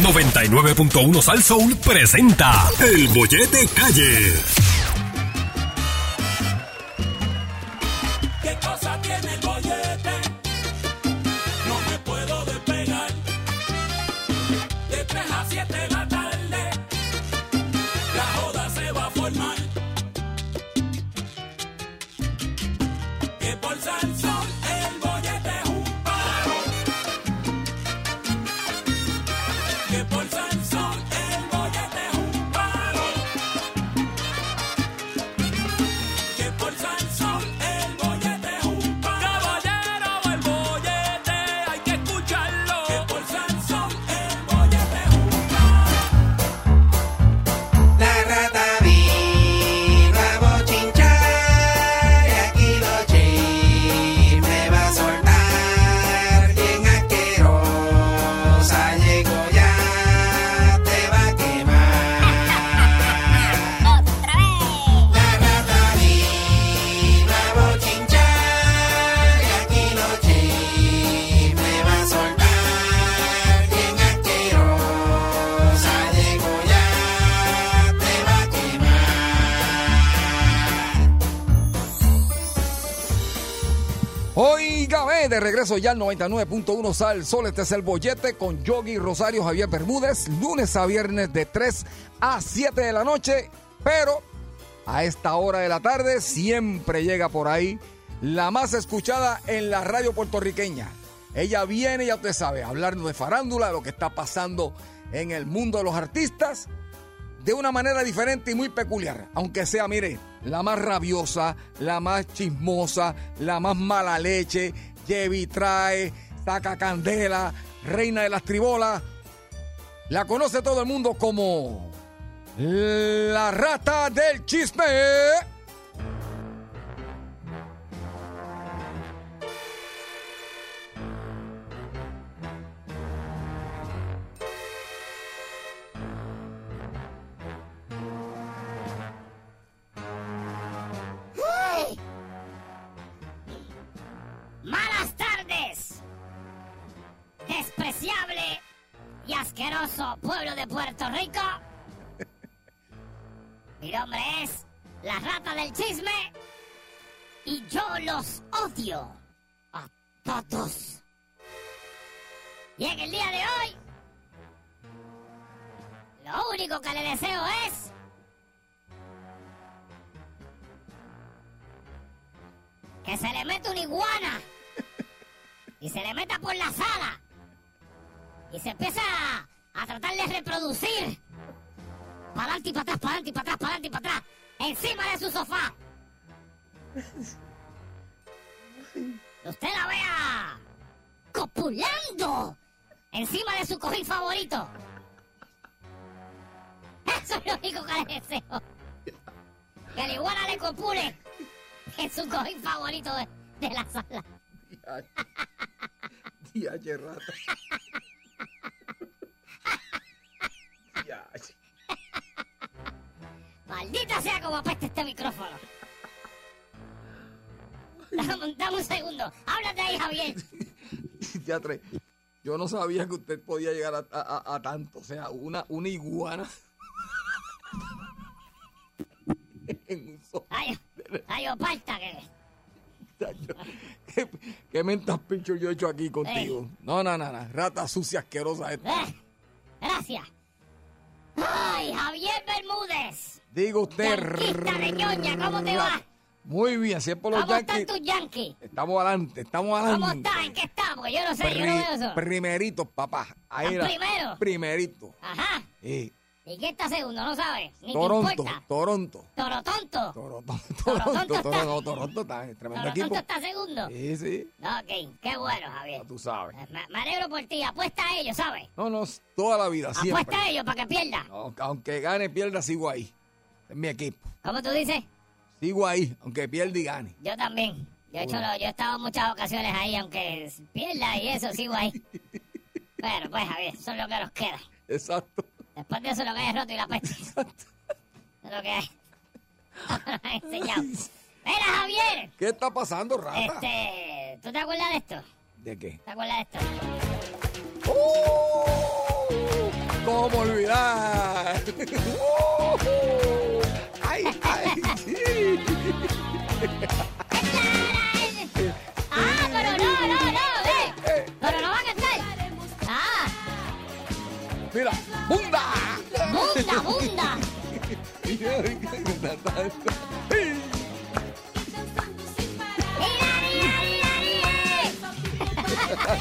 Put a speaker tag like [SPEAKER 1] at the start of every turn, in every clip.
[SPEAKER 1] 99.1 Sal Soul presenta El Bollete Calle.
[SPEAKER 2] ¿Qué cosa tiene el bollete? No me puedo despegar. De 3 a 7 de la tarde, la joda se va a formar. Que por Sansón el bollete es un paro. Que por Sansón el bollete es un paro. Que por Sansón el bollete es un paro. Caballero, el bollete hay que escucharlo. Que por Sansón el bollete es un
[SPEAKER 3] La rata vino a bochinchar y aquí los chismes va a soltar. Bien asquerosa llegó ya, te va a quemar. La rata vino a bochinchar y aquí los chismes va a soltar. Bien asquerosa llegó ya. Te va a quemar.
[SPEAKER 4] Oiga, ve, de regreso ya al 99.1 Sal Sol. Este es el bollete con Yogi Rosario Javier Bermúdez, lunes a viernes de 3 a 7 de la noche. Pero a esta hora de la tarde siempre llega por ahí la más escuchada en la radio puertorriqueña. Ella viene, ya usted sabe, a hablarnos de farándula, de lo que está pasando en el mundo de los artistas de una manera diferente y muy peculiar. Aunque sea, mire, la más rabiosa, la más chismosa, la más mala leche, llevi trae, saca candela, reina de las tribolas. La conoce todo el mundo como la rata del chisme.
[SPEAKER 5] Malas tardes, despreciable y asqueroso pueblo de Puerto Rico. Mi nombre es la rata del chisme y yo los odio a todos. Y en el día de hoy, lo único que le deseo es que se le meta una iguana y se le meta por la sala y se empieza a, a tratar de reproducir para adelante y para atrás, para adelante y para atrás, para adelante y para atrás, encima de su sofá. Usted la vea copulando encima de su cojín favorito. Eso es lo único que le deseo. Que la iguana le copule en su cojín favorito de- de la sala.
[SPEAKER 4] Diache rata. Diache.
[SPEAKER 5] Maldita sea como apesta este micrófono. Dame, dame un segundo. Háblate ahí, Javier.
[SPEAKER 4] Teatre, yo no sabía que usted podía llegar a, a- a- a tanto. O sea, una, una iguana. en un sofá.
[SPEAKER 5] Ay, ay, oparta, que...
[SPEAKER 4] ¿Qué, qué mental picture yo he hecho aquí contigo? No, no, no, no. Rata sucia, asquerosa esta.
[SPEAKER 5] eh, gracias. Ay, Javier Bermúdez.
[SPEAKER 4] Digo usted.
[SPEAKER 5] Yanquista de ñoña, ¿cómo te
[SPEAKER 4] rata.
[SPEAKER 5] va?
[SPEAKER 4] Muy bien, si es por los
[SPEAKER 5] ¿Cómo están
[SPEAKER 4] yanquis.
[SPEAKER 5] tus yankees?
[SPEAKER 4] Estamos adelante,
[SPEAKER 5] ¿Cómo
[SPEAKER 4] estamos adelante.
[SPEAKER 5] estás? ¿En qué estás? Porque yo no sé, yo no veo eso.
[SPEAKER 4] primeritos, papá. Ahí
[SPEAKER 5] ¿Estás
[SPEAKER 4] era.
[SPEAKER 5] primero?
[SPEAKER 4] Primerito.
[SPEAKER 5] Ajá.
[SPEAKER 4] Eh,
[SPEAKER 5] ¿Y qué está segundo? No sabes. Ni te
[SPEAKER 4] Toronto,
[SPEAKER 5] importa.
[SPEAKER 4] Toronto.
[SPEAKER 5] Toro tonto.
[SPEAKER 4] Toronto,
[SPEAKER 5] Toronto
[SPEAKER 4] Toronto,
[SPEAKER 5] está-
[SPEAKER 4] Toronto, Toronto está en tremendo
[SPEAKER 5] Toro
[SPEAKER 4] equipo.
[SPEAKER 5] tonto está segundo.
[SPEAKER 4] Sí, sí,
[SPEAKER 5] Ok, qué bueno, Javier.
[SPEAKER 4] ya tú sabes.
[SPEAKER 5] Me, me alegro por ti, apuesta a ellos, ¿sabes?
[SPEAKER 4] No, no, toda la vida, siempre.
[SPEAKER 5] Apuesta a ellos para que pierda.
[SPEAKER 4] No, aunque gane, pierda, sigo ahí. Es mi equipo.
[SPEAKER 5] ¿Cómo tú dices?
[SPEAKER 4] Sigo ahí, aunque pierda y gane.
[SPEAKER 5] Yo también. Yo he, hecho
[SPEAKER 4] Bueno.
[SPEAKER 5] lo- yo he estado en muchas ocasiones ahí, aunque pierda y eso, sigo ahí. Pero pues, Javier, eso es lo que nos queda.
[SPEAKER 4] Exacto.
[SPEAKER 5] Después de eso, lo que hay es roto y la peste. Eso es lo que hay. Nos han enseñado. Mira, Javier,
[SPEAKER 4] ¿Qué está pasando, rata?
[SPEAKER 5] este, ¿tú te acuerdas de esto?
[SPEAKER 4] ¿De qué? ¡Uh!
[SPEAKER 5] ¿Te acuerdas de esto?
[SPEAKER 4] cómo olvidar. ¡Ay, ay! sí.
[SPEAKER 5] ¡Ah, pero no, no, no! ¡Eh! ¡Pero no van a estar! ¡Ah!
[SPEAKER 4] Mira, ¡bunda!
[SPEAKER 5] ¡Bunda, bunda! ¡Ira, ira, ira, ira!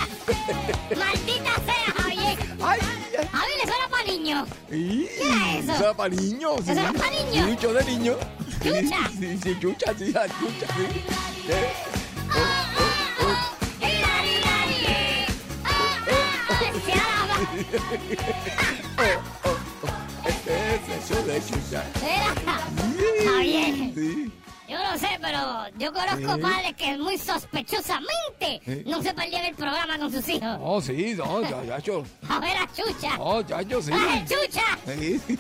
[SPEAKER 5] ¡Maldita sea, Javier!
[SPEAKER 4] ¡Ay!
[SPEAKER 5] ¡Javier, eso era para niños!
[SPEAKER 4] ¿Qué
[SPEAKER 5] era eso?
[SPEAKER 4] era para niños.
[SPEAKER 5] ¿Eso era pa' niños?
[SPEAKER 4] Mucho de niño.
[SPEAKER 5] ¿Chucha?
[SPEAKER 4] Sí, sí, chucha, sí, ah, chucha, sí. Eh,
[SPEAKER 5] Ah, ¡Ira, ira, ira! ¡Ah, ah! ¡Se alaba!
[SPEAKER 4] este Oh, es el show de chucha.
[SPEAKER 5] ¡Era! Javier.
[SPEAKER 4] Sí.
[SPEAKER 5] Yo no sé, pero yo conozco padres que muy sospechosamente
[SPEAKER 4] Sí.
[SPEAKER 5] no se perdían el programa con sus hijos.
[SPEAKER 4] No, sí, no, ya, ya, yo.
[SPEAKER 5] A ver a Chucha.
[SPEAKER 4] No, ya, yo sí.
[SPEAKER 5] ¡Ah, el Chucha!
[SPEAKER 4] Sí.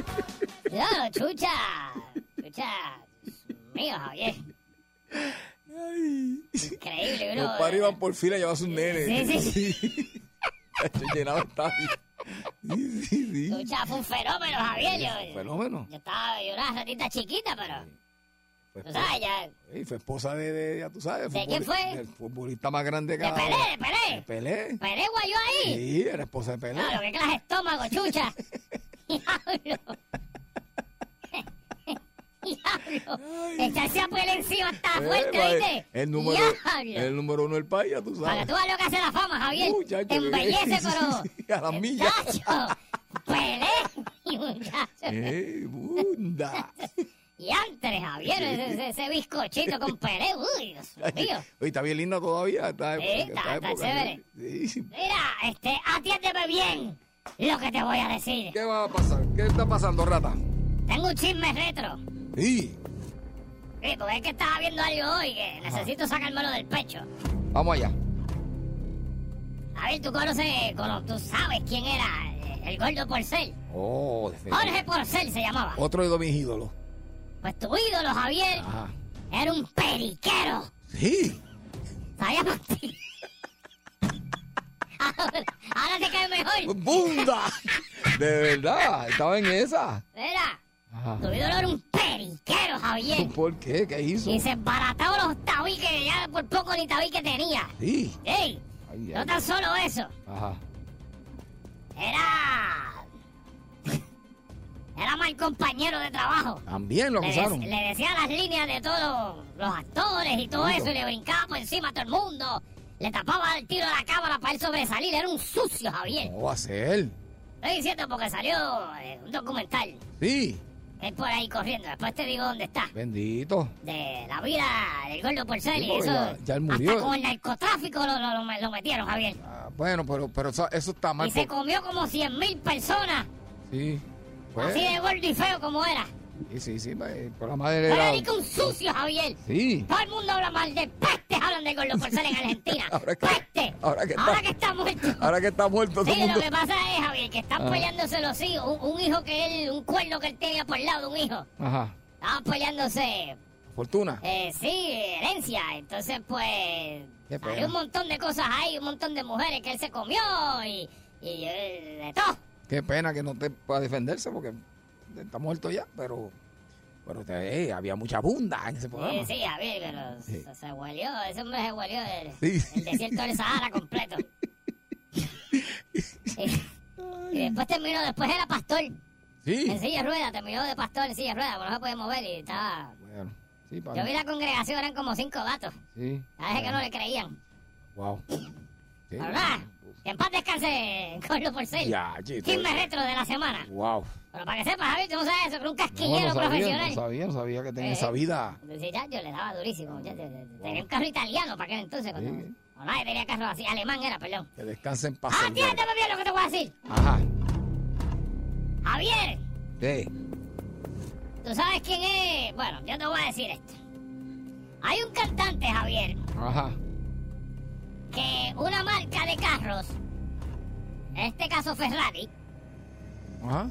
[SPEAKER 5] No, Chucha. Chucha. Mío, Javier.
[SPEAKER 4] Ay.
[SPEAKER 5] Increíble, bro.
[SPEAKER 4] Los padres iban por fila a llevarse un nene.
[SPEAKER 5] Sí, sí.
[SPEAKER 4] Yo llenaba estadio. Sí, sí, sí.
[SPEAKER 5] Chucha, fue un fenómeno, Javier. Yo,
[SPEAKER 4] Fenómeno.
[SPEAKER 5] yo estaba, yo era una ratita chiquita, pero.
[SPEAKER 4] Fue
[SPEAKER 5] Tú sabes, ya.
[SPEAKER 4] Sí, fue esposa de, de- ya tú sabes.
[SPEAKER 5] ¿De quién
[SPEAKER 4] futboli-
[SPEAKER 5] fue?
[SPEAKER 4] El futbolista más grande que
[SPEAKER 5] De Pelé, de Pelé.
[SPEAKER 4] Pelé.
[SPEAKER 5] Pelé guayó ahí.
[SPEAKER 4] Sí, era esposa de Pelé.
[SPEAKER 5] Claro, qué clase de estómago, Chucha. Diablo. Diablo. Echarse a Pelé encima está
[SPEAKER 4] Eh,
[SPEAKER 5] fuerte,
[SPEAKER 4] va,
[SPEAKER 5] ¿viste?
[SPEAKER 4] El número,
[SPEAKER 5] Diablo.
[SPEAKER 4] el número uno del país, ya tú
[SPEAKER 5] Para que
[SPEAKER 4] sabes.
[SPEAKER 5] tú veas lo que hace la fama, Javier.
[SPEAKER 4] Muchacho,
[SPEAKER 5] Te embellece,
[SPEAKER 4] sí,
[SPEAKER 5] pero.
[SPEAKER 4] sí, sí, a las millas.
[SPEAKER 5] Chacho, Pelé, muchacho.
[SPEAKER 4] ¡Eh, bunda!
[SPEAKER 5] Y antes, Javier, ese, ese- ese bizcochito con Pelé, uy, Dios mío.
[SPEAKER 4] Oye, está bien linda todavía. Está,
[SPEAKER 5] Sí, está- está chévere.
[SPEAKER 4] Sí.
[SPEAKER 5] Mira, este, atiéndeme bien lo que te voy a decir.
[SPEAKER 4] ¿Qué va a pasar? ¿Qué está pasando, rata?
[SPEAKER 5] Tengo un chisme retro.
[SPEAKER 4] Sí.
[SPEAKER 5] Sí, porque es que estaba viendo algo hoy que necesito sacármelo del pecho.
[SPEAKER 4] Vamos allá.
[SPEAKER 5] Javier, tú conoces, cono- tú sabes quién era eh, el gordo Porcel.
[SPEAKER 4] Oh, de
[SPEAKER 5] Jorge Porcel se llamaba.
[SPEAKER 4] Otro de mis ídolos.
[SPEAKER 5] Pues tu ídolo, Javier,
[SPEAKER 4] Ajá.
[SPEAKER 5] era un periquero.
[SPEAKER 4] Sí.
[SPEAKER 5] ¿Sabías mentir? ahora, ahora te cae mejor.
[SPEAKER 4] ¡Bunda! De verdad, estaba en esa.
[SPEAKER 5] Mira,
[SPEAKER 4] Ajá.
[SPEAKER 5] tu ídolo era un periquero, Javier.
[SPEAKER 4] ¿Por qué? ¿Qué hizo?
[SPEAKER 5] Y se embarató los tabiques, ya por poco ni tabique tenía.
[SPEAKER 4] Sí.
[SPEAKER 5] ¡Ey!
[SPEAKER 4] Ay,
[SPEAKER 5] No
[SPEAKER 4] ay.
[SPEAKER 5] tan solo eso.
[SPEAKER 4] Ajá.
[SPEAKER 5] Era. Era mal compañero de trabajo.
[SPEAKER 4] También lo
[SPEAKER 5] Le, de-
[SPEAKER 4] acusaron.
[SPEAKER 5] le decía las líneas de todos los actores y todo eso, y le brincaba por encima a todo el mundo. Le tapaba el tiro a la cámara para él sobresalir. Era un sucio, Javier.
[SPEAKER 4] ¿Cómo Oh, va a ser?
[SPEAKER 5] Estoy diciendo porque salió eh, un documental.
[SPEAKER 4] Sí.
[SPEAKER 5] Es por ahí corriendo. Después te digo dónde está.
[SPEAKER 4] Bendito.
[SPEAKER 5] De la vida del gordo Porcel
[SPEAKER 4] Sí,
[SPEAKER 5] y
[SPEAKER 4] porque
[SPEAKER 5] eso.
[SPEAKER 4] ya- ya él murió.
[SPEAKER 5] Hasta con el narcotráfico lo, lo- lo- lo metieron, Javier.
[SPEAKER 4] Ah, bueno, pero, pero eso, eso está mal.
[SPEAKER 5] Y se
[SPEAKER 4] por-
[SPEAKER 5] comió como 100 mil personas.
[SPEAKER 4] Sí. Pues,
[SPEAKER 5] Así de gordo y feo como era.
[SPEAKER 4] sí, sí, sí, pues, por la madre
[SPEAKER 5] Pero
[SPEAKER 4] era...
[SPEAKER 5] era ni que un sucio, Javier.
[SPEAKER 4] Sí.
[SPEAKER 5] Todo el mundo habla mal de peste, hablan de gordo Porcel en Argentina.
[SPEAKER 4] Ahora que-
[SPEAKER 5] ¡Peste!
[SPEAKER 4] ahora que está-
[SPEAKER 5] muerto.
[SPEAKER 4] Ahora que está muerto todo el
[SPEAKER 5] Sí,
[SPEAKER 4] mundo. Ah.
[SPEAKER 5] lo que pasa es, Javier, que están peleándose los hijos. Un, un hijo que él, un cuerno que él tenía por lado de un hijo.
[SPEAKER 4] Ajá.
[SPEAKER 5] Estaban peleándose
[SPEAKER 4] Fortuna.
[SPEAKER 5] Eh, sí, herencia. Entonces, pues.
[SPEAKER 4] Qué pena.
[SPEAKER 5] Hay un montón de cosas ahí, un montón de mujeres que él se comió y. y eh, de todo.
[SPEAKER 4] Qué pena que no te pueda defenderse porque está muerto ya, pero... Pero te- eh, había mucha bunda en ese
[SPEAKER 5] Sí,
[SPEAKER 4] programa.
[SPEAKER 5] sí, Javier, pero
[SPEAKER 4] Sí.
[SPEAKER 5] se, se huelió, ese hombre se huelió el,
[SPEAKER 4] Sí.
[SPEAKER 5] el desierto del Sahara completo. y, y después terminó, después era pastor,
[SPEAKER 4] Sí.
[SPEAKER 5] en silla de rueda, terminó de pastor en silla de rueda, porque no se podía mover y estaba.
[SPEAKER 4] Bueno, sí,
[SPEAKER 5] Yo
[SPEAKER 4] para
[SPEAKER 5] vi la congregación, eran como cinco gatos.
[SPEAKER 4] Sí.
[SPEAKER 5] Sabes que no le creían.
[SPEAKER 4] Wow. Sí.
[SPEAKER 5] Pero nada, que en paz descanse Corlo Porcel.
[SPEAKER 4] Ya, chito.
[SPEAKER 5] Chisme retro de la semana.
[SPEAKER 4] Wow.
[SPEAKER 5] Pero para que sepas, Javier, tú no sabes eso, que era un
[SPEAKER 4] No,
[SPEAKER 5] casquillero
[SPEAKER 4] no sabía,
[SPEAKER 5] profesional.
[SPEAKER 4] no sabía, no sabía que tenía
[SPEAKER 5] Eh.
[SPEAKER 4] esa vida.
[SPEAKER 5] Sí, ya, yo le daba durísimo. ya, ya, ya. Tenía un carro italiano para aquel entonces. Cuando,
[SPEAKER 4] Sí.
[SPEAKER 5] no, nadie tenía carro así. Alemán era, perdón.
[SPEAKER 4] Que descanse en
[SPEAKER 5] Ah,
[SPEAKER 4] paz. señor.
[SPEAKER 5] Atiéndeme bien lo que te voy a decir.
[SPEAKER 4] Ajá.
[SPEAKER 5] Javier,
[SPEAKER 4] Sí.
[SPEAKER 5] ¿tú sabes quién es? Bueno, yo te voy a decir esto. Hay un cantante, Javier,
[SPEAKER 4] Ajá.
[SPEAKER 5] que una marca de carros, en este caso Ferrari,
[SPEAKER 4] Ajá.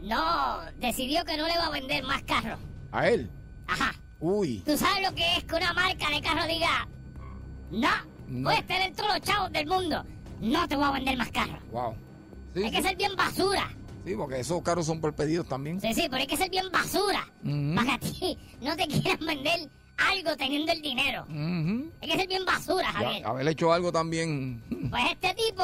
[SPEAKER 5] no decidió que no le va a vender más carros.
[SPEAKER 4] A él.
[SPEAKER 5] Ajá.
[SPEAKER 4] Uy.
[SPEAKER 5] ¿Tú sabes lo que es que una marca de carro diga, no,
[SPEAKER 4] No.
[SPEAKER 5] puedes tener todos los chavos del mundo, no te voy a vender más carros?
[SPEAKER 4] Wow. Sí,
[SPEAKER 5] hay que ser bien basura.
[SPEAKER 4] Sí, porque esos carros son por pedidos también.
[SPEAKER 5] Sí, sí, pero hay que ser bien basura.
[SPEAKER 4] Ujú.
[SPEAKER 5] Para que a ti no te quieran vender algo teniendo el dinero.
[SPEAKER 4] Ujú.
[SPEAKER 5] Hay que ser bien basura,
[SPEAKER 4] Y
[SPEAKER 5] Javier.
[SPEAKER 4] a- haber hecho algo también.
[SPEAKER 5] Pues este tipo.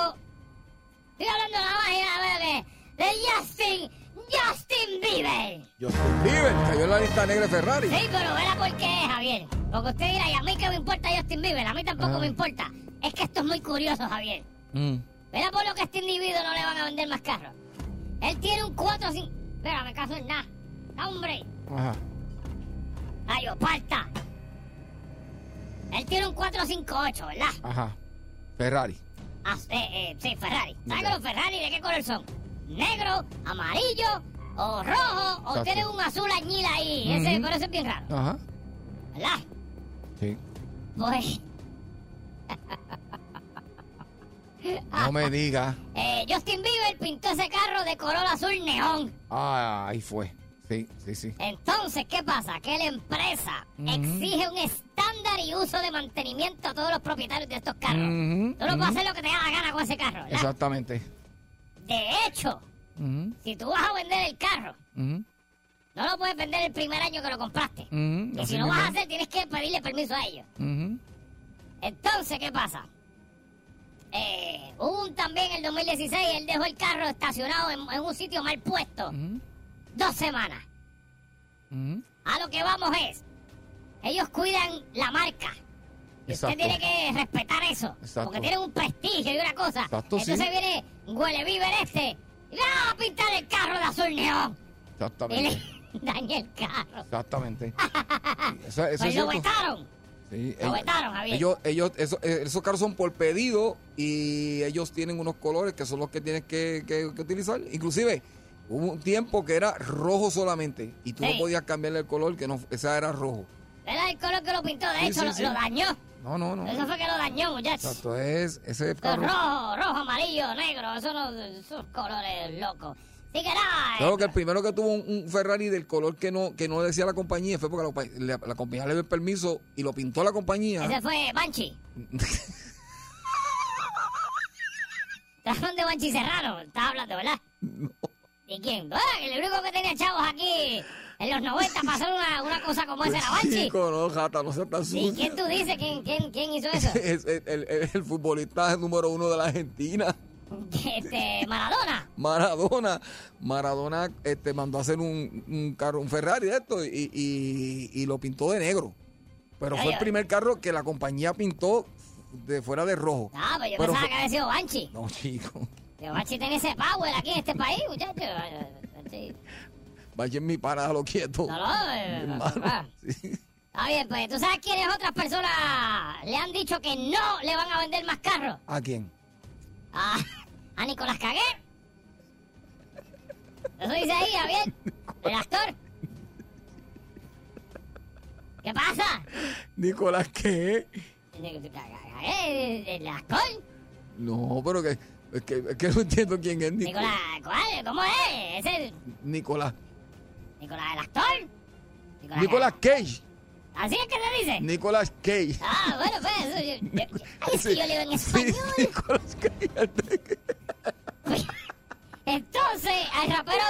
[SPEAKER 5] Estoy hablando nada más y nada menos que de Justin. Justin Bieber.
[SPEAKER 4] Justin Bieber cayó en la lista negra de Ferrari.
[SPEAKER 5] Sí, pero vela por qué, Javier. Porque usted dirá, y a mí que me importa Justin Bieber, a mí tampoco
[SPEAKER 4] Ah.
[SPEAKER 5] me importa. Es que esto es muy curioso, Javier.
[SPEAKER 4] Mm.
[SPEAKER 5] Verá por lo que a este individuo no le van a vender más carros. Él tiene un 4 o 5. Espera, me caso en nada. Da un break.
[SPEAKER 4] Ajá.
[SPEAKER 5] Ay, yo, parta. Él tiene un 458, ¿verdad?
[SPEAKER 4] Ajá. Ferrari.
[SPEAKER 5] Ah, eh, eh, sí, Ferrari. ¿Sabes
[SPEAKER 4] Ok.
[SPEAKER 5] que los Ferrari de qué color son? ¿Negro, amarillo o rojo? ¿O
[SPEAKER 4] Exacto.
[SPEAKER 5] tiene un azul añil ahí? Ese,
[SPEAKER 4] Ujú.
[SPEAKER 5] pero ese es bien raro,
[SPEAKER 4] Ajá.
[SPEAKER 5] ¿verdad?
[SPEAKER 4] Sí.
[SPEAKER 5] Pues,
[SPEAKER 4] No
[SPEAKER 5] Ah,
[SPEAKER 4] me digas.
[SPEAKER 5] eh, Justin Bieber pintó ese carro de color azul neón.
[SPEAKER 4] Ah, ahí fue. Sí, sí, sí.
[SPEAKER 5] Entonces, ¿qué pasa? Que la empresa exige un estándar y uso de mantenimiento a todos los propietarios de estos carros.
[SPEAKER 4] Ujú,
[SPEAKER 5] Tú no
[SPEAKER 4] ujú.
[SPEAKER 5] puedes hacer lo que te da la gana con ese carro, ¿verdad?
[SPEAKER 4] Exactamente.
[SPEAKER 5] De hecho,
[SPEAKER 4] Ujú,
[SPEAKER 5] si tú vas a vender el carro,
[SPEAKER 4] ujú,
[SPEAKER 5] no lo puedes vender el primer año que lo compraste.
[SPEAKER 4] ujú.
[SPEAKER 5] Y
[SPEAKER 4] mm, Así
[SPEAKER 5] si lo
[SPEAKER 4] mismo.
[SPEAKER 5] vas a hacer, tienes que pedirle permiso a ellos.
[SPEAKER 4] Ujú.
[SPEAKER 5] Entonces, ¿qué pasa? Eh, hubo un también en el 2016, él dejó el carro estacionado en, en un sitio mal puesto
[SPEAKER 4] Ujú.
[SPEAKER 5] dos semanas.
[SPEAKER 4] Ujú.
[SPEAKER 5] A lo que vamos es, ellos cuidan la marca. Y usted
[SPEAKER 4] Exacto.
[SPEAKER 5] tiene que respetar eso.
[SPEAKER 4] Exacto.
[SPEAKER 5] Porque tienen un prestigio y una cosa.
[SPEAKER 4] Exacto, sí.
[SPEAKER 5] Entonces viene Huele Viver este y le va a pintar el carro de azul neón. Y
[SPEAKER 4] Exactamente.
[SPEAKER 5] le daña el carro.
[SPEAKER 4] Exactamente. Sí, Eso, eso es
[SPEAKER 5] Pues lo
[SPEAKER 4] cierto.
[SPEAKER 5] vetaron.
[SPEAKER 4] Sí,
[SPEAKER 5] Lo vetaron, Javier.
[SPEAKER 4] ellos, ellos- eso- eh, esos carros son por pedido y ellos tienen unos colores que son los que tienes que, que- que utilizar. Inclusive, hubo un tiempo que era rojo solamente y tú
[SPEAKER 5] Sí.
[SPEAKER 4] no podías cambiarle el color, que no, esa era rojo.
[SPEAKER 5] Era el color que lo pintó. De
[SPEAKER 4] Sí,
[SPEAKER 5] hecho,
[SPEAKER 4] sí,
[SPEAKER 5] lo,
[SPEAKER 4] sí.
[SPEAKER 5] lo dañó.
[SPEAKER 4] No, no, no.
[SPEAKER 5] Eso fue que lo dañó, muchachos.
[SPEAKER 4] Exacto, es ese
[SPEAKER 5] Eso es
[SPEAKER 4] carro.
[SPEAKER 5] rojo, rojo, amarillo, negro. Eso no, esos colores locos. Sí que nada. eh,
[SPEAKER 4] Claro que el primero que tuvo un, un Ferrari del color que no que no decía la compañía fue porque la, compa- la- la compañía le dio el permiso y lo pintó la compañía.
[SPEAKER 5] Ese fue Banshee. ¿Estás de Banshee Serrano? Estás hablando, ¿verdad? ¿De quién? Ah, el único que tenía chavos aquí en los 90 para hacer una, una cosa como esa era
[SPEAKER 4] Pues
[SPEAKER 5] Banshee.
[SPEAKER 4] Chico, no, jata, no seas tan
[SPEAKER 5] ¿Y
[SPEAKER 4] sucio.
[SPEAKER 5] quién tú dices? ¿Quién, quién, quién hizo eso?
[SPEAKER 4] Es el, el- el- el futbolista número uno de la Argentina,
[SPEAKER 5] Este, Maradona.
[SPEAKER 4] Maradona. Maradona este, mandó a hacer un, un carro, un Ferrari de esto, y, y- y lo pintó de negro. Pero
[SPEAKER 5] Ay,
[SPEAKER 4] fue
[SPEAKER 5] ay.
[SPEAKER 4] el primer carro que la compañía pintó de fuera de rojo.
[SPEAKER 5] Ah, pero yo
[SPEAKER 4] Pero
[SPEAKER 5] pensaba
[SPEAKER 4] fue-
[SPEAKER 5] que había sido Banshee.
[SPEAKER 4] No, chico.
[SPEAKER 5] Pero Banshee tiene ese power aquí en este país, muchachos.
[SPEAKER 4] Vaya en mi parada, lo quieto.
[SPEAKER 5] No, no, eh,
[SPEAKER 4] Mi
[SPEAKER 5] papá.
[SPEAKER 4] hermano. Sí.
[SPEAKER 5] Está bien, pues tú sabes quiénes otras personas le han dicho que no le van a vender más carros.
[SPEAKER 4] ¿A quién?
[SPEAKER 5] A, a Nicolás Cagué. Eso dice ahí, Javier. El actor. ¿Qué pasa?
[SPEAKER 4] Nicolás, ¿qué?
[SPEAKER 5] Cagué, el actor.
[SPEAKER 4] No, pero que, es que, es que no entiendo quién es Nic-
[SPEAKER 5] Nicolás, ¿cuál? ¿Cómo es? ¿Es el
[SPEAKER 4] Nicolás.
[SPEAKER 5] Nicolás el actor? Nicolás, Eh.
[SPEAKER 4] Nicolás Cage.
[SPEAKER 5] ¿Así es que te dice?
[SPEAKER 4] Nicolás Cage.
[SPEAKER 5] Ah, bueno, pues eso. Yo, yo- yo- ay, es que
[SPEAKER 4] Sí,
[SPEAKER 5] yo leo en
[SPEAKER 4] sí,
[SPEAKER 5] español.
[SPEAKER 4] Nicolás Cage.
[SPEAKER 5] Entonces, al rapero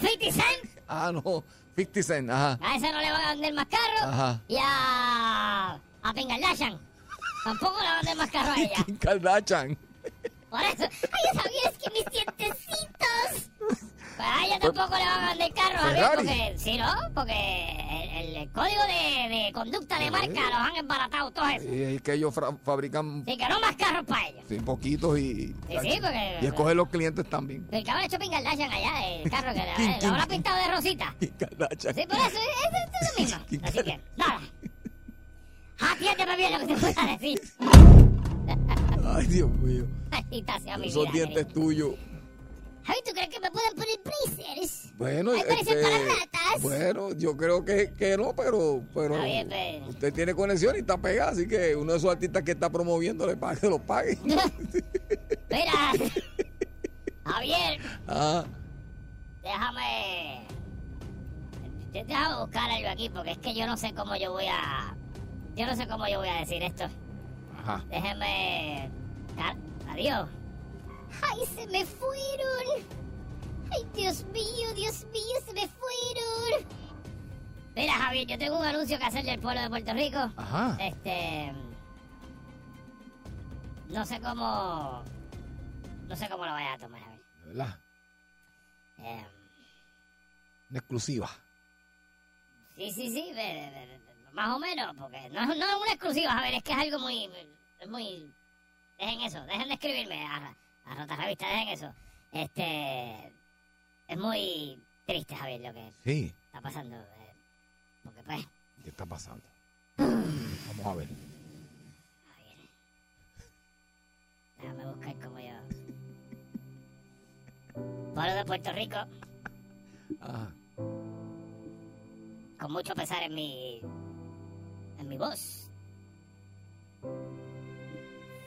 [SPEAKER 5] 50 Cent,
[SPEAKER 4] Ah, no. 50 Cent, ajá.
[SPEAKER 5] a ese no le van a vender más carro.
[SPEAKER 4] Ajá.
[SPEAKER 5] Y a. a Pingaldashan. Tampoco le van a vender más carro a ella.
[SPEAKER 4] Kim Mm-hmm. Kardashian.
[SPEAKER 5] Por eso. Ay, ¿sabías que mis dientecitos? Pues a ella tampoco le van a vender carro, Javier,
[SPEAKER 4] Ferrari.
[SPEAKER 5] porque. Sí, ¿no? Porque el, el código de, de conducta de marca los han embaratado todos esos.
[SPEAKER 4] Y es que ellos fra- fabrican
[SPEAKER 5] Así que no más carros para ellos.
[SPEAKER 4] sí, poquitos y.
[SPEAKER 5] Sí, sí, porque-
[SPEAKER 4] Y escogen los clientes también.
[SPEAKER 5] El cabrón ha hecho Pingaldashan allá, el carro que
[SPEAKER 4] Quin,
[SPEAKER 5] le-
[SPEAKER 4] quin,
[SPEAKER 5] lo habrá
[SPEAKER 4] quin.
[SPEAKER 5] pintado de rosita.
[SPEAKER 4] Kim Kardashian.
[SPEAKER 5] Sí, por eso, es, es, es lo mismo. Así que, nada. Atiéndeme bien lo que te voy a decir.
[SPEAKER 4] Ay, Dios mío.
[SPEAKER 5] Maldita sea mi vida.
[SPEAKER 4] Esos dientes
[SPEAKER 5] querido.
[SPEAKER 4] tuyos.
[SPEAKER 5] Javi, ¿tú crees que me pueden poner blazers?
[SPEAKER 4] Bueno,
[SPEAKER 5] Ay, parecen
[SPEAKER 4] este,
[SPEAKER 5] para ratas.
[SPEAKER 4] bueno, yo creo que, que no, pero, pero
[SPEAKER 5] Está bien, pero-
[SPEAKER 4] usted tiene conexión y está pegada, así que uno de esos artistas que está promoviendo le pague, que lo pague.
[SPEAKER 5] Mira. Javier,
[SPEAKER 4] Ah,
[SPEAKER 5] déjame... Yo- Déjame buscar algo aquí porque es que yo no sé cómo yo voy a... Yo no sé cómo yo voy a decir esto.
[SPEAKER 4] ajá.
[SPEAKER 5] Déjeme... Car- Adiós. ¡Ay, se me fueron! ¡Ay, Dios mío, Dios mío, se me fueron! Mira, Javier, yo tengo un anuncio que hacerle al pueblo de Puerto Rico.
[SPEAKER 4] Ajá.
[SPEAKER 5] Este. No sé cómo. No sé cómo lo vaya a tomar, Javier.
[SPEAKER 4] De verdad.
[SPEAKER 5] Eh,
[SPEAKER 4] Una exclusiva.
[SPEAKER 5] sí, sí, sí, ve- ve- ve- ve- más o menos, porque no, es- no es una exclusiva, Javier, es que es algo muy. es muy. Dejen eso, dejen de escribirme a, a Rota Revista, dejen eso. Este. Es muy triste, Javier, lo que
[SPEAKER 4] Sí.
[SPEAKER 5] está pasando. eh, porque, pues,
[SPEAKER 4] ¿Qué está pasando?
[SPEAKER 5] Ah.
[SPEAKER 4] Vamos a ver.
[SPEAKER 5] déjame buscar como yo. Pueblo de Puerto Rico.
[SPEAKER 4] Ajá.
[SPEAKER 5] con mucho pesar en mi. en mi voz.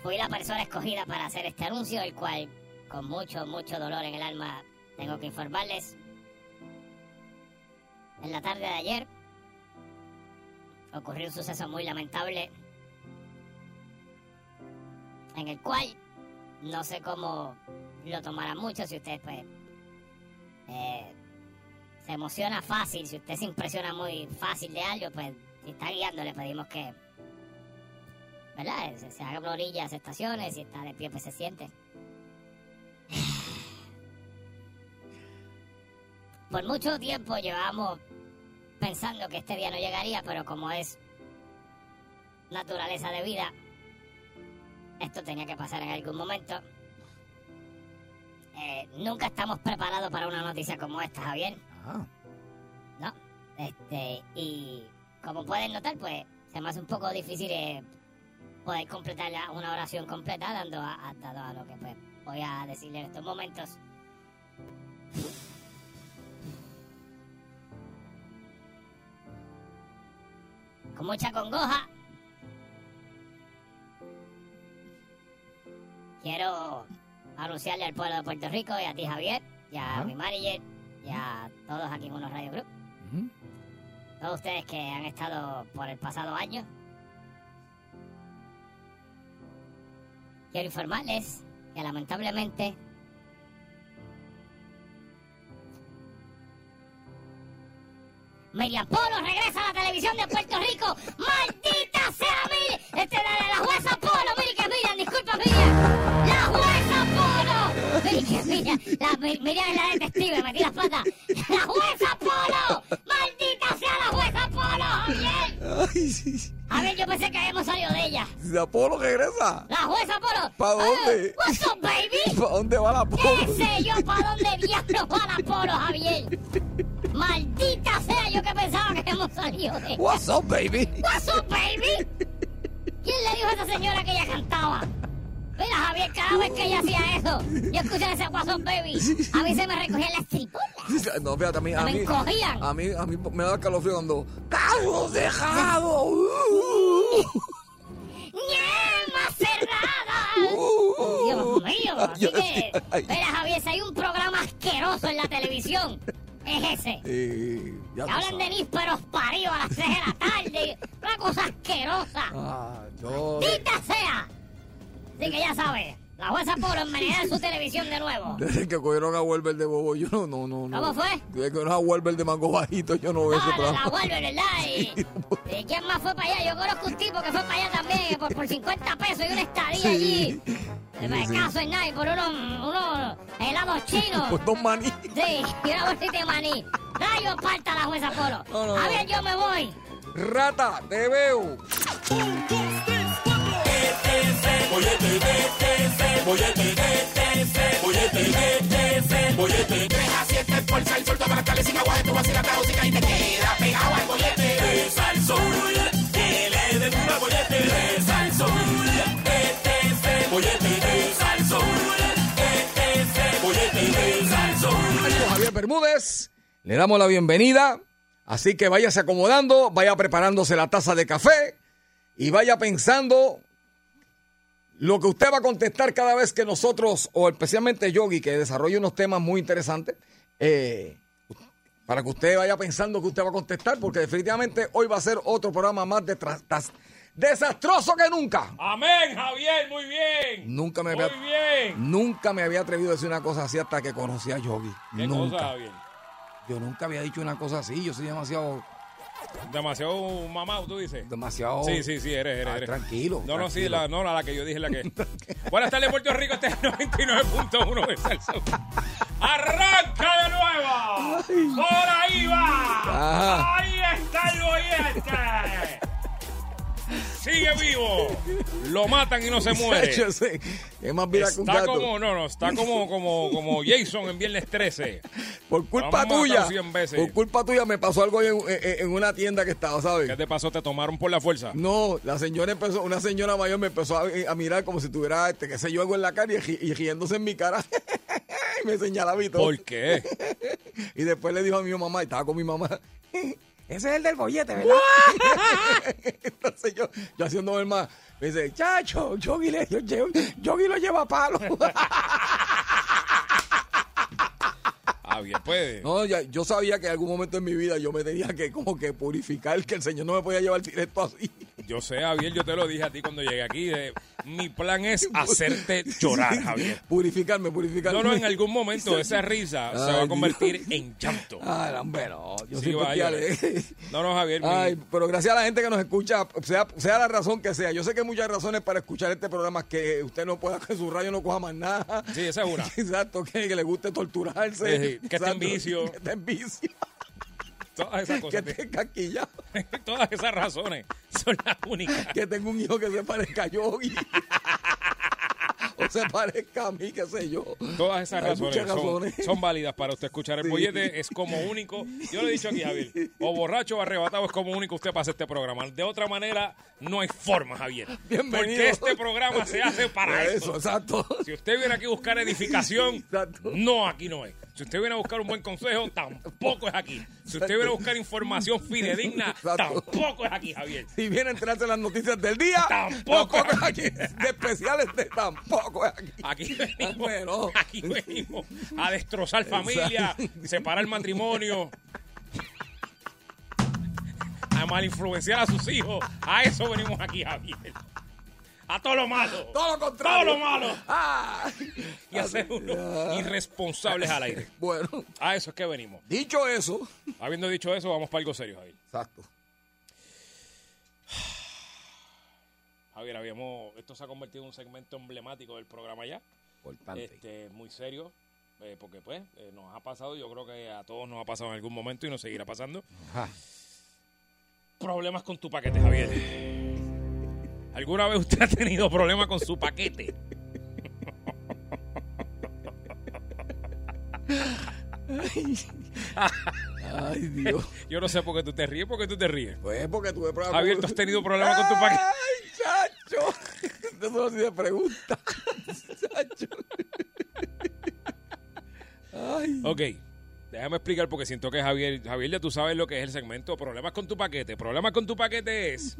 [SPEAKER 5] Fui la persona escogida para hacer este anuncio, el cual, con mucho, mucho dolor en el alma, tengo que informarles. En la tarde de ayer ocurrió un suceso muy lamentable en el cual no sé cómo lo tomarán mucho si ustedes pues eh, se emociona fácil, si usted se impresiona muy fácil de algo, pues si está guiando le pedimos que, ¿verdad? Se, se haga por orillas, estaciones, si está de pie, pues se siente. Por mucho tiempo llevamos pensando que este día no llegaría, pero como es naturaleza de vida, esto tenía que pasar en algún momento. Eh, nunca estamos preparados para una noticia como esta, Javier.
[SPEAKER 4] Ajá.
[SPEAKER 5] No, este, y como pueden notar, pues se me hace un poco difícil eh, poder completar la- una oración completa, dando a, a- dado a lo que pues, voy a decirle en estos momentos. Con mucha congoja. Quiero anunciarle al pueblo de Puerto Rico y a ti, Javier, y a
[SPEAKER 4] Ajá.
[SPEAKER 5] mi manager, y a todos aquí en Unos Radio Group
[SPEAKER 4] Ujú.
[SPEAKER 5] todos ustedes que han estado por el pasado año. Quiero informarles que lamentablemente Miriam Polo regresa a la televisión de Puerto Rico. ¡Maldita sea mi! Este, la, la jueza Polo, mire que Miriam, disculpa Miriam. ¡La jueza Polo! Mire que Miriam, la, Mi- Miriam es la detective, metí las patas. ¡La jueza Polo! ¡Maldita sea la jueza Polo, Javier!
[SPEAKER 4] Ay, sí.
[SPEAKER 5] A ver, yo pensé que habíamos salido de ella.
[SPEAKER 4] La Polo regresa.
[SPEAKER 5] ¡La jueza Polo!
[SPEAKER 4] ¿Pa dónde?
[SPEAKER 5] Ah, what's up, baby?
[SPEAKER 4] ¿Para dónde va la
[SPEAKER 5] ¿Qué sé yo para dónde diablos va la Polo, Javier? ¡Maldita sea yo que pensaba que habíamos salido de ella!
[SPEAKER 4] What's up, baby?
[SPEAKER 5] What's up, baby? ¿Quién le dijo a esa señora que ella cantaba? Mira, Javier, cada vez que ella hacía eso, yo escuchaba ese What's up, baby. A mí se me recogían las tripolas.
[SPEAKER 4] No, fíjate, a mí, a
[SPEAKER 5] Me
[SPEAKER 4] mí,
[SPEAKER 5] encogían.
[SPEAKER 4] a mí, a mí me da calofrío cuando... ¡Carlos dejado!
[SPEAKER 5] ¡Ñema cerrada! Dios mío, así
[SPEAKER 4] Yo
[SPEAKER 5] que...
[SPEAKER 4] decía, ay.
[SPEAKER 5] Mira, Javier, si hay un programa asqueroso en la televisión, es ese.
[SPEAKER 4] Eh, ya
[SPEAKER 5] Que
[SPEAKER 4] tú
[SPEAKER 5] hablan de
[SPEAKER 4] sabes.
[SPEAKER 5] nísperos paridos a las 3 de la tarde. Una cosa asquerosa.
[SPEAKER 4] Ah, yo...
[SPEAKER 5] ¡Maldita sea! Así que ya sabes, la jueza Polo envenenará su televisión de nuevo.
[SPEAKER 4] Desde que cogieron a Welber de Bobo, yo no, no, no. no.
[SPEAKER 5] ¿Cómo fue?
[SPEAKER 4] Desde que cogieron a Welber de Mango Bajito, yo no veo ese
[SPEAKER 5] No, no, la
[SPEAKER 4] programa.
[SPEAKER 5] vuelve, ¿verdad? Y, y quién más fue para allá? Yo conozco un tipo que fue para allá también que por, por 50 pesos y una estadía allí.
[SPEAKER 4] Sí,
[SPEAKER 5] Me
[SPEAKER 4] sí.
[SPEAKER 5] caso en nadie por unos, unos helados chinos.
[SPEAKER 4] Pues dos maní.
[SPEAKER 5] Sí, y una bolsita de maní. Rayo falta la jueza Polo.
[SPEAKER 4] No, no,
[SPEAKER 5] a
[SPEAKER 4] no.
[SPEAKER 5] ver, yo me voy.
[SPEAKER 4] Rata, te veo.
[SPEAKER 2] E, E,
[SPEAKER 4] Javier Bermúdez. Le damos la bienvenida. Así que váyase acomodando, vaya preparándose la taza de café y vaya pensando lo que usted va a contestar cada vez que nosotros, o especialmente Yogi, que desarrolla unos temas muy interesantes, eh, para que usted vaya pensando que usted va a contestar, porque definitivamente hoy va a ser otro programa más de tras- tras- desastroso que nunca.
[SPEAKER 6] Amén, Javier, muy bien.
[SPEAKER 4] Nunca me
[SPEAKER 6] Muy
[SPEAKER 4] había-
[SPEAKER 6] bien. bien.
[SPEAKER 4] Nunca me había atrevido a decir una cosa así hasta que conocí a Yogi.
[SPEAKER 6] ¿Qué
[SPEAKER 4] nunca.
[SPEAKER 6] cosa, Javier?
[SPEAKER 4] Yo nunca había dicho una cosa así. Yo soy demasiado.
[SPEAKER 6] Demasiado mamado, tú dices.
[SPEAKER 4] demasiado
[SPEAKER 6] Sí, sí, sí, eres, eres.
[SPEAKER 4] Ah,
[SPEAKER 6] eres.
[SPEAKER 4] tranquilo,
[SPEAKER 6] No, no, sí,
[SPEAKER 4] tranquilo.
[SPEAKER 6] la, no, la, la que yo dije, la que. Buenas tardes, Puerto Rico, este es 99.1 de Salsa. ¡Arranca de nuevo! ¡Por ahí va!
[SPEAKER 4] Ajá.
[SPEAKER 6] ¡Ahí está el bollete! ¡Sigue vivo! Lo matan y no se muere.
[SPEAKER 4] Yo sé, es más vida que un
[SPEAKER 6] Está
[SPEAKER 4] gato.
[SPEAKER 6] como, no, no, está como, como, como Jason en Viernes 13.
[SPEAKER 4] Por culpa
[SPEAKER 6] Vamos a
[SPEAKER 4] tuya.
[SPEAKER 6] matar 100 veces.
[SPEAKER 4] Por culpa tuya me pasó algo en, en- en una tienda que estaba, ¿sabes?
[SPEAKER 6] ¿Qué te pasó? ¿Te tomaron por la fuerza?
[SPEAKER 4] No, la señora empezó, una señora mayor me empezó a, a mirar como si tuviera, este, qué sé yo, algo en la cara y, ri- y riéndose en mi cara. y me señalaba y todo.
[SPEAKER 6] ¿Por qué?
[SPEAKER 4] Y después le dijo a mi mamá, y estaba con mi mamá, ese es el del bollete, ¿verdad? Entonces yo, yo haciendo el más, me dice, chacho, Yogi, le, yo, yo- Yogi lo lleva a palo.
[SPEAKER 6] Ah, bien, pues.
[SPEAKER 4] no, ya- yo sabía que en algún momento en mi vida yo me tenía que como que purificar, que el Señor no me podía llevar directo así.
[SPEAKER 6] Yo sé, Javier, yo te lo dije a ti cuando llegué aquí. eh, mi plan es hacerte llorar, Javier.
[SPEAKER 4] Purificarme, purificarme.
[SPEAKER 6] No, no, en algún momento esa risa se va a
[SPEAKER 4] Ay,
[SPEAKER 6] convertir
[SPEAKER 4] Dios.
[SPEAKER 6] en llanto.
[SPEAKER 4] Ay, Ah, hombre, no, yo
[SPEAKER 6] Sí,
[SPEAKER 4] soy
[SPEAKER 6] vaya.
[SPEAKER 4] bestial, ¿eh?
[SPEAKER 6] No, no, Javier, mi-
[SPEAKER 4] Ay, pero gracias a la gente que nos escucha, sea, sea la razón que sea. Yo sé que hay muchas razones para escuchar este programa, que usted no pueda, que su radio no coja más nada.
[SPEAKER 6] Sí, esa es una.
[SPEAKER 4] Exacto, que, que le guste torturarse.
[SPEAKER 6] Sí, sí, que esté en
[SPEAKER 4] Exacto,
[SPEAKER 6] vicio.
[SPEAKER 4] Que esté en vicio.
[SPEAKER 6] todas esas
[SPEAKER 4] que
[SPEAKER 6] cosas.
[SPEAKER 4] esté casquillado.
[SPEAKER 6] Todas esas razones son las únicas.
[SPEAKER 4] Que tenga un hijo que se parezca a Yogi. o se parezca a mí, qué sé yo.
[SPEAKER 6] Todas esas
[SPEAKER 4] Hay
[SPEAKER 6] razones,
[SPEAKER 4] muchas
[SPEAKER 6] son-
[SPEAKER 4] razones.
[SPEAKER 6] Son, válidas para usted escuchar. El
[SPEAKER 4] Sí.
[SPEAKER 6] bollete es como único. Yo lo he dicho aquí, Javier. O borracho o arrebatado es como único usted para hacer este programa. De otra manera, no hay forma, Javier.
[SPEAKER 4] Bienvenido.
[SPEAKER 6] Porque este programa se hace para eso.
[SPEAKER 4] eso. Exacto.
[SPEAKER 6] Si usted viene aquí a buscar edificación,
[SPEAKER 4] Exacto.
[SPEAKER 6] no, aquí no es. Si usted viene a buscar un buen consejo, tampoco es aquí. Si usted viene a buscar información fidedigna,
[SPEAKER 4] Exacto.
[SPEAKER 6] tampoco es aquí, Javier.
[SPEAKER 4] Si viene a enterarse las noticias del día,
[SPEAKER 6] Tampoco.
[SPEAKER 4] es aquí. De especiales, de- tampoco es aquí.
[SPEAKER 6] Aquí venimos,
[SPEAKER 4] Ah, Bueno.
[SPEAKER 6] aquí venimos a destrozar familia, separar matrimonio, a malinfluenciar a sus hijos. A eso venimos aquí, Javier. A todo lo malo.
[SPEAKER 4] Todo lo contrario.
[SPEAKER 6] Todo lo malo.
[SPEAKER 4] Ah.
[SPEAKER 6] Y a ser unos irresponsables al aire.
[SPEAKER 4] Bueno,
[SPEAKER 6] A eso es que venimos.
[SPEAKER 4] dicho eso.
[SPEAKER 6] Habiendo dicho eso, vamos para algo serio, Javier.
[SPEAKER 4] Exacto.
[SPEAKER 6] Javier, habíamos, esto se ha convertido en un segmento emblemático del programa ya,
[SPEAKER 4] Importante.
[SPEAKER 6] este, muy serio, eh, porque pues eh, nos ha pasado, yo creo que a todos nos ha pasado en algún momento y nos seguirá pasando.
[SPEAKER 4] Ajá.
[SPEAKER 6] Problemas con tu paquete, Javier. ¿Alguna vez usted ha tenido problemas con su paquete?
[SPEAKER 4] Ay, Dios.
[SPEAKER 6] Yo no sé por qué tú te ríes, porque tú te ríes.
[SPEAKER 4] Pues porque tuve problemas.
[SPEAKER 6] Javier,
[SPEAKER 4] con-
[SPEAKER 6] ¿tú has tenido problemas con tu paquete?
[SPEAKER 4] Ay, chacho. Eso no se pregunta. Chacho. Ay.
[SPEAKER 6] Ok, déjame explicar porque siento que Javier, Javier, ya tú sabes lo que es el segmento Problemas con tu paquete. Problemas con tu paquete es.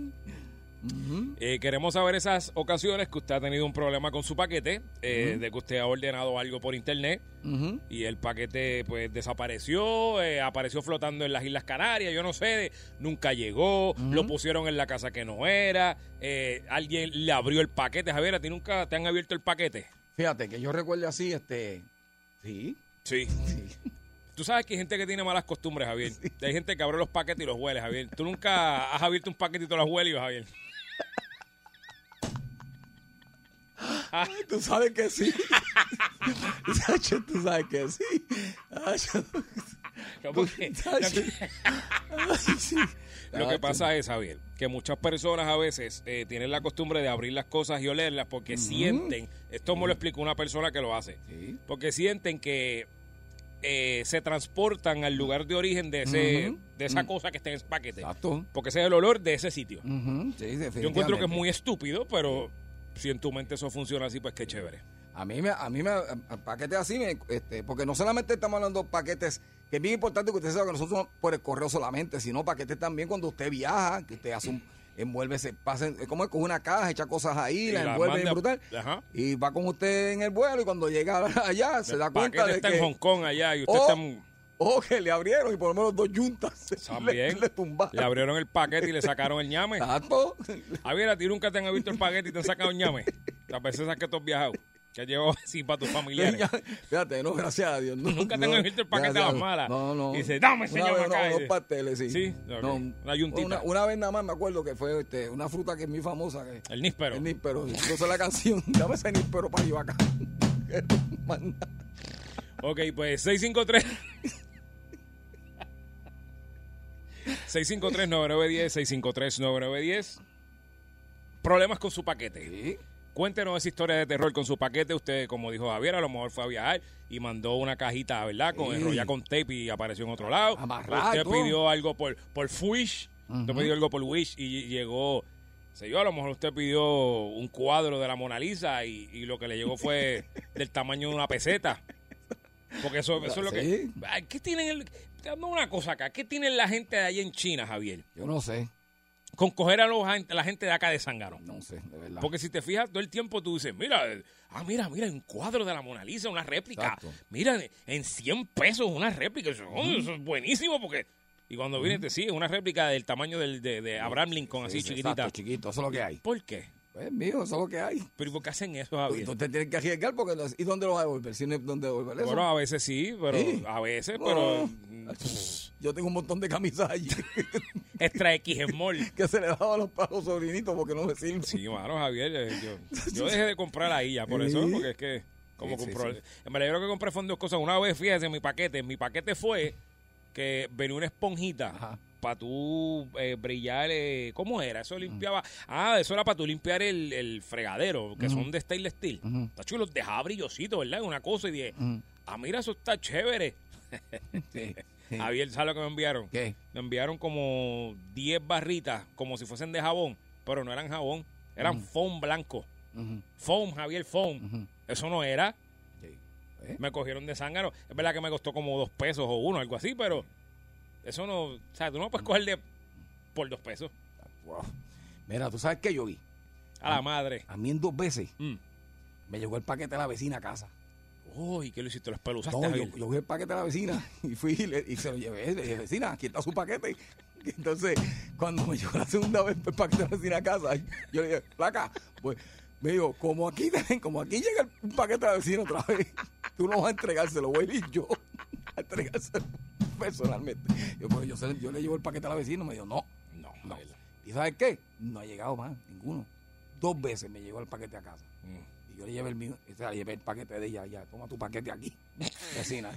[SPEAKER 6] eh, queremos saber esas ocasiones que usted ha tenido un problema con su paquete, eh, de que usted ha ordenado algo por internet
[SPEAKER 4] Ujú.
[SPEAKER 6] y el paquete pues desapareció, eh, apareció flotando en las Islas Canarias, yo no sé, de- nunca llegó, lo pusieron en la casa que no era, eh, alguien le abrió el paquete. Javier, ¿a ti nunca te han abierto el paquete?
[SPEAKER 4] Fíjate que yo recuerde así, este. Sí.
[SPEAKER 6] Sí. Tú sabes que hay gente que tiene malas costumbres, Javier. Hay gente que abre los paquetes y los huele, Javier. Tú nunca has abierto un paquete y te los hueles, Javier.
[SPEAKER 4] Tú sabes que sí. Chacho, tú sabes que sí. Chacho.
[SPEAKER 6] ¿Cómo que?
[SPEAKER 4] Chacho. Ay, sí.
[SPEAKER 6] Lo que pasa es, Javier, que muchas personas a veces eh, tienen la costumbre de abrir las cosas y olerlas porque sienten, esto me lo explicó una persona que lo hace,
[SPEAKER 4] Sí.
[SPEAKER 6] porque sienten que eh, se transportan al lugar de origen de, ese,
[SPEAKER 4] Ujú. Mm.
[SPEAKER 6] de esa cosa que está en ese paquete.
[SPEAKER 4] Exacto.
[SPEAKER 6] Porque ese es el olor de ese sitio.
[SPEAKER 4] Ujú, sí, definitivamente.
[SPEAKER 6] Yo encuentro que es muy estúpido, pero si en tu mente eso funciona así, pues qué chévere.
[SPEAKER 4] A mí me, a mí me, a- a- paquetes así, me- este, porque no solamente estamos hablando de paquetes, que es bien importante que usted sepa que nosotros no por el correo solamente, sino paquetes también cuando usted viaja, que usted hace un, envuelve, se pasa, en- es como coge una caja, echa cosas ahí,
[SPEAKER 6] Y
[SPEAKER 4] la
[SPEAKER 6] la
[SPEAKER 4] envuelve
[SPEAKER 6] manda-
[SPEAKER 4] bien brutal,
[SPEAKER 6] Ajá.
[SPEAKER 4] y va con usted en el vuelo, y cuando llega allá se da
[SPEAKER 6] El
[SPEAKER 4] cuenta
[SPEAKER 6] paquete
[SPEAKER 4] de
[SPEAKER 6] está
[SPEAKER 4] que,
[SPEAKER 6] en Hong Kong allá y usted
[SPEAKER 4] Oh,
[SPEAKER 6] está en-
[SPEAKER 4] oh, que le abrieron y por lo menos dos yuntas le,
[SPEAKER 6] también.
[SPEAKER 4] le tumbaron.
[SPEAKER 6] Le abrieron el paquete y le sacaron el ñame. Ah,
[SPEAKER 4] Exacto.
[SPEAKER 6] Javier, a ti nunca te han abierto el paquete y te han sacado el ñame. Las veces esas que tú has viajado. que has llevado así para tus familiares.
[SPEAKER 4] Fíjate, no, gracias a Dios. No,
[SPEAKER 6] Nunca
[SPEAKER 4] no,
[SPEAKER 6] tengo el filtro para que te
[SPEAKER 4] gracias a
[SPEAKER 6] las
[SPEAKER 4] Dios.
[SPEAKER 6] malas.
[SPEAKER 4] No, no.
[SPEAKER 6] Y dice, dame,
[SPEAKER 4] Una
[SPEAKER 6] señor,
[SPEAKER 4] vez,
[SPEAKER 6] acá.
[SPEAKER 4] no,
[SPEAKER 6] Y
[SPEAKER 4] dos
[SPEAKER 6] dice,
[SPEAKER 4] pasteles, sí.
[SPEAKER 6] Sí, ok. Una yuntita.
[SPEAKER 4] Una, una vez nada más me acuerdo que fue este, una fruta que es muy famosa. Que,
[SPEAKER 6] El níspero.
[SPEAKER 4] El níspero. sí. Entonces la canción, dame ese níspero para llevar acá. Manda.
[SPEAKER 6] Ok, pues 653. 653-9910, 653-9910. Problemas con su paquete.
[SPEAKER 4] Sí.
[SPEAKER 6] Cuéntenos esa historia de terror con su paquete. Usted, como dijo Javier, a lo mejor fue a viajar y mandó una cajita, ¿verdad? Con
[SPEAKER 4] Sí.
[SPEAKER 6] enrollada con tape y apareció en otro lado.
[SPEAKER 4] Amarrado.
[SPEAKER 6] Usted pidió algo por, por Wish. Usted pidió algo por Wish y llegó. Sé yo, a lo mejor usted pidió un cuadro de la Mona Lisa y, y lo que le llegó fue del tamaño de una peseta. Porque eso, eso es lo que.
[SPEAKER 4] Sí.
[SPEAKER 6] Ay, ¿Qué tienen? el- te dando una cosa acá. ¿Qué tienen la gente de allá en China, Javier?
[SPEAKER 4] Yo no sé,
[SPEAKER 6] Con coger a, los, a la gente de acá de Zangaro.
[SPEAKER 4] no sé, de verdad.
[SPEAKER 6] Porque si te fijas, todo el tiempo tú dices, mira, eh, ah, mira, mira, un cuadro de la Mona Lisa, una réplica.
[SPEAKER 4] Exacto.
[SPEAKER 6] Mira, en- en 100 pesos una réplica. Eso, oh, eso es buenísimo porque... Y cuando viene te sigue una réplica del tamaño del, de, de Abraham Lincoln, así
[SPEAKER 4] Sí, sí,
[SPEAKER 6] chiquitita.
[SPEAKER 4] exacto, chiquito, eso es lo que hay.
[SPEAKER 6] ¿Por qué?
[SPEAKER 4] Pues, mijo, eso es lo que hay.
[SPEAKER 6] ¿Pero ¿y por qué hacen eso, Javier?
[SPEAKER 4] Entonces tienes que arriesgar porque los- ¿y dónde lo vas a devolver? Si no hay dónde devolver eso.
[SPEAKER 6] Bueno, a veces sí, pero
[SPEAKER 4] Sí. Oh.
[SPEAKER 6] a veces,
[SPEAKER 4] No.
[SPEAKER 6] pero... eh,
[SPEAKER 4] Yo tengo un montón de camisas allí
[SPEAKER 6] Extra X en mall.
[SPEAKER 4] que se le daba a los pagos sobrinitos porque no me sirven.
[SPEAKER 6] Sí, mano, Javier, eh, yo, yo dejé de comprar ahí ya por eso,
[SPEAKER 4] Sí.
[SPEAKER 6] porque es que como
[SPEAKER 4] Sí, sí,
[SPEAKER 6] compró.
[SPEAKER 4] sí.
[SPEAKER 6] En verdad, yo creo que compré fueron dos cosas. Una vez, fíjate, en mi paquete, en mi paquete fue que venía una esponjita
[SPEAKER 4] Ajá.
[SPEAKER 6] para tú eh, brillar. eh, ¿Cómo era?
[SPEAKER 4] Mm.
[SPEAKER 6] Eso limpiaba. Ah, eso era para tú limpiar el, el fregadero,
[SPEAKER 4] Mm.
[SPEAKER 6] que son de stainless steel. Está chulo, los dejaba brillosito, ¿verdad? Una cosa y dije, ah, mira, eso está chévere. Javier, ¿sabes lo que me enviaron?
[SPEAKER 4] ¿Qué?
[SPEAKER 6] Me enviaron como 10 barritas, como si fuesen de jabón, pero no eran jabón, eran foam blanco. Foam, Javier, foam. Eso no era.
[SPEAKER 4] ¿Eh?
[SPEAKER 6] Me cogieron de zángano. Es verdad que me costó como dos pesos o uno, algo así, pero eso no. O sea, tú no puedes coger de por dos pesos.
[SPEAKER 4] Wow. Mira, tú sabes qué yo vi.
[SPEAKER 6] A la madre.
[SPEAKER 4] A mí en dos veces
[SPEAKER 6] Mm.
[SPEAKER 4] me llegó el paquete de la vecina a casa.
[SPEAKER 6] Uy, ¿qué lo hiciste? Lo espeluzaste,
[SPEAKER 4] No, yo,
[SPEAKER 6] Javier.
[SPEAKER 4] yo vi el paquete de la vecina y fui y, le- y se lo llevé. Le dije, vecina, aquí está su paquete. Y Entonces, cuando me llegó la segunda vez el paquete de la vecina a casa, yo le dije, placa, pues me dijo, como aquí, como aquí llega el- un paquete de la vecina otra vez, tú no vas a entregárselo, voy a ir yo a entregárselo personalmente. Yo, pero yo, se- yo le llevo el paquete a la vecina, me dijo, no,
[SPEAKER 6] No,
[SPEAKER 4] no.
[SPEAKER 6] Javier.
[SPEAKER 4] ¿Y sabes qué? No ha llegado más, ninguno. Dos veces me llegó el paquete a casa.
[SPEAKER 6] Mm.
[SPEAKER 4] Y yo le llevé el mío, o sea, le llevé el paquete de ella, ya, toma tu paquete aquí, vecina.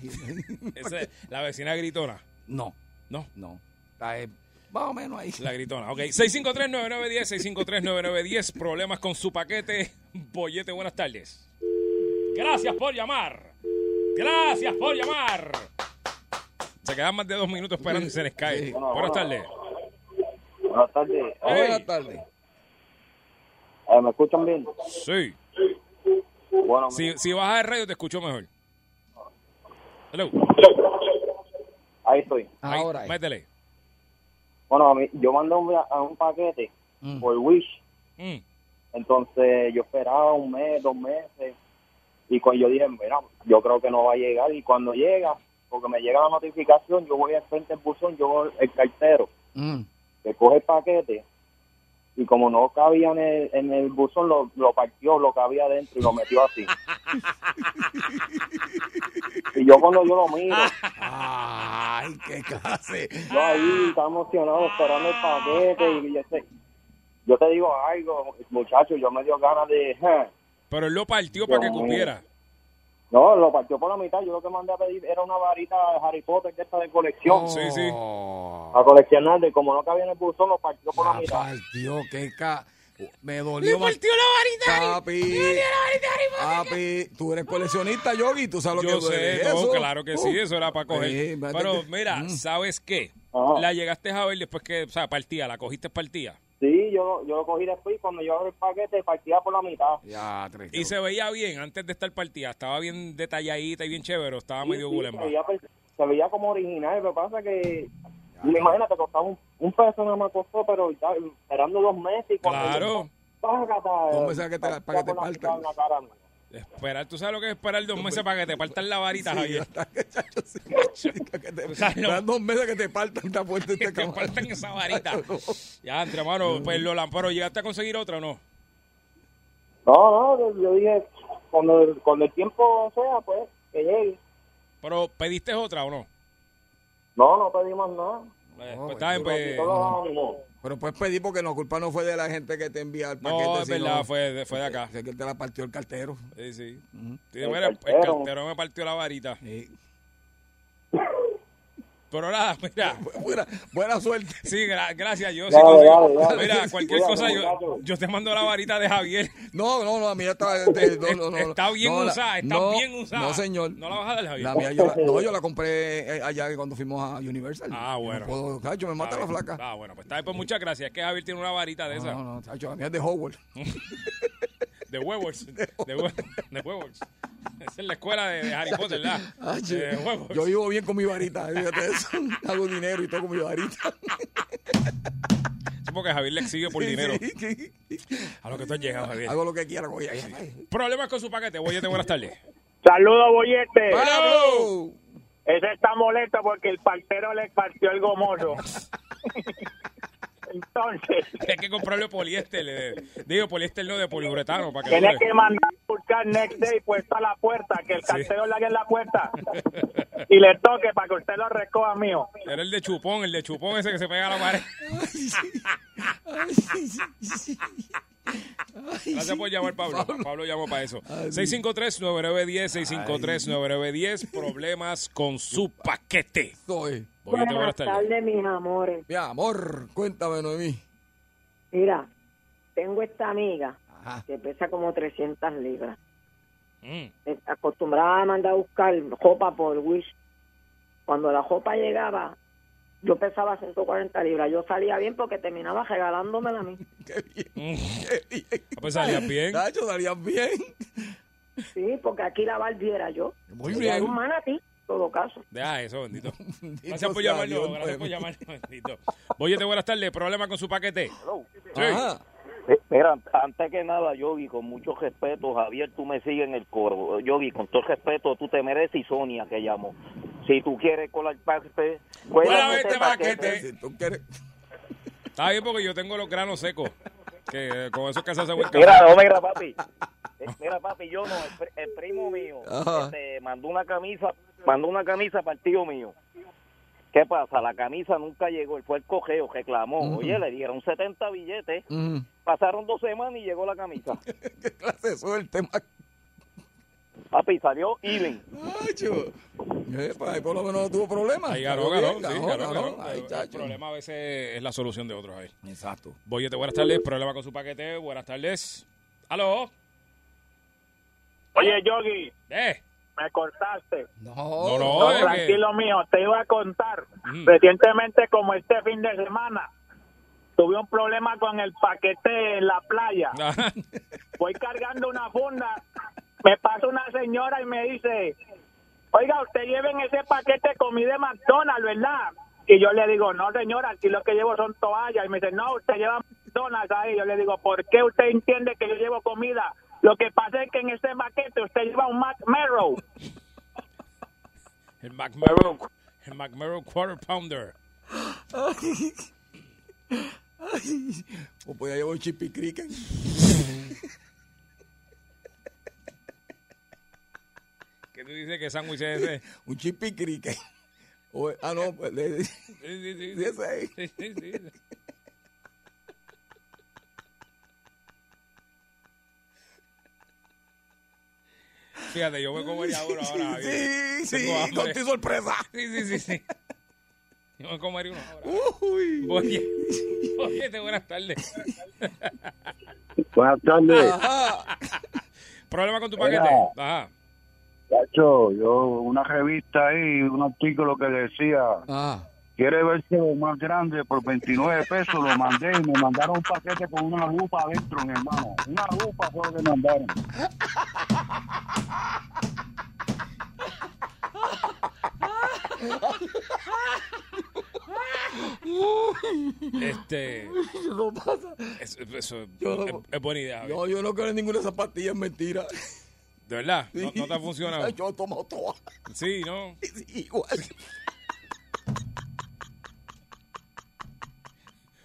[SPEAKER 6] Esa- la vecina gritona.
[SPEAKER 4] no,
[SPEAKER 6] No.
[SPEAKER 4] no, está eh, más o menos ahí.
[SPEAKER 6] La gritona, ok. 653-9910, 653-9910. Problemas con su paquete. Bollete, buenas tardes. Gracias por llamar. Gracias por llamar. Se quedan más de dos minutos esperando y se les cae.
[SPEAKER 4] Sí.
[SPEAKER 6] Buenas tardes.
[SPEAKER 7] Buenas tardes.
[SPEAKER 6] Hey.
[SPEAKER 4] Buenas tardes.
[SPEAKER 7] Eh, ¿Me escuchan bien?
[SPEAKER 6] Sí.
[SPEAKER 7] Bueno,
[SPEAKER 6] Si, si bajas el radio, te escucho mejor. Hello.
[SPEAKER 7] ahí estoy.
[SPEAKER 6] Ahí,
[SPEAKER 4] Ahora, eh,
[SPEAKER 6] métele.
[SPEAKER 7] Bueno, a mí- yo mandé un, via- a un paquete por Wish.
[SPEAKER 6] Mm.
[SPEAKER 7] Entonces yo esperaba un mes, dos meses. Y cuando yo dije, mira, yo creo que no va a llegar. Y cuando llega, porque me llega la notificación, yo voy al frente del buzón, yo voy el cartero
[SPEAKER 4] mm,
[SPEAKER 7] que coge el paquete. Y como no cabía en el, en el buzón, lo, lo partió, lo cabía adentro y lo metió así. y yo cuando yo lo miro,
[SPEAKER 4] Ay, qué clase.
[SPEAKER 7] Yo ahí estaba emocionado esperando el paquete y yo, sé- yo te digo algo, muchacho, yo me dio ganas de... ja.
[SPEAKER 6] Pero él lo partió para que
[SPEAKER 7] Dios mío.
[SPEAKER 6] cupiera.
[SPEAKER 7] No, lo partió por la mitad, yo lo que mandé a pedir era una varita de Harry Potter de esta de colección.
[SPEAKER 6] Sí, sí.
[SPEAKER 4] Oh,
[SPEAKER 7] A coleccionar, de como no cabía en el buzón, lo partió por la
[SPEAKER 4] ah,
[SPEAKER 7] mitad.
[SPEAKER 4] partió, qué ca... Me dolió. más-
[SPEAKER 6] la
[SPEAKER 4] Papi, papi, tú eres coleccionista, Yogi, tú sabes lo
[SPEAKER 6] Yo
[SPEAKER 4] que duele
[SPEAKER 6] sé, no,
[SPEAKER 4] eso.
[SPEAKER 6] claro que sí,
[SPEAKER 4] Uh,
[SPEAKER 6] eso era para coger.
[SPEAKER 4] sí, va a
[SPEAKER 6] Pero
[SPEAKER 4] tener-
[SPEAKER 6] mira,
[SPEAKER 4] Mm.
[SPEAKER 6] ¿sabes qué?
[SPEAKER 7] Ajá.
[SPEAKER 6] La llegaste a ver después que, o sea, partía, la cogiste partía.
[SPEAKER 7] Sí, yo, yo lo cogí después y cuando yo abrí el paquete, partía por la mitad.
[SPEAKER 4] Ya, tres,
[SPEAKER 6] Y se veía bien antes de estar partida, estaba bien detalladita y bien chévere, o estaba medio
[SPEAKER 7] Sí, sí, se,
[SPEAKER 6] gulemba.
[SPEAKER 7] veía, per- se veía como original, lo que pasa que... y Imagínate, costaba un, un peso nada más costó, pero ya, esperando dos meses y cuando
[SPEAKER 6] Claro,
[SPEAKER 7] ¿Cómo
[SPEAKER 4] me saca que te la- para que te partan?
[SPEAKER 6] esperar, tú sabes lo que es esperar dos meses para que te partan la varita, Javier.
[SPEAKER 4] que te,
[SPEAKER 6] O sea, no.
[SPEAKER 4] dan dos meses que te partan esta puerta
[SPEAKER 6] Que
[SPEAKER 4] este
[SPEAKER 6] te
[SPEAKER 4] cabrón.
[SPEAKER 6] partan esa varita. Ya, entre mano, pues lo lamparo, ¿llegaste a conseguir otra o no?
[SPEAKER 7] No, no, yo, yo dije, cuando, el- cuando el tiempo sea, pues, que llegue.
[SPEAKER 6] Pero, ¿pediste otra o no?
[SPEAKER 7] No, no pedimos nada.
[SPEAKER 6] Eh,
[SPEAKER 4] No,
[SPEAKER 6] pues está bien, pues.
[SPEAKER 7] Nosotros vamos.
[SPEAKER 4] Pero puedes pedir porque la culpa no fue de la gente que este te envía el
[SPEAKER 6] No,
[SPEAKER 4] paquete.
[SPEAKER 6] es verdad, fue de- fue de acá.
[SPEAKER 4] Sé que te la partió el cartero.
[SPEAKER 6] Sí, sí. Sí,
[SPEAKER 7] El
[SPEAKER 6] mira, el
[SPEAKER 7] cartero.
[SPEAKER 6] cartero me partió la varita.
[SPEAKER 4] Sí.
[SPEAKER 6] Pero nada, mira.
[SPEAKER 4] Buena, buena suerte.
[SPEAKER 6] Sí, gra- gracias, yo. sí
[SPEAKER 7] Dale,
[SPEAKER 6] consigo-
[SPEAKER 7] dale, dale.
[SPEAKER 6] Mira, cualquier
[SPEAKER 7] Cuidado,
[SPEAKER 6] cosa, yo,
[SPEAKER 7] cuidado.
[SPEAKER 6] yo te mando la varita de Javier.
[SPEAKER 4] No, no, no, la mía está. este, no, no, no,
[SPEAKER 6] Está bien
[SPEAKER 4] no, la-
[SPEAKER 6] usada, está
[SPEAKER 4] no,
[SPEAKER 6] bien usada.
[SPEAKER 4] No, señor.
[SPEAKER 6] No la vas a dar, Javier.
[SPEAKER 4] La mía yo la, no, yo la compré eh, allá cuando fuimos a Universal.
[SPEAKER 6] Ah, bueno.
[SPEAKER 4] No puedo, cacho, me mata la flaca.
[SPEAKER 6] Ah, bueno, pues está bien, pues muchas gracias. Es que Javier tiene una varita de
[SPEAKER 4] No,
[SPEAKER 6] esas.
[SPEAKER 4] no, chacho, la mía es de Howard.
[SPEAKER 6] De huevos. De huevos. De huevos. Esa es la escuela de, de Harry Potter, ¿verdad?
[SPEAKER 4] Ah, sí.
[SPEAKER 6] De huevos.
[SPEAKER 4] Yo vivo bien con mi varita, fíjate eso. Hago dinero y todo con mi varita.
[SPEAKER 6] Es porque Javier le exige por dinero.
[SPEAKER 4] Sí, sí.
[SPEAKER 6] A lo que tú has llegado, Javier.
[SPEAKER 4] Hago lo que quiera con ella. Ay,
[SPEAKER 6] Problemas con su paquete. Boyete, buenas tardes.
[SPEAKER 8] Saludos, bollete.
[SPEAKER 4] ¡Pablo!
[SPEAKER 8] Ese está molesto porque el partero le partió el gomorro. Entonces,
[SPEAKER 6] Tienes que comprarle poliéster. eh, digo, poliéster no de poliuretano. Para que
[SPEAKER 8] tienes
[SPEAKER 6] dure.
[SPEAKER 8] que mandar a buscar Next Day puesto a la puerta, que el
[SPEAKER 6] Sí.
[SPEAKER 8] cartero le haga en la puerta y le toque para que usted lo recoja, mío.
[SPEAKER 6] Era el de chupón, el de chupón ese que se pega a la pared. Gracias por llamar, Pablo. Pablo, llamó para eso. 653-9910, 653-9910. Problemas con su paquete.
[SPEAKER 4] Soy.
[SPEAKER 6] Boyete, buenas
[SPEAKER 9] Buenas
[SPEAKER 6] tardes.
[SPEAKER 9] tardes, mis amores.
[SPEAKER 4] Mi amor, cuéntame, Noemí.
[SPEAKER 9] Mira, tengo esta amiga
[SPEAKER 4] Ajá.
[SPEAKER 9] que pesa como 300 libras.
[SPEAKER 6] Mm.
[SPEAKER 9] Eh, Acostumbraba a mandar a buscar ropa por Wish. Cuando la ropa llegaba, yo pesaba 140 libras. Yo salía bien porque terminaba regalándomela a mí.
[SPEAKER 4] Qué bien, qué bien.
[SPEAKER 6] Ah, Pues salías bien.
[SPEAKER 4] Nacho, salían bien.
[SPEAKER 9] Sí, porque aquí la barbiera yo.
[SPEAKER 4] Muy
[SPEAKER 9] Y hay
[SPEAKER 4] bien.
[SPEAKER 9] un manatí, en todo caso.
[SPEAKER 6] Deja eso, bendito. Gracias
[SPEAKER 4] Bendito
[SPEAKER 6] por
[SPEAKER 4] sea
[SPEAKER 6] llamarnos.
[SPEAKER 4] Dios,
[SPEAKER 6] Gracias por
[SPEAKER 4] Noemí.
[SPEAKER 6] llamarnos, bendito. Boyete, buenas tardes. Problemas con su paquete.
[SPEAKER 4] Ajá.
[SPEAKER 10] Eh, Mira, antes que nada, Yogi, con mucho respeto, Javier, tú me sigues en el coro. Yogi, con todo el respeto, tú te mereces y Sonia, que llamo. Si tú quieres colar parte,
[SPEAKER 6] Cuélame este paquete.
[SPEAKER 4] Si tú quieres-
[SPEAKER 6] Está bien porque yo tengo los granos secos. Que eh, con eso es que se hace buen
[SPEAKER 10] Mira,
[SPEAKER 6] café.
[SPEAKER 10] no, mira, papi. Eh, Mira, papi, yo no, el, pri- el primo mío
[SPEAKER 4] Ajá.
[SPEAKER 10] este, mandó una camisa, mandó una camisa para el tío mío. ¿Qué pasa? La camisa nunca llegó, él fue el cojeo, reclamó. Oye, le dieron 70 billetes,
[SPEAKER 4] Mm,
[SPEAKER 10] pasaron dos semanas y llegó la camisa.
[SPEAKER 4] Qué clase de suerte, Mac-
[SPEAKER 10] Papi, salió even.
[SPEAKER 4] Nacho. Eh, pues ahí por lo menos no tuvo problemas.
[SPEAKER 6] Ahí ganó,
[SPEAKER 4] Pero
[SPEAKER 6] ganó.
[SPEAKER 4] bien,
[SPEAKER 6] Sí,
[SPEAKER 4] ganó,
[SPEAKER 6] ganó,
[SPEAKER 4] ganó.
[SPEAKER 6] ganó.
[SPEAKER 4] Ahí,
[SPEAKER 6] El
[SPEAKER 4] chacho.
[SPEAKER 6] problema a veces es la solución de otros ahí.
[SPEAKER 4] Exacto.
[SPEAKER 6] Boyete, buenas tardes. Problema con su paquete. Buenas tardes. ¿Aló?
[SPEAKER 8] Oye, Yogi,
[SPEAKER 6] ¿Eh?
[SPEAKER 8] me cortaste.
[SPEAKER 4] No,
[SPEAKER 8] No,
[SPEAKER 6] No, no, es que-
[SPEAKER 8] tranquilo mío, te iba a contar.
[SPEAKER 6] Mm.
[SPEAKER 8] Recientemente, como este fin de semana, tuve un problema con el paquete en la playa.
[SPEAKER 6] Ajá.
[SPEAKER 8] voy cargando una funda, me pasa una señora y me dice, oiga, usted lleven ese paquete de comida de McDonald's, ¿verdad? Y yo le digo, no señora, aquí lo que llevo son toallas. Y me dice, no, usted lleva McDonald's ahí. Yo le digo, ¿por qué usted entiende que yo llevo comida? Lo que pasa es que en ese paquete usted lleva un Mac Merrow.
[SPEAKER 6] El McMurrow, el McMurrow Quarter Pounder.
[SPEAKER 4] O podía Pues llevar un chipi cricket.
[SPEAKER 6] ¿Qué tú dices que sándwich es ese?
[SPEAKER 4] Un chipi cricket. O- ah, no, pues le-
[SPEAKER 6] Sí, sí, sí.
[SPEAKER 4] ese ahí.
[SPEAKER 6] Sí, sí, sí. Fíjate, yo me comería uno ahora. Javier.
[SPEAKER 4] Sí, sí,
[SPEAKER 6] Tengo hambre.
[SPEAKER 4] con tu sorpresa.
[SPEAKER 6] Sí, sí, sí, sí. Yo me comería uno ahora.
[SPEAKER 4] Uy.
[SPEAKER 6] Oye, oye, te buenas tardes.
[SPEAKER 11] Buenas tardes,
[SPEAKER 4] Ajá.
[SPEAKER 6] Problema con tu paquete. Ajá.
[SPEAKER 11] Cacho. Yo, una revista ahí, un artículo que decía,
[SPEAKER 4] Ah.
[SPEAKER 11] quiere verse lo más grande por 29 pesos, lo mandé y me mandaron un paquete con una lupa adentro, mi hermano. Una lupa fue lo que mandaron.
[SPEAKER 6] Este.
[SPEAKER 4] No pasa.
[SPEAKER 6] Eso, eso
[SPEAKER 4] Yo-
[SPEAKER 6] es, es buena idea. Javier.
[SPEAKER 4] No, yo no creo en ninguna de esas pastillas mentira.
[SPEAKER 6] De verdad, no, no te ha funcionado.
[SPEAKER 4] Yo he tomado todas.
[SPEAKER 6] Sí, ¿no?
[SPEAKER 4] Igual.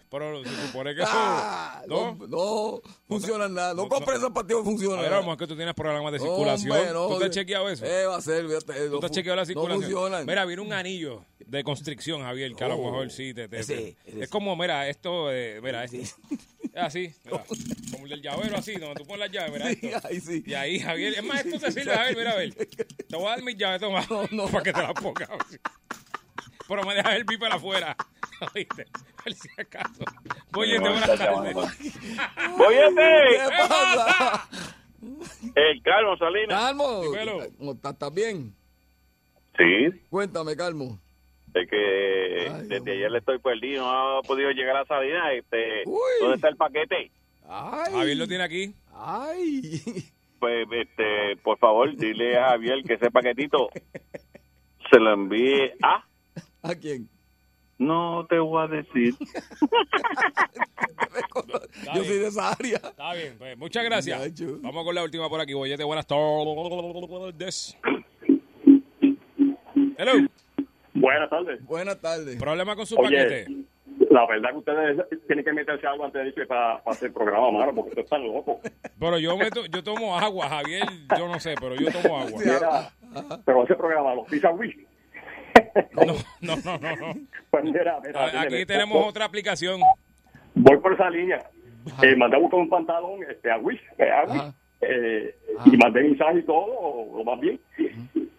[SPEAKER 6] Pero se supone que eso.
[SPEAKER 4] Ah, no, no funcionan nada. No, compres zapatillas que funcionan.
[SPEAKER 6] A ver, vamos, es que tú tienes problemas de circulación.
[SPEAKER 4] Hombre, no.
[SPEAKER 6] ¿Tú te has chequeado eso?
[SPEAKER 4] Eh, va a ser, fíjate, eh,
[SPEAKER 6] ¿Tú
[SPEAKER 4] no
[SPEAKER 6] te has
[SPEAKER 4] fu-
[SPEAKER 6] chequeado la
[SPEAKER 4] no
[SPEAKER 6] circulación?
[SPEAKER 4] funcionan.
[SPEAKER 6] Mira, viene un anillo de constricción, Javier, que a lo
[SPEAKER 4] Oh.
[SPEAKER 6] mejor sí te... te-
[SPEAKER 4] Ese,
[SPEAKER 6] te- Es como, mira, esto, eh, mira, esto. Es así, mira, como el del llavero así, donde tú pones las llaves, mira esto. Y ahí, Javier, es más, esto te sirve, Javier, mira, a ver. Te voy a dar mis llaves, toma, para que te las pongas. Pero me dejas el pipa afuera, ¿oíste? Por si acaso. Oye, te buenas tardes.
[SPEAKER 12] ¡Boyete!
[SPEAKER 6] Eh,
[SPEAKER 4] ¿Qué pasa?
[SPEAKER 12] El Calmo Salinas.
[SPEAKER 4] eh, Calmo.
[SPEAKER 12] Dímelo.
[SPEAKER 4] ¿Cómo estás? ¿Estás bien?
[SPEAKER 12] Sí,
[SPEAKER 4] Cuéntame, Calmo.
[SPEAKER 12] es que desde ayer le estoy perdido, no he podido llegar a Salinas. Este, ¿Dónde está el paquete?
[SPEAKER 6] Javier lo tiene aquí.
[SPEAKER 4] Ay.
[SPEAKER 12] Pues, este, por favor, dile a Javier que ese paquetito se lo envíe a...
[SPEAKER 4] ¿A quién?
[SPEAKER 12] No te voy a decir.
[SPEAKER 4] Yo soy de esa área.
[SPEAKER 6] Está bien, pues, muchas gracias. Vamos con la última por aquí, Boyete. Buenas tardes. Hello.
[SPEAKER 13] Buenas tardes.
[SPEAKER 4] Buenas tardes.
[SPEAKER 6] Problema con su
[SPEAKER 13] Oye,
[SPEAKER 6] paquete.
[SPEAKER 13] La verdad que ustedes tienen que meterse algo antes de irse para hacer el programa, mano, porque ustedes están locos.
[SPEAKER 6] Pero yo, me to- yo tomo agua, Javier. Yo no sé, pero yo tomo agua.
[SPEAKER 13] Mira, pero ese programa, los Pizza Wii.
[SPEAKER 6] No, no, no. no.
[SPEAKER 13] Pues mira, mira,
[SPEAKER 6] A- Aquí
[SPEAKER 13] mira,
[SPEAKER 6] tenemos
[SPEAKER 13] voy-
[SPEAKER 6] otra aplicación.
[SPEAKER 13] Voy por esa línea. Eh, mandé a buscar un pantalón este, a Wish, eh, a Wish, eh, y mandé mensaje y todo, lo más bien.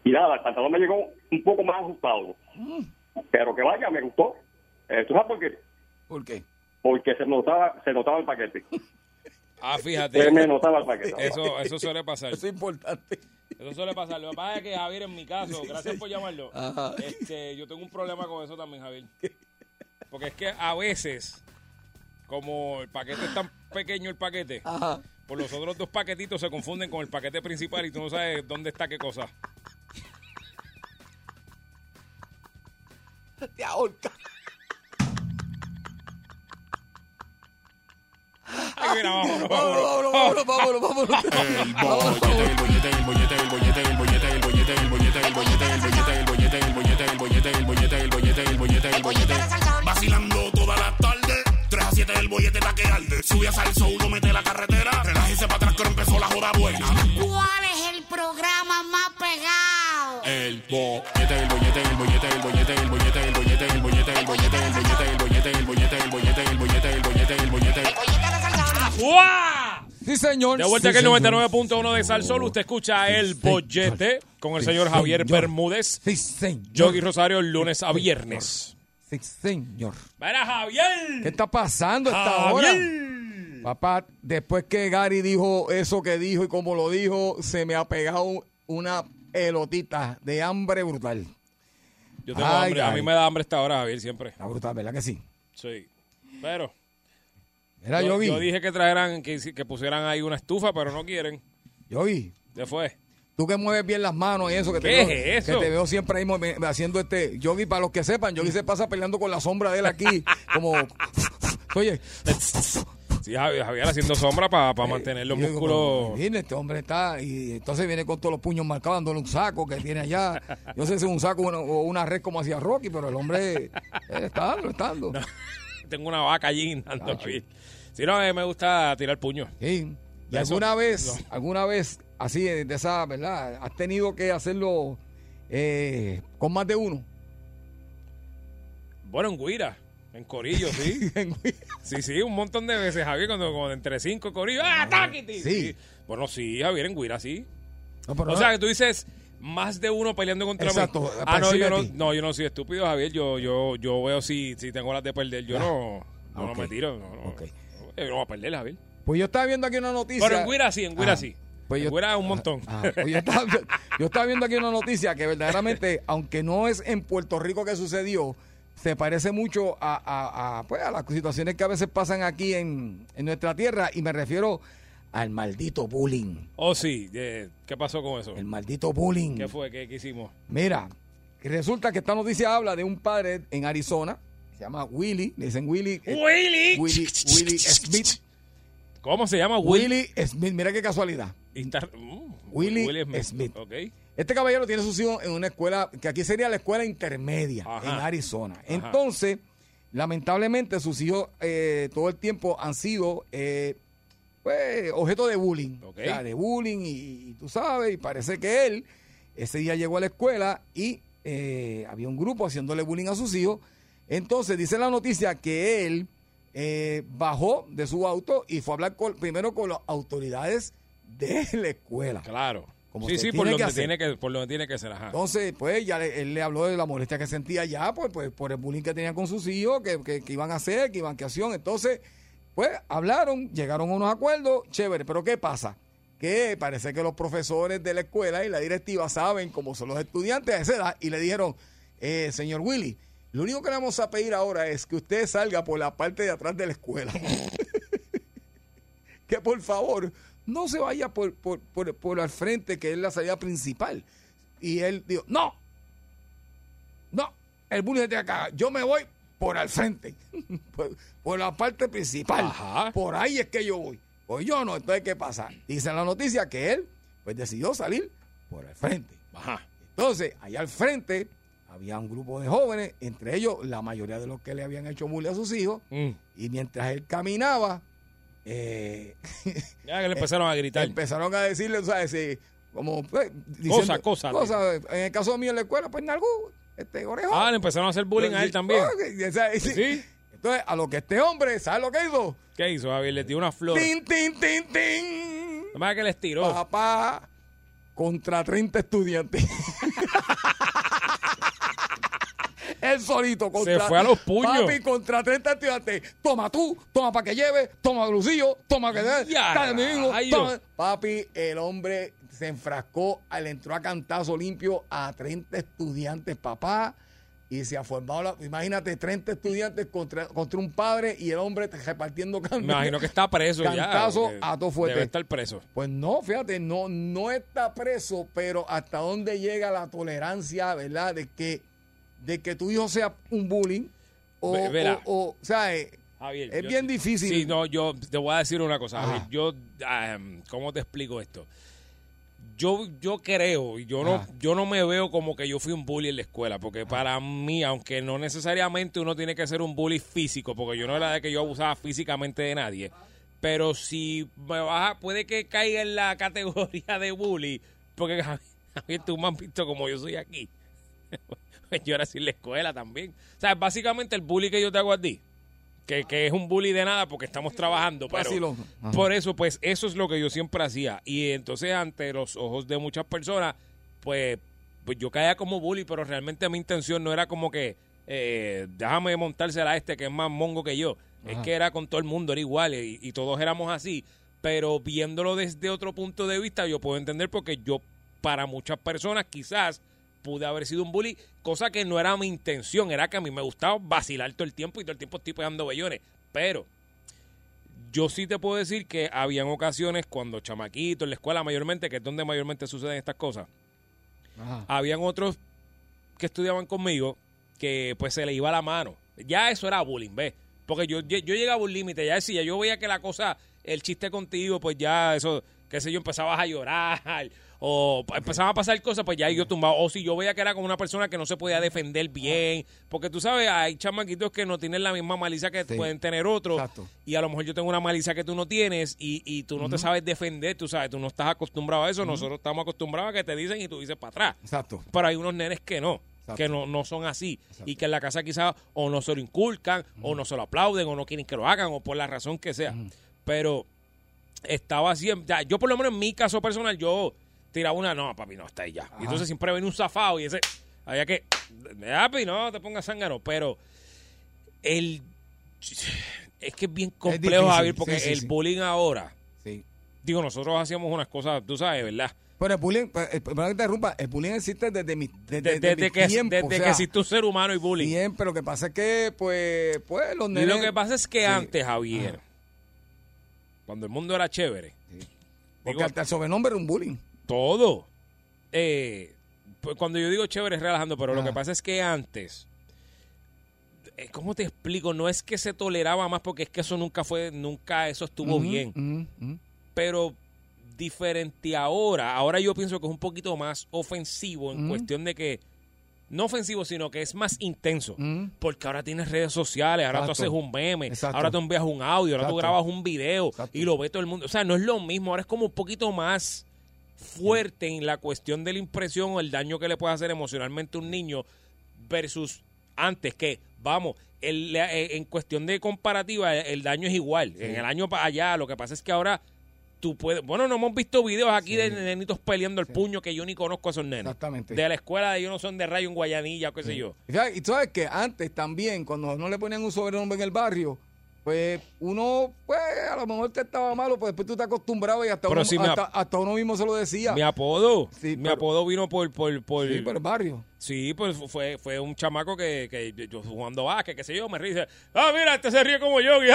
[SPEAKER 13] Y nada, el pantalón me llegó un poco más ajustado. Pero que vaya, me gustó. Eh, ¿Tú sabes por qué?
[SPEAKER 4] ¿Por qué?
[SPEAKER 13] Porque se notaba, se notaba el paquete.
[SPEAKER 6] Ah, fíjate.
[SPEAKER 13] Se me notaba el paquete.
[SPEAKER 6] Eso, eso suele pasar. Eso
[SPEAKER 4] es importante.
[SPEAKER 6] Eso suele pasar. Lo que pasa es que, Javier, en mi caso, gracias por llamarlo.
[SPEAKER 4] Ajá.
[SPEAKER 6] Este, yo tengo un problema con eso también, Javier. Porque es que a veces, como el paquete es tan pequeño, el paquete,
[SPEAKER 4] Ajá.
[SPEAKER 6] por los otros dos paquetitos se confunden con el paquete principal y tú no sabes dónde está qué cosa.
[SPEAKER 4] Te ahorca.
[SPEAKER 6] Ay, mira, vámonos,
[SPEAKER 4] vámonos, vámonos, vámonos, vámonos.
[SPEAKER 14] Vacilando toda la tarde, 3 a 7 el bollete está que arde. Sube a salso, uno mete la carretera, relájese para atrás que ahora empezó la joda buena.
[SPEAKER 5] ¿Cuál es el programa más pegado?
[SPEAKER 14] El bollete, el bollete, el bollete, el bollete, el bollete, el bollete, el bollete, el bollete, el bollete, el bollete, el bollete, el bollete, el bollete, el bollete, el bollete.
[SPEAKER 4] Sí, señor.
[SPEAKER 6] De vuelta
[SPEAKER 4] Sí,
[SPEAKER 6] que el
[SPEAKER 4] señor.
[SPEAKER 6] 99.1 de Salsol, usted escucha el bollete con el señor Javier Bermúdez.
[SPEAKER 4] Sí, señor.
[SPEAKER 6] Yogi Rosario, lunes a viernes.
[SPEAKER 4] Sí, señor.
[SPEAKER 6] ¡Mira, Javier!
[SPEAKER 4] ¿Qué está pasando a esta hora? Papá, después que Gary dijo eso que dijo y como lo dijo, se me ha pegado una pelotita de hambre brutal.
[SPEAKER 6] Yo tengo
[SPEAKER 4] Ay,
[SPEAKER 6] hambre. A mí
[SPEAKER 4] ay.
[SPEAKER 6] me da hambre esta hora, Javier, siempre.
[SPEAKER 4] Está brutal, ¿verdad que sí?
[SPEAKER 6] Sí. Pero.
[SPEAKER 4] Mira,
[SPEAKER 6] yo,
[SPEAKER 4] Yogi.
[SPEAKER 6] yo dije que traeran, que, hici- que pusieran ahí una estufa, pero no quieren.
[SPEAKER 4] Yogi,
[SPEAKER 6] Se fue.
[SPEAKER 4] tú que mueves bien las manos y eso que te,
[SPEAKER 6] ¿Qué
[SPEAKER 4] veo,
[SPEAKER 6] es eso?
[SPEAKER 4] que te veo siempre ahí move- haciendo este Yogi, para los que sepan, Yogi se pasa peleando con la sombra de él aquí, como oye,
[SPEAKER 6] Sí, Javier, Javier haciendo sombra para mantener los
[SPEAKER 4] Y Eh, yo digo,
[SPEAKER 6] músculos.
[SPEAKER 4] pero, Viene, este hombre está, y entonces viene con todos los puños marcados, dándole un saco que tiene allá. Yo sé si es un saco o una- o una red como hacía Rocky, pero el hombre él está dando, lo está dando. eh.
[SPEAKER 6] Tengo una vaca allí andando, Javier. Si no, eh, me gusta tirar puño.
[SPEAKER 4] Sí. Y
[SPEAKER 6] Eso-
[SPEAKER 4] alguna vez, alguna vez, así de de esa, ¿verdad? Has tenido que hacerlo eh, con más de uno.
[SPEAKER 6] Bueno, en Guira, en Corillo, sí. Sí, sí, un montón de veces, Javier, cuando, cuando entre cinco Corillo. ¡Ah, táquiti!
[SPEAKER 4] Sí.
[SPEAKER 6] Bueno, sí, Javier, en Guira, sí.
[SPEAKER 4] No, pero
[SPEAKER 6] o
[SPEAKER 4] no.
[SPEAKER 6] sea, que tú dices más de uno peleando contra mí.
[SPEAKER 4] Exacto,
[SPEAKER 6] Ah, no, yo
[SPEAKER 4] percibe
[SPEAKER 6] no,
[SPEAKER 4] a ti.
[SPEAKER 6] no, yo no soy estúpido, Javier. Yo, yo, yo veo si, si tengo las de perder. Yo
[SPEAKER 4] Ah.
[SPEAKER 6] no, no,
[SPEAKER 4] Ah,
[SPEAKER 6] no
[SPEAKER 4] ok.
[SPEAKER 6] me tiro. No, no, Eh, no voy a perder, Javier.
[SPEAKER 4] Pues yo estaba viendo aquí una noticia.
[SPEAKER 6] Pero en Guira sí, en Guira
[SPEAKER 4] Ah,
[SPEAKER 6] sí.
[SPEAKER 4] pues
[SPEAKER 6] en
[SPEAKER 4] yo-
[SPEAKER 6] Guira un montón.
[SPEAKER 4] Ah, pues yo, estaba, yo, yo estaba viendo aquí una noticia que verdaderamente, aunque no es en Puerto Rico que sucedió, se parece mucho a, a- a, pues, a las situaciones que a veces pasan aquí en, en nuestra tierra y me refiero al maldito bullying.
[SPEAKER 6] Oh, sí. eh, ¿Qué pasó con eso? El
[SPEAKER 4] maldito bullying.
[SPEAKER 6] ¿Qué fue? ¿Qué, qué hicimos?
[SPEAKER 4] Mira, resulta que esta noticia habla de un padre en Arizona, se llama Willy, le dicen Willy. eh,
[SPEAKER 6] Willy.
[SPEAKER 4] Willy, Willy Smith.
[SPEAKER 6] ¿Cómo se llama
[SPEAKER 4] Willy Smith? Mira qué casualidad.
[SPEAKER 6] Y está- mm,
[SPEAKER 4] Willy Smith.
[SPEAKER 6] Ok.
[SPEAKER 4] Este caballero tiene sus hijos en una escuela, que aquí sería la escuela intermedia,
[SPEAKER 6] Ajá.
[SPEAKER 4] en Arizona.
[SPEAKER 6] Ajá.
[SPEAKER 4] Entonces, Lamentablemente sus hijos eh, todo el tiempo han sido eh, pues, objeto de bullying. O sea, de bullying y, y tú sabes, y parece que él ese día llegó a la escuela y eh, había un grupo haciéndole bullying a sus hijos. Entonces dice la noticia que él eh, bajó de su auto y fue a hablar con- primero con las autoridades de la escuela.
[SPEAKER 6] Claro.
[SPEAKER 4] Como
[SPEAKER 6] sí,
[SPEAKER 4] se
[SPEAKER 6] sí, por
[SPEAKER 4] tiene
[SPEAKER 6] lo,
[SPEAKER 4] que
[SPEAKER 6] que
[SPEAKER 4] hacer.
[SPEAKER 6] tiene que, por lo que tiene que ser, ajá.
[SPEAKER 4] Entonces, pues, ya le- él le habló de la molestia que sentía ya, pues, pues, por el bullying que tenían con sus hijos, que, que- que iban a hacer, que iban a acción. Entonces, pues, hablaron, llegaron a unos acuerdos, chévere. Pero, ¿qué pasa? Que parece que los profesores de la escuela y la directiva saben cómo son los estudiantes a esa edad y le dijeron, eh, señor Willy, lo único que le vamos a pedir ahora es que usted salga por la parte de atrás de la escuela. que por favor no se vaya por, por, por, por al frente, que es la salida principal. Y él dijo, no, no, el bullying es de acá, yo me voy por al frente, por, por la parte principal, por ahí es que yo voy. Pues yo no, entonces ¿qué pasa? Dice en la noticia que él, pues decidió salir por el frente. Entonces, allá al frente había un grupo de jóvenes, entre ellos la mayoría de los que le habían hecho bullying a sus hijos,
[SPEAKER 6] Mm.
[SPEAKER 4] y mientras él caminaba, eh,
[SPEAKER 6] Ya que le empezaron a gritar.
[SPEAKER 4] Empezaron a decirle, ¿sabes? Sí, como, pues,
[SPEAKER 6] Cosa, cosa,
[SPEAKER 4] cosas. En el caso mío en la escuela, pues nalgú, este orejón.
[SPEAKER 6] Ah, le empezaron a hacer bullying a él también.
[SPEAKER 4] Ah, o sea, sí. Entonces, a lo que este hombre, ¿sabes lo que hizo?
[SPEAKER 6] ¿Qué hizo, Javier? Le tiró una flor.
[SPEAKER 4] Tin, tin, tin, tin.
[SPEAKER 6] Además que les tiró.
[SPEAKER 4] Papá contra 30 estudiantes. Él solito contra.
[SPEAKER 6] fue a los puños.
[SPEAKER 4] Papi contra 30 estudiantes. Toma tú, toma para que lleve, toma Lucillo, toma que dé.
[SPEAKER 6] Ya,
[SPEAKER 4] dale, mi hijo,
[SPEAKER 6] rayos.
[SPEAKER 4] toma. Papi, el hombre se enfrascó, le entró a cantazo limpio a 30 estudiantes, papá. Y se ha formado, la- imagínate, 30 estudiantes contra, contra un padre y el hombre repartiendo
[SPEAKER 6] Me imagino que está preso ya.
[SPEAKER 4] Cantazo
[SPEAKER 6] porque
[SPEAKER 4] a todo fuerte.
[SPEAKER 6] Debe estar preso.
[SPEAKER 4] Pues no, fíjate, no, no está preso, pero hasta dónde llega la tolerancia, ¿verdad? De que, de que tu hijo sea un bullying o,
[SPEAKER 6] Ve- verá.
[SPEAKER 4] o- o- o sea, eh,
[SPEAKER 6] Javier,
[SPEAKER 4] es
[SPEAKER 6] yo-
[SPEAKER 4] bien difícil.
[SPEAKER 6] Sí, no, yo te voy a decir una cosa,
[SPEAKER 4] Ajá.
[SPEAKER 6] Javier. Yo, ah, ¿cómo te explico esto? Yo, yo creo, y yo no,
[SPEAKER 4] Ajá.
[SPEAKER 6] yo no me veo como que yo fui un bully en la escuela, porque para mí, aunque no necesariamente uno tiene que ser un bully físico, porque yo no era de que yo abusaba físicamente de nadie, pero si me vas a- puede que caiga en la categoría de bully, porque Javier, tú me has visto como yo soy aquí. yo era así en la escuela también. O sea, básicamente el bully que yo te hago a ti, que, que es un bully de nada porque estamos trabajando, pero
[SPEAKER 4] Vacilón. Ajá.
[SPEAKER 6] por eso, pues eso es lo que yo siempre hacía. Y entonces ante los ojos de muchas personas, pues, pues yo caía como bully, pero realmente mi intención no era como que eh, déjame montársela a este que es más mongo que yo. Es
[SPEAKER 4] Ajá.
[SPEAKER 6] que era con todo el mundo, era igual y, y todos éramos así. Pero viéndolo desde otro punto de vista, yo puedo entender porque yo, para muchas personas, quizás pude haber sido un bully, cosa que no era mi intención, era que a mí me gustaba vacilar todo el tiempo y todo el tiempo estoy pegando bellones. Pero yo sí te puedo decir que habían ocasiones cuando chamaquito, en la escuela mayormente, que es donde mayormente suceden estas cosas, habían otros que estudiaban conmigo que pues se le iba la mano. Ya eso era bullying, ¿ves? Porque yo, yo, yo llegaba a un límite, ya decía, yo veía que la cosa, el chiste contigo, pues ya eso, qué sé yo, empezabas a llorar o pa- empezaban a pasar cosas, pues ya yo tumbaba. O si yo veía que era como una persona que no se podía defender bien, porque tú sabes, hay chamaquitos que no tienen la misma malicia que pueden tener otros y a lo mejor yo tengo una malicia que tú no tienes y, y tú no te
[SPEAKER 4] Ujú.
[SPEAKER 6] sabes defender, tú sabes, tú no estás acostumbrado a eso,
[SPEAKER 4] Ujú.
[SPEAKER 6] nosotros estamos acostumbrados a que te dicen y tú dices para atrás.
[SPEAKER 4] Exacto.
[SPEAKER 6] Pero hay unos nenes que no,
[SPEAKER 4] Exacto.
[SPEAKER 6] que no, no son así y que en la casa quizás o no se lo inculcan o no se lo aplauden o no quieren que lo hagan o por la razón que sea. Pero estaba siempre, ya, yo por lo menos en mi caso personal, yo tiraba una, no, papi, no, está ahí ya. Y entonces siempre venía un zafado y ese, había que, papi, no te pongas zángano, pero el... Es que es bien complejo,
[SPEAKER 4] difícil,
[SPEAKER 6] Javier, porque
[SPEAKER 4] sí, sí,
[SPEAKER 6] el
[SPEAKER 4] sí.
[SPEAKER 6] bullying ahora...
[SPEAKER 4] Sí.
[SPEAKER 6] Digo, nosotros hacíamos unas cosas, tú sabes, ¿verdad?
[SPEAKER 4] Pero el bullying, eh, eh, perdón que te interrumpa, el bullying existe desde mi, desde,
[SPEAKER 6] Desde,
[SPEAKER 4] desde mi
[SPEAKER 6] que,
[SPEAKER 4] tiempo,
[SPEAKER 6] desde
[SPEAKER 4] o sea,
[SPEAKER 6] que existe un ser humano y bullying.
[SPEAKER 4] Bien, pero lo que pasa es que, pues, pues los
[SPEAKER 6] Y
[SPEAKER 4] nenes...
[SPEAKER 6] lo que pasa es que antes, Javier, cuando el mundo era chévere,
[SPEAKER 4] Porque hasta el sobrenombre era un bullying.
[SPEAKER 6] todo. eh, pues cuando yo digo chévere es relajando, pero lo
[SPEAKER 4] Ajá.
[SPEAKER 6] que pasa es que antes, eh, ¿cómo te explico? No es que se toleraba más porque es que eso nunca fue, nunca eso estuvo
[SPEAKER 4] Ujú,
[SPEAKER 6] bien.
[SPEAKER 4] ujú, ujú.
[SPEAKER 6] pero diferente ahora. Ahora yo pienso que es un poquito más ofensivo en
[SPEAKER 4] Mm.
[SPEAKER 6] cuestión de que no ofensivo, sino que es más intenso. Porque ahora tienes redes sociales, ahora tú
[SPEAKER 15] Mm. Exacto.
[SPEAKER 6] haces un meme,
[SPEAKER 15] Exacto.
[SPEAKER 6] ahora tú envías un audio, ahora tú
[SPEAKER 15] Exacto.
[SPEAKER 6] grabas un video y lo ve todo el mundo. O sea, no es lo mismo, ahora es como un poquito más fuerte en la cuestión de la impresión o el daño que le puede hacer emocionalmente a un niño versus antes que, vamos, el- la- eh, en cuestión de comparativa, el, el daño es igual. En el año para allá, lo que pasa es que ahora tú puedes... Bueno, no hemos visto videos aquí de nenitos peleando el puño que yo ni conozco a esos nenes.
[SPEAKER 4] Exactamente.
[SPEAKER 6] De la escuela de yo no son de rayo en Guayanilla o qué sé yo.
[SPEAKER 4] Y fíjate, Y tú sabes que antes también, cuando no le ponían un sobrenombre en el barrio, pues uno, pues a lo mejor te estaba malo, pues después tú te acostumbrabas y hasta,
[SPEAKER 6] Pero
[SPEAKER 4] uno,
[SPEAKER 6] si me
[SPEAKER 4] hasta,
[SPEAKER 6] ap-
[SPEAKER 4] hasta uno mismo se lo decía.
[SPEAKER 6] Mi apodo. mi
[SPEAKER 4] pero-
[SPEAKER 6] apodo vino por... por, por
[SPEAKER 4] Sí, por el barrio.
[SPEAKER 6] Sí, pues fue, fue un chamaco que, que yo jugando básquet, qué sé yo, me ríe y dice, ah, mira, este se ríe como yo, y,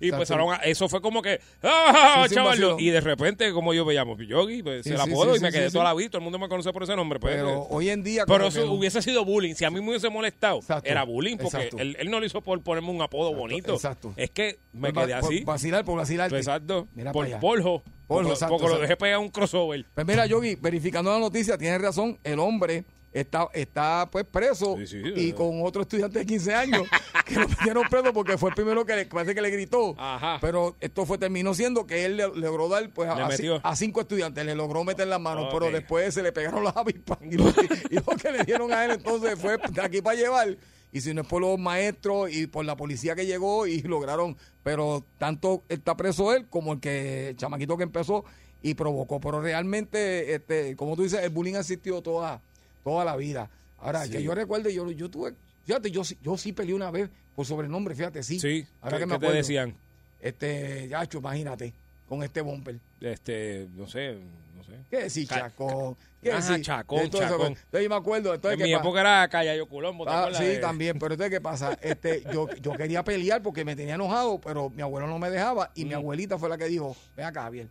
[SPEAKER 6] y pues
[SPEAKER 15] Exacto.
[SPEAKER 6] ahora eso fue como que, ah,
[SPEAKER 15] Sí, sí, un
[SPEAKER 6] chaval,
[SPEAKER 15] vacilón.
[SPEAKER 6] y de repente, como yo me llamo, Yogi, pues
[SPEAKER 15] Sí,
[SPEAKER 6] el
[SPEAKER 15] sí,
[SPEAKER 6] apodo,
[SPEAKER 15] sí,
[SPEAKER 6] y me
[SPEAKER 15] sí,
[SPEAKER 6] quedé
[SPEAKER 15] sí,
[SPEAKER 6] toda
[SPEAKER 15] sí.
[SPEAKER 6] la vida, todo el mundo me conoce por ese nombre. Pues,
[SPEAKER 4] Pero hoy en día
[SPEAKER 6] Pero
[SPEAKER 4] como
[SPEAKER 6] eso
[SPEAKER 4] que-
[SPEAKER 6] hubiese sido bullying, si a mí me hubiese molestado, era bullying, porque
[SPEAKER 4] exacto.
[SPEAKER 6] él, él no lo hizo por ponerme un apodo bonito.
[SPEAKER 4] exacto.
[SPEAKER 6] Es que me
[SPEAKER 4] Por va-
[SPEAKER 6] quedé
[SPEAKER 4] por
[SPEAKER 6] así,
[SPEAKER 4] vacilar, por vacilar.
[SPEAKER 6] exacto,
[SPEAKER 4] Mira para
[SPEAKER 6] por
[SPEAKER 4] allá.
[SPEAKER 6] polvo,
[SPEAKER 4] Polvo,
[SPEAKER 6] porque
[SPEAKER 4] exacto,
[SPEAKER 6] porque lo
[SPEAKER 4] exacto.
[SPEAKER 6] dejé pegar un crossover.
[SPEAKER 4] Pues mira, Yogi, verificando la noticia, tienes razón, el hombre está, está pues preso y con otro estudiante de 15 años que lo metieron preso porque fue el primero que le, parece que le gritó. Pero esto fue terminó siendo que él le, logró dar pues a,
[SPEAKER 6] Le
[SPEAKER 4] a
[SPEAKER 6] metió.
[SPEAKER 4] ci- a cinco estudiantes, le logró meter las manos,
[SPEAKER 6] Ok.
[SPEAKER 4] pero después se le pegaron las avispas y lo, y lo que le dieron a él entonces fue de aquí para llevar. Y si no es por los maestros y por la policía que llegó y lograron, pero tanto está preso él como el que el chamaquito que empezó y provocó. Pero realmente, este, como tú dices, el bullying ha existido toda, toda la vida. Ahora,
[SPEAKER 6] Sí.
[SPEAKER 4] que yo recuerde, yo, yo tuve, fíjate, yo, sí- yo sí peleé una vez por sobrenombre, fíjate, sí.
[SPEAKER 6] Sí,
[SPEAKER 4] Ahora
[SPEAKER 6] ¿qué-
[SPEAKER 4] que me
[SPEAKER 6] qué te
[SPEAKER 4] acuerdo.
[SPEAKER 6] decían?
[SPEAKER 4] Este, Yacho, imagínate, con este bumper.
[SPEAKER 6] Este, no sé, no sé.
[SPEAKER 4] ¿Qué decir,
[SPEAKER 6] Ca-
[SPEAKER 4] Chacón? ¿Qué
[SPEAKER 6] Ajá,
[SPEAKER 4] decir?
[SPEAKER 6] Chacón,
[SPEAKER 4] Entonces,
[SPEAKER 6] Chacón.
[SPEAKER 4] entonces yo me acuerdo. Entonces,
[SPEAKER 6] en mi
[SPEAKER 4] ¿qué pa-
[SPEAKER 6] época era Callayo Colombo, ¿te
[SPEAKER 4] Ah,
[SPEAKER 6] acuerdas
[SPEAKER 4] sí,
[SPEAKER 6] de-
[SPEAKER 4] también, pero entonces, ¿qué pasa? Este, yo, yo quería pelear porque me tenía enojado, pero mi abuelo no me dejaba
[SPEAKER 6] Mm.
[SPEAKER 4] y mi abuelita fue la que dijo, ven acá, Javier,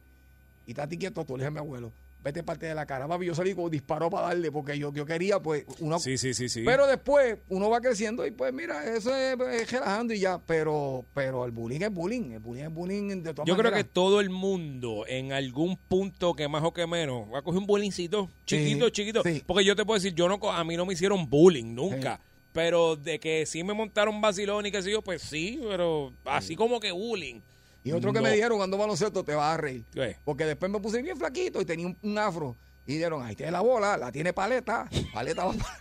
[SPEAKER 4] y estate quieto tú, le dije a mi abuelo, vete parte de la cara. Papi, yo salí como disparó para darle porque yo, yo quería, pues, una...
[SPEAKER 6] Sí, sí, sí, sí.
[SPEAKER 4] Pero después uno va creciendo y pues mira, eso es, es relajando y ya, pero pero el bullying es bullying, el bullying es bullying de todas
[SPEAKER 6] Yo creo que
[SPEAKER 4] maneras.
[SPEAKER 6] todo el mundo, en algún punto que más o que menos, va a coger un bullyingcito chiquito, chiquito. Porque yo te puedo decir, yo no, co- a mí no me hicieron bullying nunca. Pero de que sí me montaron vacilón y qué sé yo, pues sí, pero así como que bullying.
[SPEAKER 4] Y otro que
[SPEAKER 6] no.
[SPEAKER 4] me dijeron cuando baloncesto te vas a reír.
[SPEAKER 6] ¿Qué?
[SPEAKER 4] Porque después me puse bien flaquito y tenía un, un afro. Y dijeron, ahí tiene la bola, la tiene paleta. Paleta va para...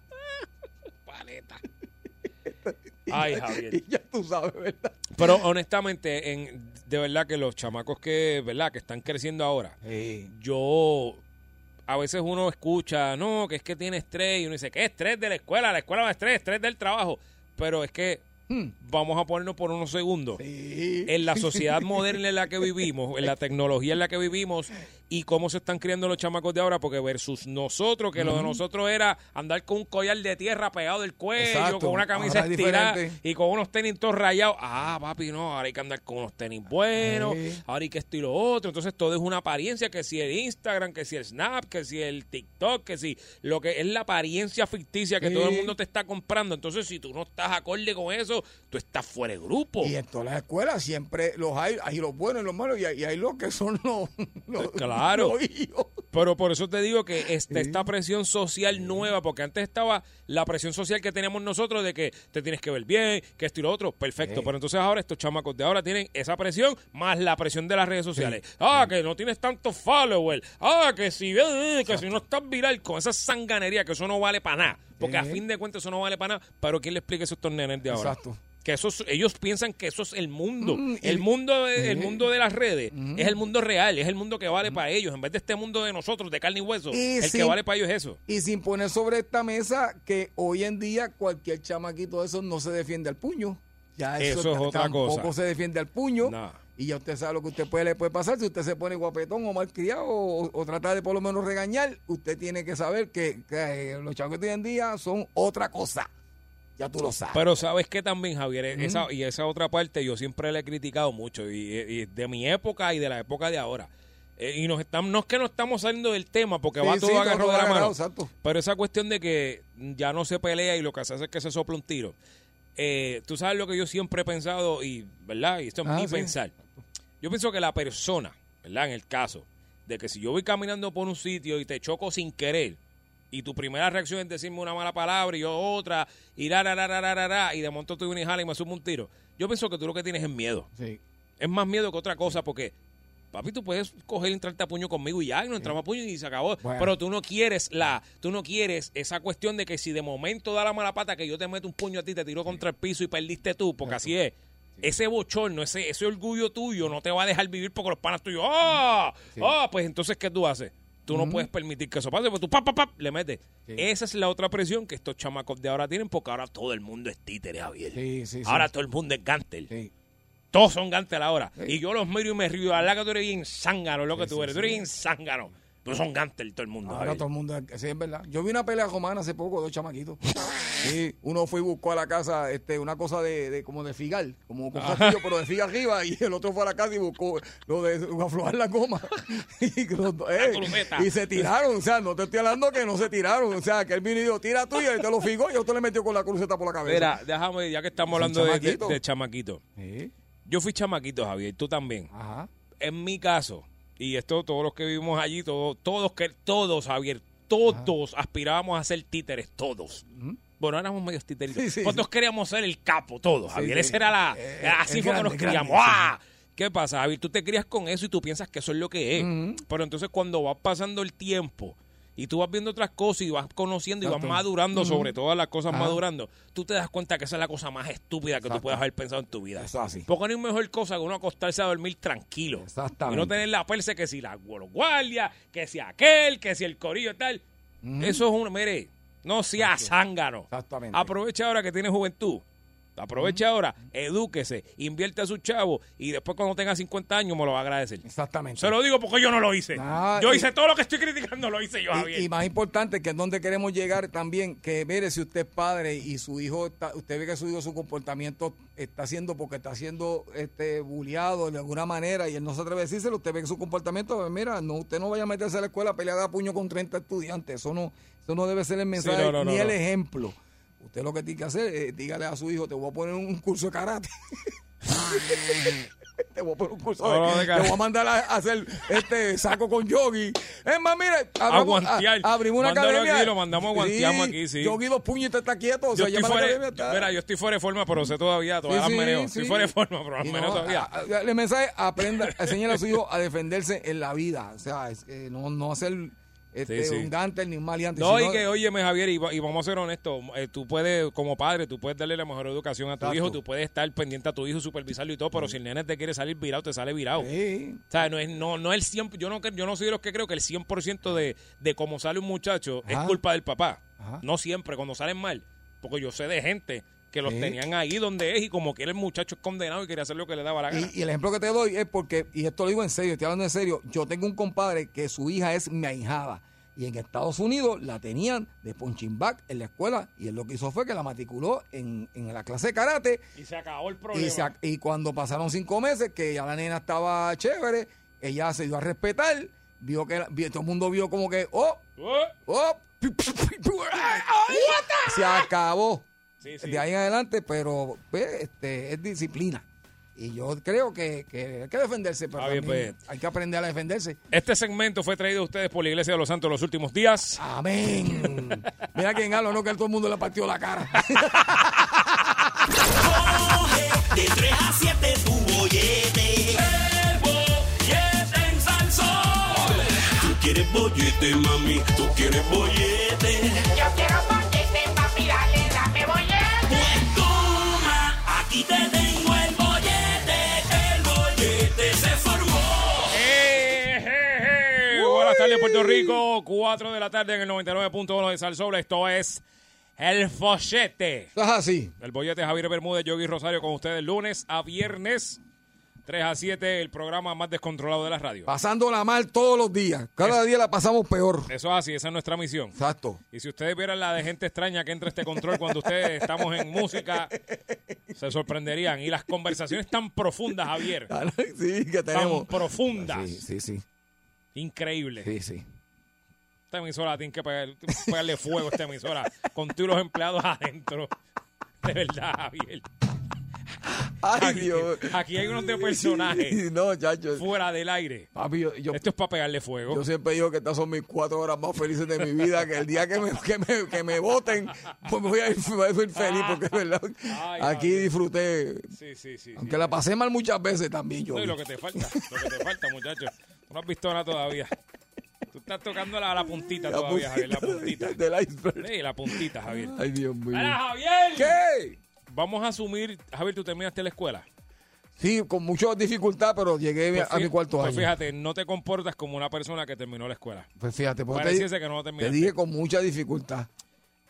[SPEAKER 6] Ay, Javier.
[SPEAKER 4] Y ya tú sabes, ¿verdad?
[SPEAKER 6] Pero honestamente, en, de verdad que los chamacos que, ¿verdad? que están creciendo ahora, yo a veces uno escucha, no, que es que tiene estrés, y uno dice, ¿qué estrés de la escuela? La escuela va estrés, estrés del trabajo. Pero es que
[SPEAKER 15] Hmm.
[SPEAKER 6] vamos a ponernos por unos segundos. En la sociedad moderna en la que vivimos, en la tecnología en la que vivimos, y cómo se están criando los chamacos de ahora, porque versus nosotros, que lo de
[SPEAKER 15] Ujú.
[SPEAKER 6] nosotros era andar con un collar de tierra pegado del cuello,
[SPEAKER 15] Exacto.
[SPEAKER 6] con una camisa
[SPEAKER 15] Ahora es
[SPEAKER 6] estirada
[SPEAKER 15] diferente.
[SPEAKER 6] y con unos tenis todos rayados. Ah, papi, no, ahora hay que andar con unos tenis buenos, ahora hay que esto y lo otro. Entonces todo es una apariencia, que si el Instagram, que si el Snap, que si el TikTok, que si lo que es la apariencia ficticia que
[SPEAKER 4] Sí.
[SPEAKER 6] todo el mundo te está comprando. Entonces si tú no estás acorde con eso, tú estás fuera de grupo.
[SPEAKER 4] Y en todas las escuelas siempre los hay, hay los buenos y los malos, y hay, y hay los que son los... los-
[SPEAKER 6] Claro.
[SPEAKER 4] los hijos.
[SPEAKER 6] Pero por eso te digo que esta, esta presión social nueva, porque antes estaba la presión social que teníamos nosotros de que te tienes que ver bien, que esto y lo otro, perfecto.
[SPEAKER 15] Sí.
[SPEAKER 6] Pero entonces ahora estos chamacos de ahora tienen esa presión más la presión de las redes sociales. Ah, que no tienes tantos followers. Ah, que si, eh, que si no estás viral con esa sanganería, que eso no vale para nada. Porque a
[SPEAKER 15] Sí.
[SPEAKER 6] fin de cuentas eso no vale para nada. Pero ¿quién le explica eso a estos nenes de ahora?
[SPEAKER 4] Exacto.
[SPEAKER 6] Que eso es- ellos piensan que eso es el mundo.
[SPEAKER 15] Mm, y-
[SPEAKER 6] el mundo el
[SPEAKER 15] Sí.
[SPEAKER 6] mundo de las redes
[SPEAKER 15] Mm.
[SPEAKER 6] es el mundo real, es el mundo que vale para ellos. En vez de este mundo de nosotros, de carne y hueso,
[SPEAKER 4] Y
[SPEAKER 6] el que
[SPEAKER 4] sin-
[SPEAKER 6] vale para ellos es eso.
[SPEAKER 4] Y sin poner sobre esta mesa que hoy en día cualquier chamaquito de esos no se defiende al puño. Ya eso,
[SPEAKER 6] Eso es
[SPEAKER 4] ta-
[SPEAKER 6] otra
[SPEAKER 4] tampoco
[SPEAKER 6] cosa.
[SPEAKER 4] se defiende al puño. Y ya usted sabe lo que usted puede, le puede pasar. Si usted se pone guapetón o malcriado o, o tratar de por lo menos regañar, usted tiene que saber que, que eh, los chamaquitos de hoy en día son otra cosa. Ya tú lo sabes.
[SPEAKER 6] Pero sabes que también, Javier, E-,
[SPEAKER 4] Mm.
[SPEAKER 6] esa, y esa otra parte yo siempre le he criticado mucho, y, y de mi época y de la época de ahora. Eh, y nos estamos, no es que no estamos saliendo del tema, porque
[SPEAKER 4] Sí,
[SPEAKER 6] va todo
[SPEAKER 4] sí, todo
[SPEAKER 6] agarrado de la
[SPEAKER 4] agarrado,
[SPEAKER 6] mano.
[SPEAKER 4] exacto.
[SPEAKER 6] Pero esa cuestión de que ya no se pelea y lo que se hace es que se sopla un tiro. Eh, tú sabes lo que yo siempre he pensado, y ¿verdad? Y esto es
[SPEAKER 15] Ah,
[SPEAKER 6] mi
[SPEAKER 15] sí.
[SPEAKER 6] pensar. Yo pienso que la persona, ¿verdad? En el caso, de que si yo voy caminando por un sitio y te choco sin querer, y tu primera reacción es decirme una mala palabra y yo otra, y ra, ra, ra, ra, ra, ra, ra, y de momento estoy una y jala y me sumo un tiro. Yo pienso que tú lo que tienes es miedo.
[SPEAKER 15] Sí.
[SPEAKER 6] Es más miedo que otra cosa porque, papi, tú puedes coger y entrarte a puño conmigo y ya, y nos entramos a puño y se acabó.
[SPEAKER 15] Bueno.
[SPEAKER 6] Pero tú no quieres la, tú no quieres esa cuestión de que si de momento da la mala pata que yo te meto un puño a ti, te tiro contra el piso y perdiste tú, porque así es. Ese bochorno, ese, ese orgullo tuyo no te va a dejar vivir porque los panas tuyos, ¡ah! ¡ah! Pues entonces, ¿qué tú haces? Tú no
[SPEAKER 15] Ujú.
[SPEAKER 6] puedes permitir que eso pase, porque tú pap, pap, pap, le metes. Esa es la otra presión que estos chamacos de ahora tienen, porque ahora todo el mundo es títere, Javier. ahora todo el mundo es gantel. Todos son gantel ahora. Y yo los miro y me río. Habla que tú eres bien zángano, lo que tú
[SPEAKER 4] sí,
[SPEAKER 6] eres.
[SPEAKER 4] sí.
[SPEAKER 6] Tú eres bien zángano. Tú son gantel todo el mundo.
[SPEAKER 4] Ahora
[SPEAKER 6] Javier.
[SPEAKER 4] todo el mundo, sí, es verdad. Yo vi una pelea romana hace poco, dos chamaquitos. Sí, uno fue y buscó a la casa este, una cosa de, de- como de figal, como con
[SPEAKER 6] Ah.
[SPEAKER 15] Ajá.
[SPEAKER 4] castillo, pero de figa arriba, y el otro fue a la casa y buscó lo de aflojar la goma. y, los dos, eh,
[SPEAKER 15] crujeta.
[SPEAKER 4] y se tiraron, o sea, no te estoy hablando que no se tiraron, o sea, que él vino y dijo, tira tú y él te lo figó y otro le metió con la cruceta por la cabeza.
[SPEAKER 6] Mira, déjame, ya que estamos
[SPEAKER 4] Son
[SPEAKER 6] hablando de, de-
[SPEAKER 4] chamaquitos.
[SPEAKER 6] de chamaquito. Yo fui chamaquito, Javier, tú también. En mi caso, y esto todos los que vivimos allí, todos, todos, que, todos Javier, todos aspirábamos a ser títeres, todos. Bueno, éramos medios títeritos. Nosotros queríamos ser el capo, todos,
[SPEAKER 15] Sí,
[SPEAKER 6] Javier.
[SPEAKER 15] sí.
[SPEAKER 6] Esa era la...
[SPEAKER 15] Eh,
[SPEAKER 6] así
[SPEAKER 15] es
[SPEAKER 6] fue que
[SPEAKER 15] grande,
[SPEAKER 6] nos
[SPEAKER 15] es
[SPEAKER 6] criamos.
[SPEAKER 15] grande,
[SPEAKER 6] ¡Ah! ¿Qué pasa, Javier? Tú te crías con eso y tú piensas que eso es lo que es. Pero entonces cuando va pasando el tiempo y tú vas viendo otras cosas y vas conociendo y vas
[SPEAKER 15] Exacto.
[SPEAKER 6] madurando
[SPEAKER 15] Ujú.
[SPEAKER 6] sobre todas las cosas
[SPEAKER 15] Ajá.
[SPEAKER 6] madurando, tú te das cuenta que esa es la cosa más estúpida que tú
[SPEAKER 15] Exacto.
[SPEAKER 6] puedas haber pensado en tu vida.
[SPEAKER 15] Eso es así.
[SPEAKER 6] Porque no hay mejor cosa que uno acostarse a dormir tranquilo. Y no tener la perse que si la los guardias, que si aquel, que si el corillo y tal. Eso es un, mire, no sea zángano.
[SPEAKER 4] Exactamente.
[SPEAKER 6] Aprovecha ahora que tiene juventud. Aprovecha ahora, edúquese, invierte a su chavo y después cuando tenga 50 años me lo va a agradecer.
[SPEAKER 4] Exactamente.
[SPEAKER 6] Se lo digo porque yo no lo hice.
[SPEAKER 4] Ah,
[SPEAKER 6] yo
[SPEAKER 4] y-
[SPEAKER 6] hice todo lo que estoy criticando, lo hice yo, Javier.
[SPEAKER 4] Y, y más importante, que es donde queremos llegar también, que mire, si usted es padre y su hijo, está- usted ve que su hijo, su comportamiento está haciendo porque está siendo este, bulleado de alguna manera y él no se atreve a decírselo, usted ve que su comportamiento, pues, mira, no, usted no vaya a meterse a la escuela a pelear a puño con 30 estudiantes, eso no, eso no debe ser el mensaje
[SPEAKER 15] no, no,
[SPEAKER 4] ni
[SPEAKER 15] no,
[SPEAKER 4] el
[SPEAKER 15] no.
[SPEAKER 4] ejemplo. Usted lo que tiene que hacer es eh, dígale a su hijo, te voy a poner un curso de karate. te voy a poner un curso de,
[SPEAKER 15] No, no, de
[SPEAKER 4] te voy a
[SPEAKER 15] karate.
[SPEAKER 4] mandar a hacer este saco con yogi. Es más, mire, Abramos- a-
[SPEAKER 6] guantear.
[SPEAKER 4] Abrimos una
[SPEAKER 6] Mándalo
[SPEAKER 4] academia.
[SPEAKER 6] aquí, lo mandamos a guanteamos aquí, sí.
[SPEAKER 4] Yo guido puño y te está quieto. o sea,
[SPEAKER 6] Yo estoy,
[SPEAKER 4] llama a la
[SPEAKER 6] fuera,
[SPEAKER 4] academia, está.
[SPEAKER 6] mira, yo estoy fuera de forma, pero sé todavía, todavía
[SPEAKER 4] Sí,
[SPEAKER 6] las
[SPEAKER 4] sí,
[SPEAKER 6] meneo. Estoy
[SPEAKER 4] sí.
[SPEAKER 6] fuera de forma, pero las
[SPEAKER 4] Y
[SPEAKER 6] meneo
[SPEAKER 4] no, ah,
[SPEAKER 6] todavía.
[SPEAKER 4] a- a- el mensaje, aprenda, enseñar a su hijo a defenderse en la vida. O sea, es que no, no hacer este,
[SPEAKER 6] Sí, sí.
[SPEAKER 4] un Dante ni un maleante.
[SPEAKER 6] No, y
[SPEAKER 4] sino-
[SPEAKER 6] que, óyeme, Javier, y, va- y vamos a ser honestos, eh, tú puedes, como padre, tú puedes darle la mejor educación a tu
[SPEAKER 4] Exacto.
[SPEAKER 6] hijo, tú puedes estar pendiente a tu hijo, supervisarlo y todo, pero si el nene te quiere salir virado, te sale virado. O sea, no es, no, no el 100, yo no, cre- yo no soy de los que creo que el 100% de, de cómo sale un muchacho es
[SPEAKER 15] Ajá.
[SPEAKER 6] culpa del papá.
[SPEAKER 15] Ajá.
[SPEAKER 6] No siempre, cuando salen mal, porque yo sé de gente que los
[SPEAKER 4] Sí.
[SPEAKER 6] tenían ahí donde es y como quiera el muchacho es condenado y quería hacer lo que le daba la gana.
[SPEAKER 4] Y, y el ejemplo que te doy es porque, y esto lo digo en serio, estoy hablando en serio, yo tengo un compadre que su hija es mi ahijada. Y en Estados Unidos la tenían de punching back en la escuela. Y él lo que hizo fue que la matriculó en, en la clase de karate.
[SPEAKER 6] Y se acabó el
[SPEAKER 4] Y, se ac- y cuando pasaron cinco meses, que ya la nena estaba chévere, ella se dio a respetar. Vio que la- vi- todo el mundo vio como que, oh,
[SPEAKER 6] ¿Eh?
[SPEAKER 4] oh, pi- pi- pi- pi- ay, se acabó.
[SPEAKER 6] Sí, sí.
[SPEAKER 4] De ahí en adelante, pero pues, este, es disciplina. Y yo creo que, que hay que defenderse, pero
[SPEAKER 6] Ah, bien,
[SPEAKER 4] también hay que aprender a defenderse.
[SPEAKER 6] Este segmento fue traído a ustedes por la Iglesia de los Santos en los últimos días.
[SPEAKER 4] Amén. Mira que en Halo, no que a todo el mundo le partió la cara.
[SPEAKER 2] De 3 a 7 tu bollete. El bollete en Salsón. Tú quieres bollete, mami. Tú quieres bollete.
[SPEAKER 3] Yo quiero bollete, Este papi, dale, dame bollete.
[SPEAKER 2] Pues toma, aquí te tengo el bollete. El bollete se formó.
[SPEAKER 6] Eh, Buenas tardes, Puerto Rico. 4 de la tarde en el 99.1 de Salsoble. Esto es El Follete.
[SPEAKER 4] Eso es así.
[SPEAKER 6] El bollete Javier Bermúdez, Yogi Rosario con ustedes lunes a viernes, 3 a 7, el programa más descontrolado de la radio.
[SPEAKER 4] Pasándola mal todos los días. Cada día la pasamos peor.
[SPEAKER 6] Eso es así, esa es nuestra misión.
[SPEAKER 4] Exacto.
[SPEAKER 6] Y si ustedes vieran la de gente extraña que entra a este control cuando ustedes estamos en música, se sorprenderían. Y las conversaciones tan profundas, Javier,
[SPEAKER 4] Ah, Sí, que
[SPEAKER 6] tan
[SPEAKER 4] tenemos.
[SPEAKER 6] profundas,
[SPEAKER 4] Sí, sí, sí.
[SPEAKER 6] increíble.
[SPEAKER 4] Sí, sí.
[SPEAKER 6] Esta emisora tiene que pegar- pegarle fuego a esta emisora. Con tú y los empleados adentro. De verdad, Javier.
[SPEAKER 4] Ay,
[SPEAKER 6] aquí,
[SPEAKER 4] Dios.
[SPEAKER 6] Aquí hay unos de personajes.
[SPEAKER 4] no, chacho.
[SPEAKER 6] Fuera del aire.
[SPEAKER 4] Papi, yo, yo-
[SPEAKER 6] Esto es para pegarle fuego.
[SPEAKER 4] yo siempre digo que estas son mis cuatro horas más felices de mi vida, que el día que me, que me, que me voten, pues me voy a ir, me voy a ir feliz, porque verdad,
[SPEAKER 6] Ah. Ay,
[SPEAKER 4] aquí disfruté.
[SPEAKER 6] Sí, sí, sí.
[SPEAKER 4] Aunque la pasé mal muchas veces también yo.
[SPEAKER 6] No, y lo que te falta, lo que te falta, muchacho. Tú no has visto nada todavía. Tú estás tocando la, la puntita todavía, Javier, la puntita.
[SPEAKER 4] Del iceberg.
[SPEAKER 6] Sí, la puntita, Javier.
[SPEAKER 4] Ay, Dios mío.
[SPEAKER 6] ¡Para, Javier!
[SPEAKER 4] ¿Qué?
[SPEAKER 6] Vamos a asumir, Javier, tú terminaste la escuela.
[SPEAKER 4] Sí, con mucha dificultad, pero llegué
[SPEAKER 6] Pues
[SPEAKER 4] a mi
[SPEAKER 6] fí-
[SPEAKER 4] cuarto
[SPEAKER 6] pues
[SPEAKER 4] año.
[SPEAKER 6] fíjate, no te comportas como una persona que terminó la escuela.
[SPEAKER 4] Pues fíjate, pues te,
[SPEAKER 6] Pareciese
[SPEAKER 4] di-
[SPEAKER 6] que no lo
[SPEAKER 4] te
[SPEAKER 6] terminaste.
[SPEAKER 4] dije con mucha dificultad.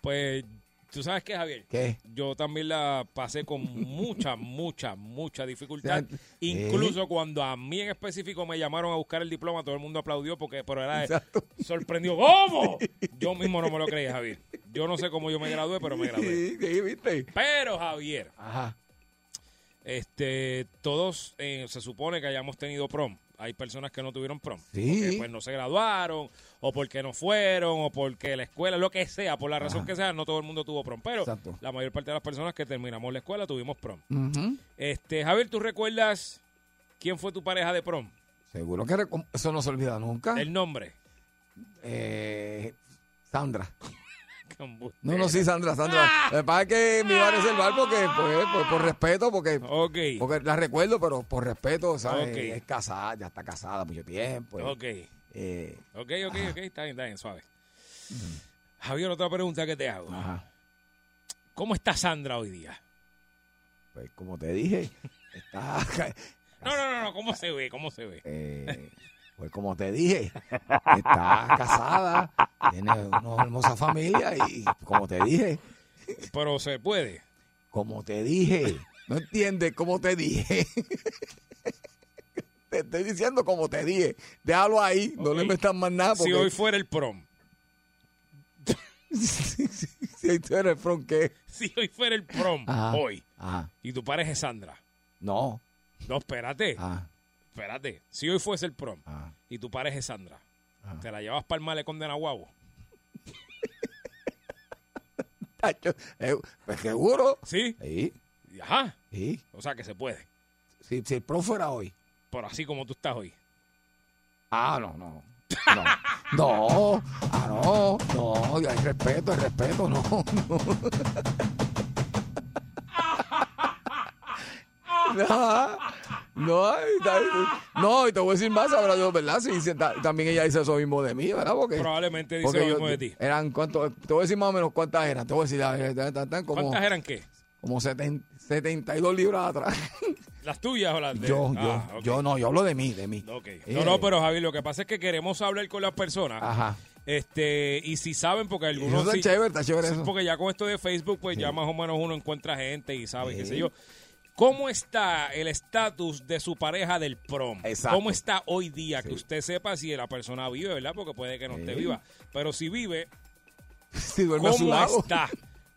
[SPEAKER 6] Pues, ¿tú sabes qué, Javier?
[SPEAKER 4] ¿Qué?
[SPEAKER 6] Yo también la pasé con mucha, mucha, mucha dificultad.
[SPEAKER 4] Ya- ¿eh?
[SPEAKER 6] Incluso cuando a mí en específico me llamaron a buscar el diploma, todo el mundo aplaudió porque pero era
[SPEAKER 4] Exacto.
[SPEAKER 6] sorprendió. ¿Cómo? Yo mismo no me lo creía, Javier. Yo no sé cómo yo me gradué, pero me gradué.
[SPEAKER 4] Sí, sí, ¿viste?
[SPEAKER 6] Pero, Javier,
[SPEAKER 4] Ajá.
[SPEAKER 6] este, todos eh, se supone que hayamos tenido prom. Hay personas que no tuvieron prom.
[SPEAKER 4] Sí.
[SPEAKER 6] Porque, pues no se graduaron, o porque no fueron, o porque la escuela, lo que sea, por la razón que sea, no todo el mundo tuvo prom. Pero
[SPEAKER 4] Exacto.
[SPEAKER 6] la mayor parte de las personas que terminamos la escuela tuvimos prom.
[SPEAKER 4] Ujú.
[SPEAKER 6] Este, Javier, ¿tú recuerdas quién fue tu pareja de prom?
[SPEAKER 4] Seguro que recom- eso no se olvida nunca.
[SPEAKER 6] El nombre.
[SPEAKER 4] Eh, Sandra.
[SPEAKER 6] Qué embustero.
[SPEAKER 4] No, no, sí, Sandra, Sandra.
[SPEAKER 6] Ah.
[SPEAKER 4] Lo que pasa es que me iba a reservar porque, pues, por, por respeto, porque, porque la recuerdo, pero por respeto, ¿sabes? Eh,
[SPEAKER 6] Ok.
[SPEAKER 4] Es casada, ya está casada mucho tiempo. eh.
[SPEAKER 6] Ok.
[SPEAKER 4] Eh,
[SPEAKER 6] Ok, ok, ok, está bien, está bien, suave.
[SPEAKER 4] Mm.
[SPEAKER 6] Javier, otra pregunta que te hago. ¿Cómo está Sandra hoy día?
[SPEAKER 4] pues como te dije, está,
[SPEAKER 6] No, no, no, no, ¿cómo se ve? ¿Cómo se ve?
[SPEAKER 4] eh, pues como te dije, está casada, tiene una hermosa familia y como te dije,
[SPEAKER 6] Pero se puede.
[SPEAKER 4] como te dije, no entiendes como te dije. Te estoy diciendo como te dije, déjalo ahí, no le metas más nada Ah, porque
[SPEAKER 6] Si hoy fuera el prom,
[SPEAKER 4] si tú eres from qué.
[SPEAKER 6] si hoy fuera el prom,
[SPEAKER 4] Ajá,
[SPEAKER 6] hoy,
[SPEAKER 4] ajá.
[SPEAKER 6] y tu pareja es Sandra.
[SPEAKER 4] No,
[SPEAKER 6] No, espérate,
[SPEAKER 4] ah,
[SPEAKER 6] espérate. Si hoy fuese el prom
[SPEAKER 4] ah,
[SPEAKER 6] y tu pareja es Sandra, te la llevas para el malecón de Nahuabo.
[SPEAKER 4] tacho, eh, pues seguro.
[SPEAKER 6] ¿Sí?
[SPEAKER 4] Sí,
[SPEAKER 6] Y Ajá.
[SPEAKER 4] sí,
[SPEAKER 6] O sea que se puede.
[SPEAKER 4] si, si el pro fuera hoy.
[SPEAKER 6] Por así como tú estás hoy.
[SPEAKER 4] Ah, no, no. No, no, ah, no, no, hay respeto, hay respeto, no, no. No, no, y ta- no, y te voy a decir más, ahora yo, ¿verdad? Sí, sí, ta- también ella dice eso mismo de mí, ¿verdad? Porque,
[SPEAKER 6] Probablemente dice
[SPEAKER 4] porque
[SPEAKER 6] lo
[SPEAKER 4] yo-
[SPEAKER 6] mismo de ti.
[SPEAKER 4] Eran cuánto, te voy a decir más o menos cuántas eran, te voy a decir, ah, eh, tan, tan, tan, como,
[SPEAKER 6] ¿Cuántas eran qué?
[SPEAKER 4] como 70 72 libras atrás.
[SPEAKER 6] ¿Las tuyas o las de
[SPEAKER 4] Yo,
[SPEAKER 6] Ah,
[SPEAKER 4] yo,
[SPEAKER 6] ok.
[SPEAKER 4] yo no, yo hablo de mí, de mí.
[SPEAKER 6] Ok.
[SPEAKER 4] Eh.
[SPEAKER 6] No, no, pero Javier, lo que pasa es que queremos hablar con las personas.
[SPEAKER 4] Ajá.
[SPEAKER 6] Este, y si saben, porque algunos.
[SPEAKER 4] Eso está
[SPEAKER 6] sí-
[SPEAKER 4] chévere, está chévere
[SPEAKER 6] sí,
[SPEAKER 4] eso.
[SPEAKER 6] Porque ya con esto de Facebook, pues ya más o menos uno encuentra gente y sabe, qué sé yo. ¿Cómo está el estatus de su pareja del prom?
[SPEAKER 4] Exacto.
[SPEAKER 6] ¿Cómo está hoy día? Que usted sepa si la persona vive, ¿verdad? Porque puede que no esté
[SPEAKER 4] Eh.
[SPEAKER 6] viva. Pero si vive,
[SPEAKER 4] Si duerme a su
[SPEAKER 6] ¿cómo
[SPEAKER 4] lado.
[SPEAKER 6] está?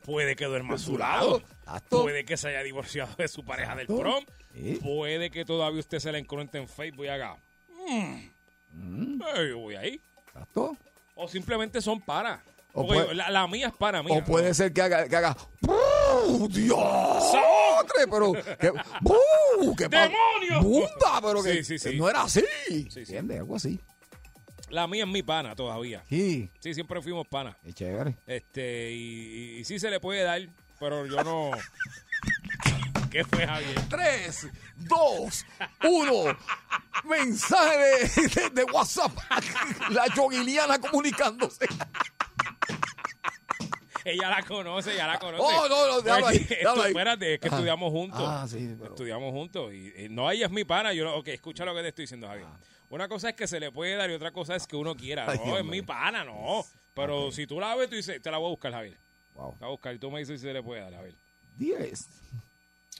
[SPEAKER 6] Puede que duerma a
[SPEAKER 4] De
[SPEAKER 6] su
[SPEAKER 4] su
[SPEAKER 6] lado.
[SPEAKER 4] lado. Exacto.
[SPEAKER 6] Puede que se haya divorciado de su pareja del
[SPEAKER 4] Exacto.
[SPEAKER 6] prom.
[SPEAKER 4] Sí.
[SPEAKER 6] Puede que todavía usted se la encuentre en Facebook y haga. "Mm, eh, yo voy ahí.
[SPEAKER 4] Exacto.
[SPEAKER 6] O simplemente son para.
[SPEAKER 4] O
[SPEAKER 6] Porque
[SPEAKER 4] puede-
[SPEAKER 6] la, la mía es para mí.
[SPEAKER 4] o puede ser que haga, que haga ¡Bú! ¡Dios! Pero que, ¡Bú! ¡Qué pa-
[SPEAKER 6] ¡Demonios!
[SPEAKER 4] ¡Bumba! Pero que
[SPEAKER 6] Sí, sí, sí.
[SPEAKER 4] que no era así. ¿Entiendes? Algo así.
[SPEAKER 6] La mía es mi pana todavía.
[SPEAKER 4] Sí,
[SPEAKER 6] Sí, siempre fuimos pana.
[SPEAKER 4] es chévere.
[SPEAKER 6] Este, y, y- y sí se le puede dar, pero yo no. ¿Qué fue, Javier?
[SPEAKER 4] Tres, dos, uno. Mensaje de, de- de WhatsApp. La yoguiliana comunicándose.
[SPEAKER 6] Ella la conoce, ella la conoce.
[SPEAKER 4] Oh, no, no, déjalo ahí,
[SPEAKER 6] Es que-
[SPEAKER 4] déjalo ahí.
[SPEAKER 6] Pues, Espérate, es que
[SPEAKER 4] Ajá.
[SPEAKER 6] estudiamos juntos.
[SPEAKER 4] Ah, sí, pero-
[SPEAKER 6] Estudiamos juntos. Y, y no, ella es mi pana. Yo, lo- ok, escucha lo que te estoy diciendo, Javier. Una cosa es que se le puede dar y otra cosa es que uno quiera.
[SPEAKER 4] Ah. Ay,
[SPEAKER 6] no,
[SPEAKER 4] Dios
[SPEAKER 6] es
[SPEAKER 4] mío.
[SPEAKER 6] mi pana, no. Pero si tú la ves, tú dices, te la voy a buscar, Javier.
[SPEAKER 4] Wow.
[SPEAKER 6] Te la voy a buscar y tú me dices si se le puede dar, Javier.
[SPEAKER 4] Diez.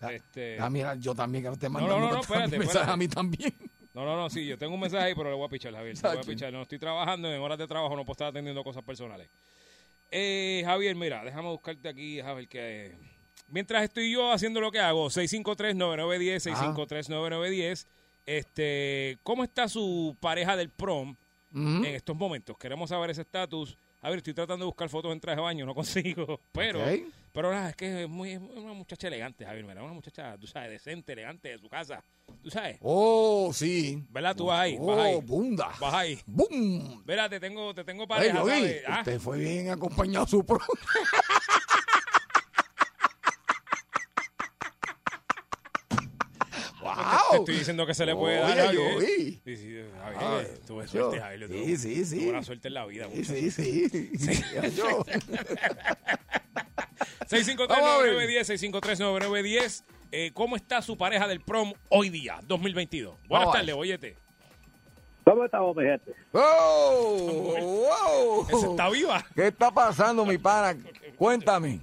[SPEAKER 6] Este,
[SPEAKER 4] Ah, mira, yo también que ahora te mando
[SPEAKER 6] no, no, no, espérate, espérate.
[SPEAKER 4] a mí también.
[SPEAKER 6] No, no, no, sí, yo tengo un mensaje ahí, pero le voy a pichar, Javier. Le voy a pichar. No estoy trabajando, en horas de trabajo no puedo estar atendiendo cosas personales. Eh, Javier, mira, déjame buscarte aquí, Javier, que... Mientras estoy yo haciendo lo que hago, 653-9910,
[SPEAKER 4] Ajá.
[SPEAKER 6] 653-9910, este, ¿cómo está su pareja del prom
[SPEAKER 4] Ujú.
[SPEAKER 6] en estos momentos? Queremos saber ese estatus. A ver, estoy tratando de buscar fotos en traje de baño, no consigo. Pero,
[SPEAKER 15] Ok.
[SPEAKER 6] pero nada, es que es, muy, es una muchacha elegante, Javier. Mira, una muchacha, tú sabes, decente, elegante de su casa. Tú sabes.
[SPEAKER 15] Oh, sí.
[SPEAKER 6] ¿Verdad? Tú vas ahí.
[SPEAKER 15] Oh,
[SPEAKER 6] vas ahí.
[SPEAKER 15] bunda.
[SPEAKER 6] Vas ahí.
[SPEAKER 15] ¡Bum!
[SPEAKER 6] Mira, te tengo, te tengo
[SPEAKER 15] Ay,
[SPEAKER 6] pareja.
[SPEAKER 15] Yogi,
[SPEAKER 6] ¿sabes? Ah,
[SPEAKER 15] usted fue bien acompañado a su pro.
[SPEAKER 6] Te
[SPEAKER 15] ¡Wow!
[SPEAKER 6] estoy diciendo que se le puede
[SPEAKER 15] Oye,
[SPEAKER 6] dar. Javier.
[SPEAKER 15] Yogi.
[SPEAKER 6] Sí, sí, Javier,
[SPEAKER 15] Ah,
[SPEAKER 6] eh, tuve
[SPEAKER 15] yo-
[SPEAKER 6] suerte, Javier.
[SPEAKER 15] sí,
[SPEAKER 6] tuve-
[SPEAKER 15] sí, sí.
[SPEAKER 6] Tuve la suerte en la vida.
[SPEAKER 15] Sí, sí, sí. Yo.
[SPEAKER 6] 653-9910, 653-9910. Eh, ¿Cómo está su pareja del prom hoy día, 2022? Buenas
[SPEAKER 16] Vamos a ver.
[SPEAKER 6] tardes, oyete.
[SPEAKER 16] ¿Cómo estamos, mi gente?
[SPEAKER 4] ¡Oh!
[SPEAKER 6] ¡Esa está viva!
[SPEAKER 4] ¿Qué está pasando, mi pana? Cuéntame.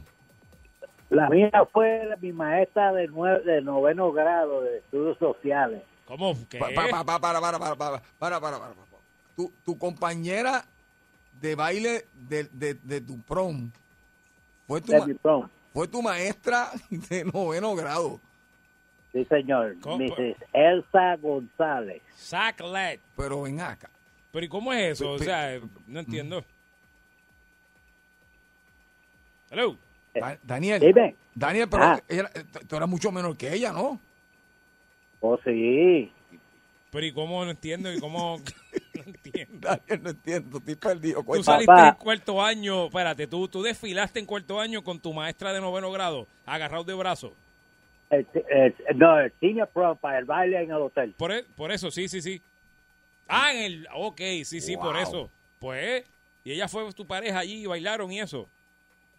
[SPEAKER 16] La mía fue mi maestra de, nue- de noveno grado de estudios sociales.
[SPEAKER 6] ¿Cómo?
[SPEAKER 4] Pa- pa- pa- pa- para, para, para, para, para, para, para, para. Tu, tu compañera de baile de, de- de tu prom fue tu,
[SPEAKER 16] De
[SPEAKER 4] ma-
[SPEAKER 16] mi prom.
[SPEAKER 4] fue tu maestra de noveno grado.
[SPEAKER 16] Sí, señor.
[SPEAKER 6] pues?
[SPEAKER 16] Mrs. Elsa González.
[SPEAKER 6] Saclet.
[SPEAKER 4] Pero ven acá.
[SPEAKER 6] Pero ¿y cómo es eso?
[SPEAKER 4] Pe- mm.
[SPEAKER 6] O
[SPEAKER 4] pe-
[SPEAKER 6] sea, eh, no entiendo. Hello.
[SPEAKER 4] Da- Daniel.
[SPEAKER 16] Dime.
[SPEAKER 4] Daniel, pero
[SPEAKER 16] Ah.
[SPEAKER 4] ella- eh, tú eras mucho menor que ella, ¿no?
[SPEAKER 16] Oh, sí.
[SPEAKER 6] Pero ¿y cómo no entiendo? ¿Y cómo...?
[SPEAKER 4] Daniel, no entiendo, estoy perdido.
[SPEAKER 6] Tú
[SPEAKER 4] cuéntame.
[SPEAKER 6] saliste en cuarto año, espérate, tú, tú desfilaste en cuarto año con tu maestra de noveno grado, agarrado de brazo.
[SPEAKER 16] El- el- no, el senior prom para el baile en el hotel.
[SPEAKER 6] Por, e- por eso, sí, sí, sí. Ah, en el. Ok, sí, sí, por
[SPEAKER 16] Wow.
[SPEAKER 6] eso. Pues, y ella fue tu pareja allí y bailaron y eso.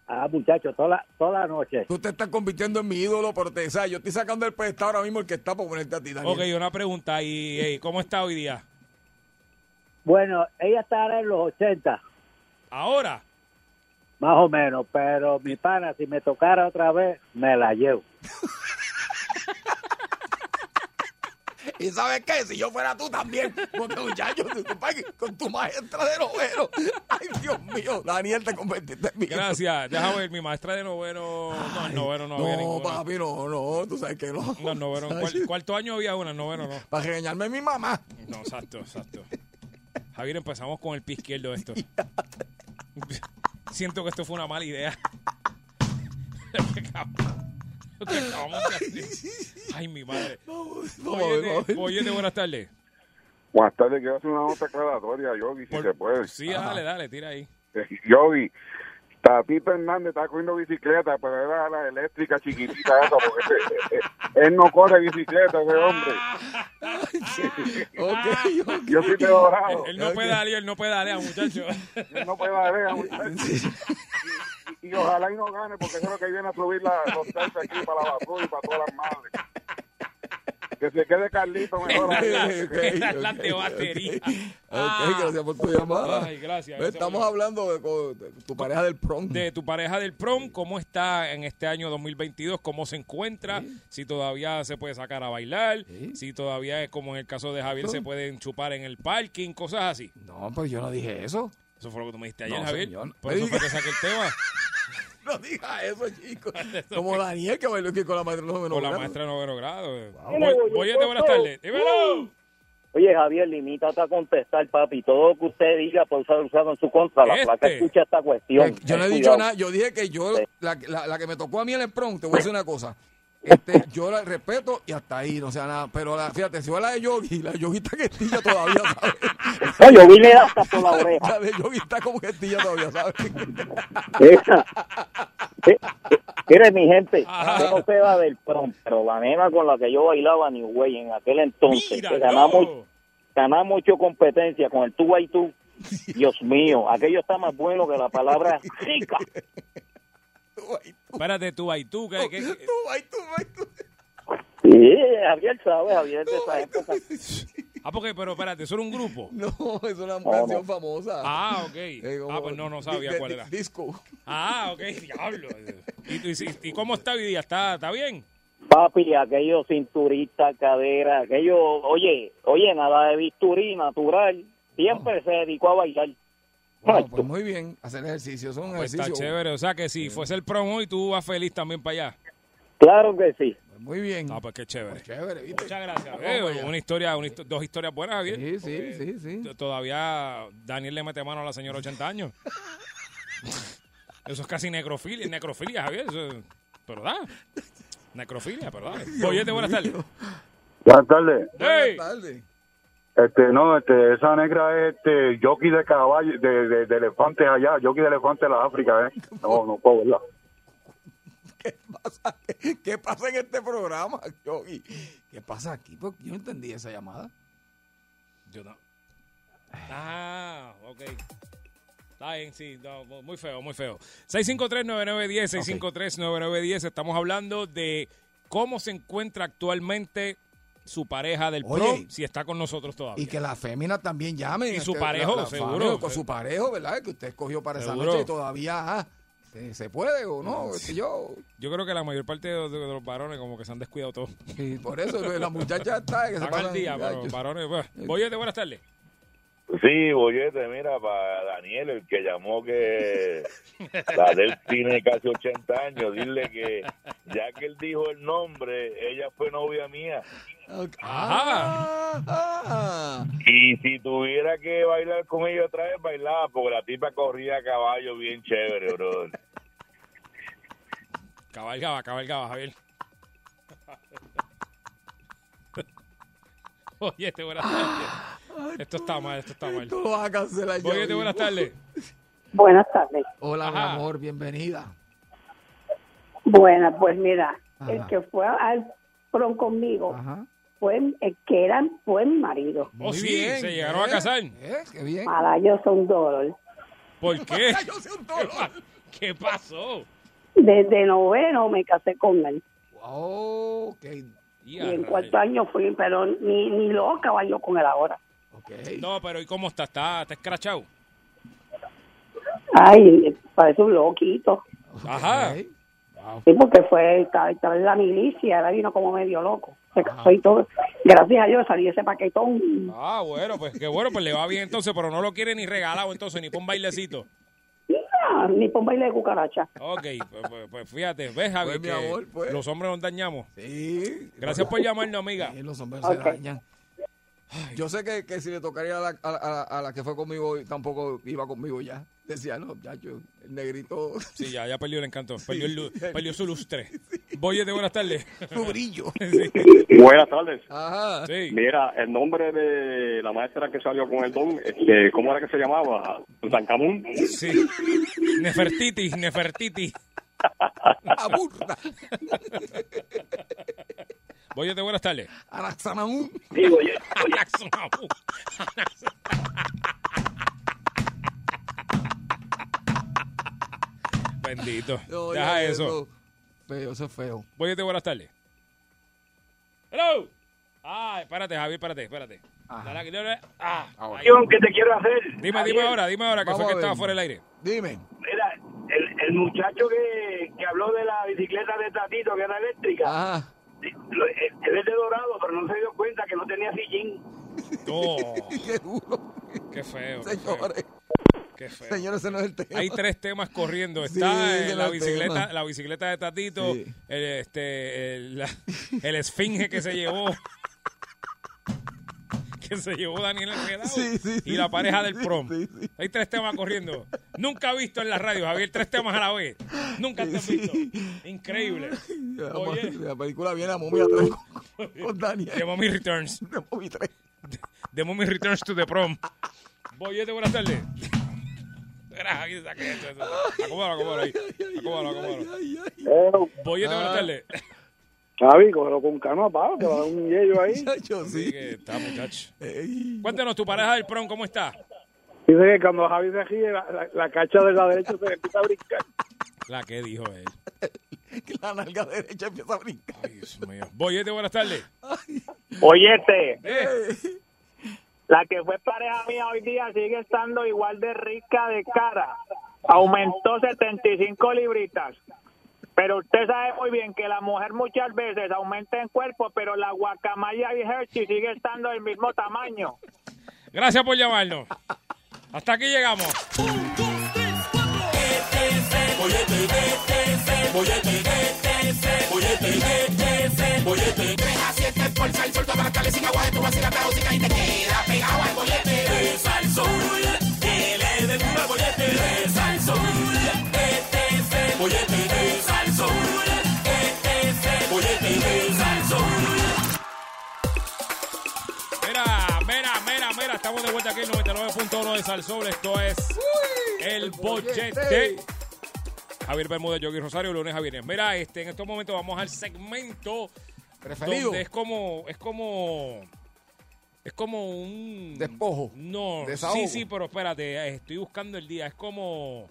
[SPEAKER 16] Ah, muchachos, toda la, toda la noche.
[SPEAKER 4] Tú te estás convirtiendo en mi ídolo, pero te, o sea, yo estoy sacando el pedestal ahora mismo el que está por ponerte a ti, Daniel.
[SPEAKER 6] Ok, una pregunta. ¿Y eh, cómo está hoy día?
[SPEAKER 16] Bueno, ella estará en los 80,
[SPEAKER 6] Ahora.
[SPEAKER 16] más o menos, pero mi pana, si me tocara otra vez, me la llevo.
[SPEAKER 4] Y sabes qué, si yo fuera tú también, porque muchacho, tú- tú pagues con tu maestra de noveno. Ay, Dios mío, Daniel, te convertiste en mi ídolo.
[SPEAKER 6] Gracias. Déjame ver, mi maestra de noveno. No, en noveno no había
[SPEAKER 4] No,
[SPEAKER 6] ninguna.
[SPEAKER 4] papi, no, no, tú sabes que no.
[SPEAKER 6] No, en noveno. en cuar- cuarto año había una, en noveno no.
[SPEAKER 4] Para regañarme mi mamá.
[SPEAKER 6] No, exacto, exacto. Javier, empezamos con el pie izquierdo de esto. Siento que esto fue una mala idea. Lo que acabamos- lo que acabamos de hacer. Ay, mi madre.
[SPEAKER 4] vamos a ver, vamos a
[SPEAKER 6] Oye,
[SPEAKER 4] ver.
[SPEAKER 6] buenas tardes.
[SPEAKER 17] Buenas tardes, quiero hacer una nota aclaratoria, Yogi, si se puede.
[SPEAKER 6] Sí, dale, dale, tira ahí.
[SPEAKER 17] Yogi, Tatito Hernández está cogiendo bicicleta, pero era la eléctrica chiquitita esa, porque ese- él, no corre bicicleta, ese hombre. Yo sí te he orado.
[SPEAKER 6] Él no pedalea, él no pedalea, muchacho.
[SPEAKER 17] Él no pedalea, muchacho. Y, y ojalá y no gane, porque creo que viene a subir la, los taxis aquí para la basura y para todas las madres. Que se quede Carlito mejor.
[SPEAKER 4] Ok, ok,
[SPEAKER 6] La Ah.
[SPEAKER 4] ok,
[SPEAKER 6] de batería.
[SPEAKER 4] Ok, gracias por tu llamada.
[SPEAKER 6] Ay, gracias.
[SPEAKER 4] Pues Estamos hablando de, co- de tu pareja del prom.
[SPEAKER 6] de tu pareja del prom, cómo está en este año 2022, cómo se encuentra, si todavía se puede sacar a bailar, si todavía es como en el caso de Javier, se pueden chupar en el parking, cosas así.
[SPEAKER 4] No, pues yo no dije eso.
[SPEAKER 6] Eso fue lo que tú me dijiste ayer,
[SPEAKER 4] No,
[SPEAKER 6] Javier.
[SPEAKER 4] señor.
[SPEAKER 6] Por eso fue que saqué el tema.
[SPEAKER 4] No diga eso, chicos. Como Daniel que bailó aquí con la maestra de noveno
[SPEAKER 6] Con la
[SPEAKER 4] grado.
[SPEAKER 6] maestra de noveno grado. eh.
[SPEAKER 4] Mira,
[SPEAKER 6] Voy- Boyete, buenas tardes. Dímelo.
[SPEAKER 10] Uh. Oye, Javier, limítate a contestar, papi. Todo lo que usted diga puede ser usado en su contra. La
[SPEAKER 4] Este.
[SPEAKER 10] placa escucha esta cuestión.
[SPEAKER 4] Yo no he
[SPEAKER 10] Ten
[SPEAKER 4] dicho
[SPEAKER 10] cuidado. Este,
[SPEAKER 4] nada, yo dije que yo, la, la- la que me tocó a mí en el prom, te voy a decir una cosa. Este, yo la respeto y hasta ahí, no sea nada. Pero la, fíjate, si fue la de Yogi, la de Yogi está que estilla todavía, ¿sabes?
[SPEAKER 10] No, Yogi le da hasta por la oreja.
[SPEAKER 4] La de Yogi está como que estilla todavía, ¿sabes?
[SPEAKER 10] Esa. Eh, eh, Mire, mi gente,
[SPEAKER 6] Ah.
[SPEAKER 10] yo no se va del prom, pero la nena con la que yo bailaba ni güey en aquel entonces, que ganamos, ganamos ocho competencias con el tú y tú. Dios mío, aquello está más bueno que la palabra rica.
[SPEAKER 6] Espérate, tú, ahí tú. ¿qué, qué- qué-
[SPEAKER 10] Sí, Javier sabe, Javier es de esa época.
[SPEAKER 6] Ah, porque, pero espérate, ¿eso era un grupo?
[SPEAKER 4] No, es una canción famosa.
[SPEAKER 6] Ah, ok.
[SPEAKER 4] como-
[SPEAKER 6] Ah, pues no, no sabía
[SPEAKER 4] di-
[SPEAKER 6] cuál
[SPEAKER 4] di-
[SPEAKER 6] era.
[SPEAKER 4] Disco.
[SPEAKER 6] Ah, ok, diablo. ¿Y, tú- y- y cómo está hoy día? ¿Está, está bien?
[SPEAKER 10] Papi, aquello cinturita, cadera, aquello, oye, oye, nada de bisturí natural, siempre se dedicó a bailar.
[SPEAKER 4] Bueno, pues muy bien, hacer ejercicio, son
[SPEAKER 6] Pues
[SPEAKER 4] ejercicios.
[SPEAKER 6] está chévere. O sea que si fuese el prom hoy, tú vas feliz también para allá.
[SPEAKER 10] Claro que sí.
[SPEAKER 4] Muy bien.
[SPEAKER 6] Ah, pues qué chévere.
[SPEAKER 4] chévere, ¿viste?
[SPEAKER 6] Muchas gracias. eh,
[SPEAKER 4] Vamos para allá.
[SPEAKER 6] una historia, una histo- dos historias buenas, Javier.
[SPEAKER 4] Sí, sí,
[SPEAKER 6] Porque
[SPEAKER 4] sí, sí.
[SPEAKER 6] t- Todavía Daniel le mete mano a la señora 80 años. Eso es casi necrofilia, necrofilia, Javier. Eso es- pero da. Necrofilia, pero da. Bollete, buenas tardes.
[SPEAKER 18] Buenas tardes.
[SPEAKER 6] Hey.
[SPEAKER 18] Este, no, este, esa negra es este, jockey de caballo, de, de, de elefantes allá, jockey de elefantes de la África, ¿eh? No, no puedo verla.
[SPEAKER 4] ¿Qué pasa en este programa, Yogi? ¿Qué pasa aquí? Porque yo no entendí esa llamada.
[SPEAKER 6] Yo no. Ah, ok. Está bien, sí, no, mu- muy feo, muy feo. 653-9910, 653-9910. Estamos hablando de cómo se encuentra actualmente su pareja del
[SPEAKER 4] Oye.
[SPEAKER 6] pro, si está con nosotros todavía.
[SPEAKER 4] Y que las féminas también llamen.
[SPEAKER 6] Y su
[SPEAKER 4] Este,
[SPEAKER 6] parejo,
[SPEAKER 4] la- la
[SPEAKER 6] seguro.
[SPEAKER 4] familia, Con su parejo, ¿verdad? Que usted escogió para
[SPEAKER 6] Seguro.
[SPEAKER 4] esa noche y todavía ah, se, se puede o no. qué sé yo.
[SPEAKER 6] Yo creo que la mayor parte de, de- de los varones como que se han descuidado todos.
[SPEAKER 4] Y por eso lo de la muchacha está, que se
[SPEAKER 6] Están
[SPEAKER 4] pasan-
[SPEAKER 6] al
[SPEAKER 4] ya,
[SPEAKER 6] día, pero
[SPEAKER 4] yo-
[SPEAKER 6] varones. bueno. Boyete, buenas tardes.
[SPEAKER 19] Sí, bollete, mira, para Daniel, el que llamó que la del tiene casi 80 años, dile que ya que él dijo el nombre, ella fue novia mía. Y si tuviera que bailar con ella otra vez, bailaba, porque la tipa corría a caballo bien chévere, bro.
[SPEAKER 6] Cabalgaba, cabalgaba, Javier. Boyete, buenas tardes. Esto está mal, esto está mal.
[SPEAKER 4] Ah, Tú lo vas a cancelar,
[SPEAKER 6] Boyete,
[SPEAKER 4] Yogi.
[SPEAKER 6] buenas tardes.
[SPEAKER 20] Buenas tardes.
[SPEAKER 4] Hola, mi amor, bienvenida.
[SPEAKER 20] Buenas, pues mira,
[SPEAKER 4] Ajá.
[SPEAKER 20] el que fue al prom conmigo fue el que era buen marido.
[SPEAKER 6] Oh, sí, se llegaron a casar.
[SPEAKER 4] eh, Qué bien.
[SPEAKER 20] Para yo son dolor.
[SPEAKER 6] ¿Por qué? ¿Qué pa- ¿Qué pasó?
[SPEAKER 20] Desde noveno me casé con él.
[SPEAKER 6] Y
[SPEAKER 4] Oh,
[SPEAKER 20] Y
[SPEAKER 6] a
[SPEAKER 20] en
[SPEAKER 6] rayos.
[SPEAKER 20] cuarto año fui, pero ni, ni loca va yo con él ahora.
[SPEAKER 6] No, pero ¿y cómo está? ¿Está, está escrachado?
[SPEAKER 20] Ay, parece un loquito.
[SPEAKER 6] Ajá.
[SPEAKER 20] Sí, porque fue, estaba, estaba en la milicia, ahora vino como medio loco. Se casó y todo. Gracias a Dios salí ese paquetón.
[SPEAKER 6] Ah, bueno, pues qué bueno, pues le va bien entonces, pero no lo quiere ni regalado entonces, ni para un bailecito.
[SPEAKER 20] Ah, ni por baile de cucaracha.
[SPEAKER 6] Ok, pues, pues- pues fíjate, ves, Javi,
[SPEAKER 4] mi
[SPEAKER 6] que
[SPEAKER 4] amor, pues.
[SPEAKER 6] los hombres nos dañamos.
[SPEAKER 4] Sí.
[SPEAKER 6] Gracias por llamarnos, amiga.
[SPEAKER 4] Sí, los hombres
[SPEAKER 6] Ok.
[SPEAKER 4] se dañan. Yo sé que, que si le tocaría a la, a, la- a la que fue conmigo hoy, tampoco iba conmigo ya. Decía, no, ya yo, el negrito.
[SPEAKER 6] Sí, ya, ya perdió el encanto, perdió, el lu- perdió su lustre. Boye de buenas tardes.
[SPEAKER 4] Su brillo.
[SPEAKER 13] Buenas tardes.
[SPEAKER 4] Ajá.
[SPEAKER 13] Mira, el nombre de la maestra que salió con el don, este, ¿cómo era que se llamaba? ¿Tutankamón?
[SPEAKER 6] Sí. Nefertiti, Nefertiti.
[SPEAKER 4] Aburra.
[SPEAKER 6] Boye de buenas tardes.
[SPEAKER 4] Araxanaún.
[SPEAKER 6] Anaxonamu. Bendito.
[SPEAKER 4] No,
[SPEAKER 6] Deja
[SPEAKER 4] ya,
[SPEAKER 6] eso.
[SPEAKER 4] Feo, eso es feo.
[SPEAKER 6] Boyete, buenas tardes. Hello. Ah, espérate, Javier, espérate, espérate. Dale aquí, dale. Ah, ahí.
[SPEAKER 21] que te quiero hacer.
[SPEAKER 6] Dime, dime
[SPEAKER 21] Javier.
[SPEAKER 6] ahora, dime ahora, que
[SPEAKER 21] Vamos
[SPEAKER 6] fue que
[SPEAKER 21] a ver.
[SPEAKER 6] estaba fuera del aire.
[SPEAKER 4] Dime.
[SPEAKER 21] Mira, el, el muchacho que, que habló de la bicicleta de Tatito, que era eléctrica, lo- él, él es de Dorado, pero no se dio cuenta que no tenía sillín.
[SPEAKER 4] qué duro.
[SPEAKER 6] Qué feo.
[SPEAKER 4] Señores.
[SPEAKER 6] Qué feo.
[SPEAKER 4] Señores, ese no es el tema.
[SPEAKER 6] Hay tres temas corriendo.
[SPEAKER 4] Sí,
[SPEAKER 6] Está eh,
[SPEAKER 4] ese no
[SPEAKER 6] la
[SPEAKER 4] es el
[SPEAKER 6] bicicleta,
[SPEAKER 4] tema.
[SPEAKER 6] la bicicleta de Tatito,
[SPEAKER 4] Sí.
[SPEAKER 6] el, este, el, la- el esfinge que se llevó, que se llevó Daniel Enredado y la pareja del prom. Hay tres temas corriendo. Nunca visto en la radio, Javier, tres temas a la vez. Nunca te han visto. Increíble.
[SPEAKER 4] La,
[SPEAKER 6] Oye.
[SPEAKER 4] la película viene a momia 3 con, con Daniel.
[SPEAKER 6] The Mummy Returns.
[SPEAKER 4] De Mommy 3.
[SPEAKER 6] The Mummy Returns to the Prom. Boyete, buenas tardes. Espera, aquí saqué esto, esto. Acomódalo, acomódalo ahí. Acomódalo, acomódalo.
[SPEAKER 13] Eh,
[SPEAKER 6] Boyete, buenas tardes.
[SPEAKER 21] Chavi, cógelo con cano, pavo, que va a dar un yello ahí.
[SPEAKER 6] Sí que está, muchacho. Cuéntanos, tu pareja del prom, ¿cómo está?
[SPEAKER 21] Dice que cuando Javi se ríe, la, la- la cacha de la derecha se le empieza a brincar.
[SPEAKER 6] La que dijo eh, él.
[SPEAKER 4] La nalga derecha empieza a brincar.
[SPEAKER 6] Boyete, buenas tardes.
[SPEAKER 8] Oyete,
[SPEAKER 6] Eh,
[SPEAKER 8] la que fue pareja mía hoy día sigue estando igual de rica de cara. Aumentó 75 libritas. Pero usted sabe muy bien que la mujer muchas veces aumenta en cuerpo, pero la guacamaya y Hershey sigue estando del mismo tamaño.
[SPEAKER 6] gracias por llamarnos. Hasta aquí llegamos.
[SPEAKER 2] Bollete, vete, bollete, vete, bollete, vete. música guay, tú vacilas la música y te queda pegado al bollete. Es al sol, que le den duro al bollete. Es al sol, este es el bollete. Es al sol, este es el bollete. Es al sol.
[SPEAKER 6] Mira, mira, mira, mira, estamos de vuelta aquí en 99.1 de Salsol. Esto es el bollete. Javier Bermúdez, Yogi Rosario, lunes a viernes. Mira, este, en estos momentos vamos al segmento
[SPEAKER 4] Preferido.
[SPEAKER 6] donde es como, es como, es como un despojo. No,
[SPEAKER 4] Desahogo.
[SPEAKER 6] sí, sí, pero espérate, eh, estoy buscando el día. Es como,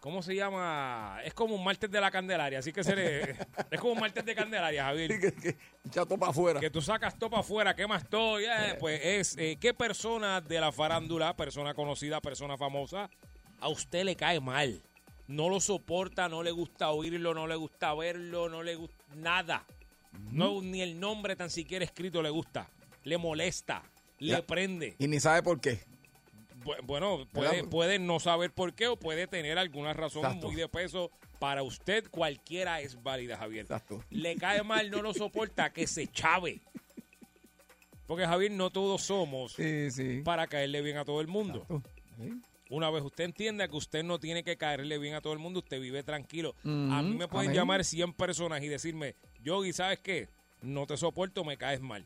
[SPEAKER 6] ¿cómo se llama? Es como un martes de la Candelaria, así que se le, es como un martes de Candelaria, Javier.
[SPEAKER 4] Ya topa afuera.
[SPEAKER 6] Que tú sacas todo para afuera, quemas todo. ya, pues es, eh, ¿qué persona de la farándula, persona conocida, persona famosa, a usted le cae mal? No lo soporta, no le gusta oírlo, no le gusta verlo, no le gusta nada. No, ni el nombre tan siquiera escrito le gusta. Le molesta, le
[SPEAKER 4] Ya.
[SPEAKER 6] prende.
[SPEAKER 4] Y ni sabe por qué.
[SPEAKER 6] Bu- Bueno, puede,
[SPEAKER 4] ¿Verdad?
[SPEAKER 6] puede no saber por qué o puede tener alguna razón
[SPEAKER 4] Exacto.
[SPEAKER 6] muy de peso. Para usted, cualquiera es válida, Javier. Le cae mal, no lo soporta, que se chave. Porque, Javier, no todos somos para caerle bien a todo el mundo. Una vez usted entienda que usted no tiene que caerle bien a todo el mundo, usted vive tranquilo. A mí
[SPEAKER 4] Ujú,
[SPEAKER 6] me pueden
[SPEAKER 4] amén.
[SPEAKER 6] llamar 100 personas y decirme, Yogi, ¿sabes qué? No te soporto, me caes mal.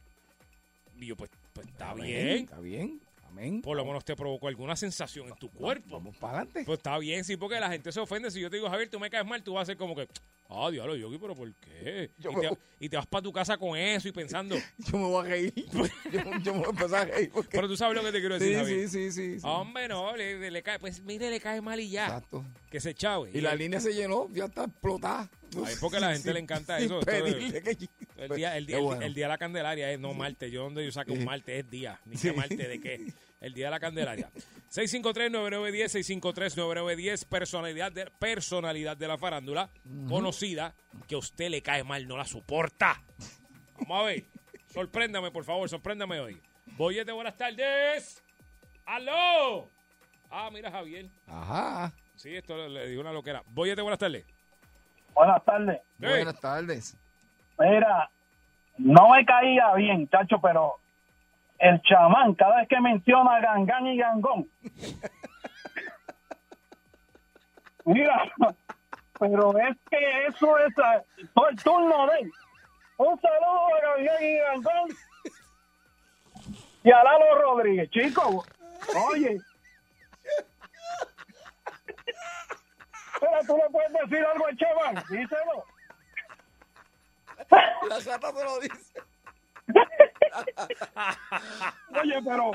[SPEAKER 6] Y yo, pues, pues está
[SPEAKER 4] Amén,
[SPEAKER 6] bien.
[SPEAKER 4] Está bien. Amén.
[SPEAKER 6] Por lo menos te provocó alguna sensación en tu cuerpo. Vamos
[SPEAKER 4] para adelante.
[SPEAKER 6] Pues está bien, sí, porque la gente se ofende. Si yo te digo, Javier, tú me caes mal, tú vas a ser como que, ah, diablo, Yogi, pero ¿por qué? Y te, y te vas para tu casa con eso y pensando.
[SPEAKER 4] Yo me voy a reír. yo, yo me voy a empezar a reír. porque-
[SPEAKER 6] Pero tú sabes lo que te quiero decir,
[SPEAKER 4] Sí,
[SPEAKER 6] Javier.
[SPEAKER 4] sí, sí, sí, sí.
[SPEAKER 6] Hombre, no, le, le cae, pues mire, le cae mal y ya.
[SPEAKER 4] Exacto.
[SPEAKER 6] Que se chave.
[SPEAKER 4] Y la línea se llenó, ya está explotada.
[SPEAKER 6] Ay, porque a la gente
[SPEAKER 4] Sin-
[SPEAKER 6] le encanta
[SPEAKER 4] sin
[SPEAKER 6] eso. esto de-
[SPEAKER 4] pedirle que-
[SPEAKER 6] el, día, el,
[SPEAKER 4] Qué
[SPEAKER 6] día- el-
[SPEAKER 4] bueno.
[SPEAKER 6] el día de la Candelaria es no Marte. Yo donde yo saco un Marte es día. Ni
[SPEAKER 4] Sí.
[SPEAKER 6] qué Marte de qué. El día de la Candelaria. 653-9910, 653-9910. Personalidad de, personalidad de la farándula. Conocida. Que a usted le cae mal, no la soporta. Vamos a ver. Sorpréndame, por favor. Sorpréndame hoy. Boyete, buenas tardes. ¡Aló! Ah, mira, Javier.
[SPEAKER 4] Ajá.
[SPEAKER 6] Sí, esto le, le digo una loquera. Boyete, buenas tardes.
[SPEAKER 1] Buenas tardes.
[SPEAKER 4] Buenas tardes.
[SPEAKER 1] Mira, no me caía bien, chacho, pero el chamán, cada vez que menciona gangán y gangón. Mira, pero es que eso es ah, todo el turno de él. Un saludo a gangán y gangón. Y a Lalo Rodríguez, chico. Oye. Pero tú le puedes decir algo al chamán, díselo.
[SPEAKER 2] La gata te lo dice.
[SPEAKER 1] Oye, pero.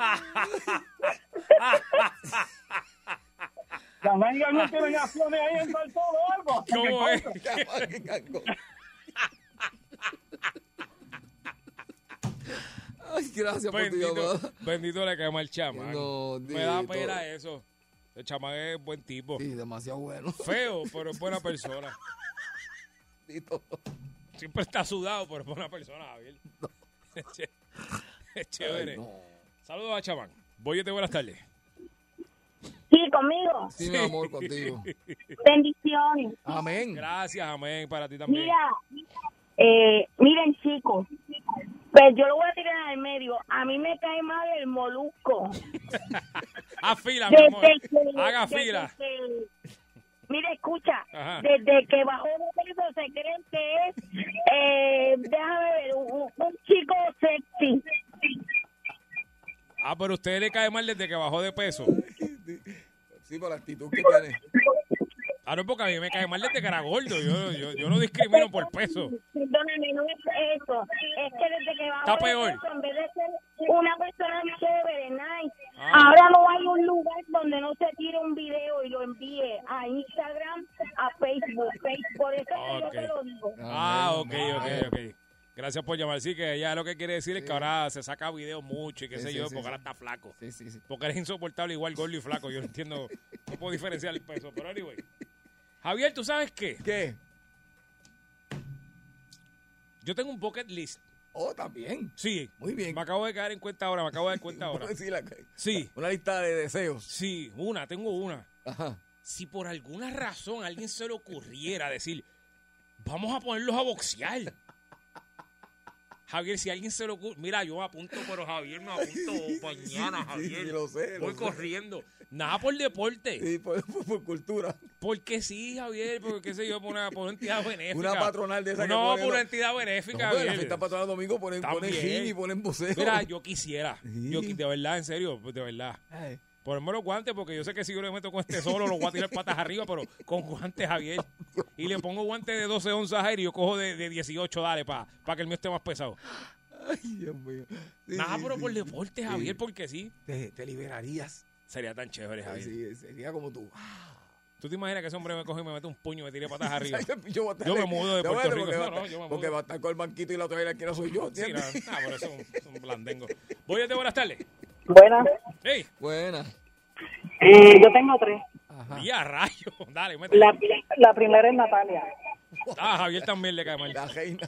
[SPEAKER 1] Gangán y Gangón tienen acciones ahí en todo o algo.
[SPEAKER 2] ¿Cómo es?
[SPEAKER 4] Ay, gracias por tu
[SPEAKER 6] bendito,
[SPEAKER 4] llamada.
[SPEAKER 6] bendito le cae mal chamán.
[SPEAKER 4] No,
[SPEAKER 6] ¿eh? Me da
[SPEAKER 4] Dito.
[SPEAKER 6] pena eso. El chamán es buen tipo.
[SPEAKER 4] Sí, demasiado bueno.
[SPEAKER 6] Feo, pero es buena persona. Siempre está sudado, pero es buena persona, Javier. Es ché- es chévere.
[SPEAKER 2] Ay,
[SPEAKER 6] Saludos a chamán. Boyete, buenas tardes.
[SPEAKER 22] Sí, conmigo.
[SPEAKER 6] Sí,
[SPEAKER 4] mi amor, contigo.
[SPEAKER 22] Bendiciones.
[SPEAKER 4] Amén.
[SPEAKER 6] Gracias, amén, para ti también.
[SPEAKER 22] Mira, eh, miren chicos, pues yo lo voy a tirar al medio. A mí me cae mal el molusco.
[SPEAKER 6] Haz fila, mi
[SPEAKER 22] Desde
[SPEAKER 6] amor.
[SPEAKER 22] que-
[SPEAKER 6] Haga
[SPEAKER 22] desde
[SPEAKER 6] fila.
[SPEAKER 22] que- mira, escucha,
[SPEAKER 6] Ajá.
[SPEAKER 22] desde que bajó de peso se creen que es, eh, déjame ver, un, un chico sexy.
[SPEAKER 6] Ah, pero a usted le cae mal desde que bajó de peso.
[SPEAKER 4] Sí, por la actitud que tiene.
[SPEAKER 6] Ah, no, porque a mí me cae mal desde que era gordo. Yo, yo, yo no discrimino por peso.
[SPEAKER 22] Perdóname, no es eso. Es que desde que bajó
[SPEAKER 6] Está
[SPEAKER 22] de
[SPEAKER 6] peor.
[SPEAKER 22] peso, en vez de ser una persona chévere, nice,
[SPEAKER 6] Ah.
[SPEAKER 22] ahora no hay un lugar donde no se tire un video y lo envíe a Instagram, a Facebook. Face- Por eso es que yo te
[SPEAKER 6] Ok.
[SPEAKER 22] lo digo.
[SPEAKER 6] Ah, ok, ok, ok. Gracias por llamar. Sí, que ella lo que quiere decir es que ahora se saca videos mucho y qué
[SPEAKER 4] Sí,
[SPEAKER 6] sé
[SPEAKER 4] sí,
[SPEAKER 6] yo,
[SPEAKER 4] sí,
[SPEAKER 6] porque
[SPEAKER 4] sí.
[SPEAKER 6] ahora está flaco.
[SPEAKER 4] Sí, sí, sí.
[SPEAKER 6] Porque eres insoportable igual gordo y flaco. Yo no entiendo, no puedo diferenciar el peso. Pero anyway. Javier, ¿tú sabes qué?
[SPEAKER 4] ¿Qué?
[SPEAKER 6] Yo tengo un bucket list.
[SPEAKER 4] Oh, también.
[SPEAKER 6] Sí.
[SPEAKER 4] Muy bien.
[SPEAKER 6] Me acabo de caer en cuenta ahora, me acabo de dar cuenta ahora.
[SPEAKER 4] Sí, la-
[SPEAKER 6] Sí.
[SPEAKER 4] Una lista de deseos.
[SPEAKER 6] Sí, una, tengo una.
[SPEAKER 4] Ajá.
[SPEAKER 6] Si por alguna razón a alguien se le ocurriera decir, vamos a ponerlos a boxear. Javier, si alguien se lo ocurre, mira, yo apunto, pero Javier me apunto mañana, Javier.
[SPEAKER 4] sí, lo sé, lo
[SPEAKER 6] Voy
[SPEAKER 4] sé.
[SPEAKER 6] corriendo. Nada por deporte.
[SPEAKER 4] Sí, por, por- por cultura.
[SPEAKER 6] Porque sí, Javier, porque qué sé yo, por una, por una entidad benéfica.
[SPEAKER 4] Una patronal de esa que
[SPEAKER 6] No,
[SPEAKER 4] ponen
[SPEAKER 6] por una
[SPEAKER 4] lo-
[SPEAKER 6] entidad benéfica,
[SPEAKER 4] No, pues, en la
[SPEAKER 6] Javier.
[SPEAKER 4] fiesta patronal domingo ponen, ponen
[SPEAKER 6] También.
[SPEAKER 4] gin y ponen buceo.
[SPEAKER 6] Mira, yo quisiera. Yo, qui- de verdad, en serio, pues, de verdad. Ponerme los guantes, porque yo sé que si yo le meto con este solo, lo voy a tirar patas arriba, pero con guantes, Javier. Y le pongo guantes de 12 onzas aire y yo cojo de, de 18, dale, para que el mío esté más pesado.
[SPEAKER 4] Ay, Dios mío. Sí,
[SPEAKER 6] Nada,
[SPEAKER 4] sí,
[SPEAKER 6] pero
[SPEAKER 4] sí.
[SPEAKER 6] por deporte, Javier, porque sí.
[SPEAKER 4] Te, te liberarías.
[SPEAKER 6] Sería tan chévere, Javier.
[SPEAKER 4] Sí, sería como tú.
[SPEAKER 6] ¿Tú te imaginas que ese hombre me coge y me mete un puño y me tire patas arriba?
[SPEAKER 4] yo, voy a estar-
[SPEAKER 6] Yo me mudo de
[SPEAKER 4] No,
[SPEAKER 6] Puerto
[SPEAKER 4] bueno,
[SPEAKER 6] Rico.
[SPEAKER 4] Porque, va,
[SPEAKER 6] No,
[SPEAKER 4] a
[SPEAKER 6] no,
[SPEAKER 4] estar-
[SPEAKER 6] yo me
[SPEAKER 4] porque
[SPEAKER 6] mudo.
[SPEAKER 4] va a estar con el banquito y la otra que no soy yo.
[SPEAKER 6] Sí, no,
[SPEAKER 4] ¿entiendes?
[SPEAKER 6] no, pero eso es un- es un blandengo. Voy de buenas tardes.
[SPEAKER 7] Buenas.
[SPEAKER 6] Hey,
[SPEAKER 4] Buena.
[SPEAKER 7] Eh, yo tengo tres.
[SPEAKER 6] día rayo. Dale, mete.
[SPEAKER 7] La, la primera es Natalia.
[SPEAKER 6] Ah, Javier también le cae mal. La
[SPEAKER 4] reina.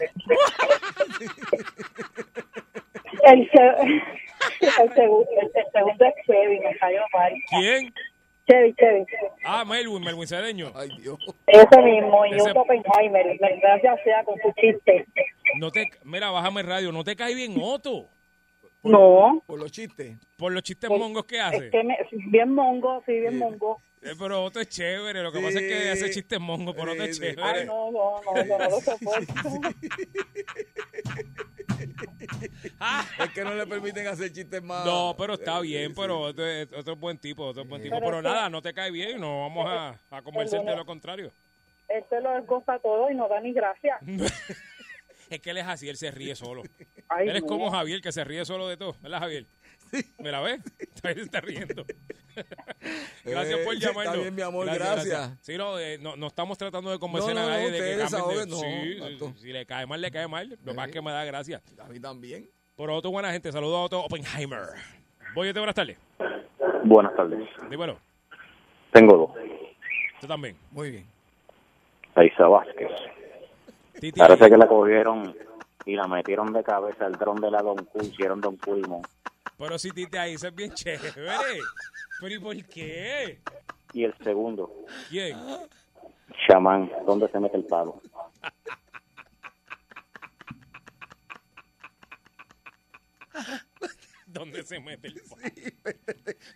[SPEAKER 7] El, se- el, segu- el- el segundo es Chevy, me cayó mal.
[SPEAKER 6] ¿Quién?
[SPEAKER 7] Chevy, Chevy.
[SPEAKER 6] Ah, Melwin, Melwin Cedeño. Ay, Dios.
[SPEAKER 7] Ese mismo, y
[SPEAKER 6] Ese-
[SPEAKER 7] un Oppenheimer. Gracias sea con tu chiste.
[SPEAKER 6] No te, mira, bájame el radio. ¿No te cae bien Otto?
[SPEAKER 7] No.
[SPEAKER 4] Por los chistes.
[SPEAKER 6] Por los chistes mongos que hace.
[SPEAKER 7] Es que me- bien mongo, sí, bien Este mongo.
[SPEAKER 6] Eh, pero Otto es chévere. Lo que pasa es que hace chistes mongos, pero Otto es chévere.
[SPEAKER 7] Ay, Ah, no, no, no, yo no lo soporto.
[SPEAKER 4] Es que no le permiten hacer chistes más.
[SPEAKER 6] No, pero está bien, pero otro, es- otro es buen tipo, otro es buen tipo.
[SPEAKER 7] Pero
[SPEAKER 6] Pero
[SPEAKER 7] es que-
[SPEAKER 6] nada, no te cae bien, no vamos a, a convencerte de
[SPEAKER 7] bueno.
[SPEAKER 6] lo contrario.
[SPEAKER 7] Él se Este lo goza todo y no da ni gracia.
[SPEAKER 6] Es que él es así, él se ríe solo.
[SPEAKER 7] Ay,
[SPEAKER 6] él es
[SPEAKER 7] no.
[SPEAKER 6] como Javier, que se ríe solo de todo, ¿verdad, Javier? ¿Me la ves? Javier se está riendo. gracias por
[SPEAKER 4] Eh, está
[SPEAKER 6] llamarnos.
[SPEAKER 4] bien, mi amor, gracias.
[SPEAKER 6] Sí, no, eh, no, no estamos tratando de convencer
[SPEAKER 4] No,
[SPEAKER 6] a
[SPEAKER 4] no,
[SPEAKER 6] nadie
[SPEAKER 4] no,
[SPEAKER 6] de que
[SPEAKER 4] ustedes
[SPEAKER 6] cambien de-
[SPEAKER 4] ahora no,
[SPEAKER 6] Sí,
[SPEAKER 4] tanto.
[SPEAKER 6] si le cae mal, le cae mal. Lo que pasa es que me da gracia.
[SPEAKER 4] A mí también.
[SPEAKER 6] Por otro, buena gente. Saludos a otro Oppenheimer. Voy, buenas tardes.
[SPEAKER 9] Buenas tardes.
[SPEAKER 6] Dímelo,
[SPEAKER 9] Tengo dos.
[SPEAKER 6] tú también. Muy bien.
[SPEAKER 9] Aiza Vázquez. Parece que la cogieron y la metieron de cabeza al dron de la Don Q, hicieron Don Pulmón.
[SPEAKER 6] Pero si Titi ahí es bien chévere. ¿Pero y por qué?
[SPEAKER 9] Y el segundo,
[SPEAKER 6] ¿Quién?
[SPEAKER 9] chamán, ¿dónde se mete el palo?
[SPEAKER 6] ¿Dónde se mete el palo?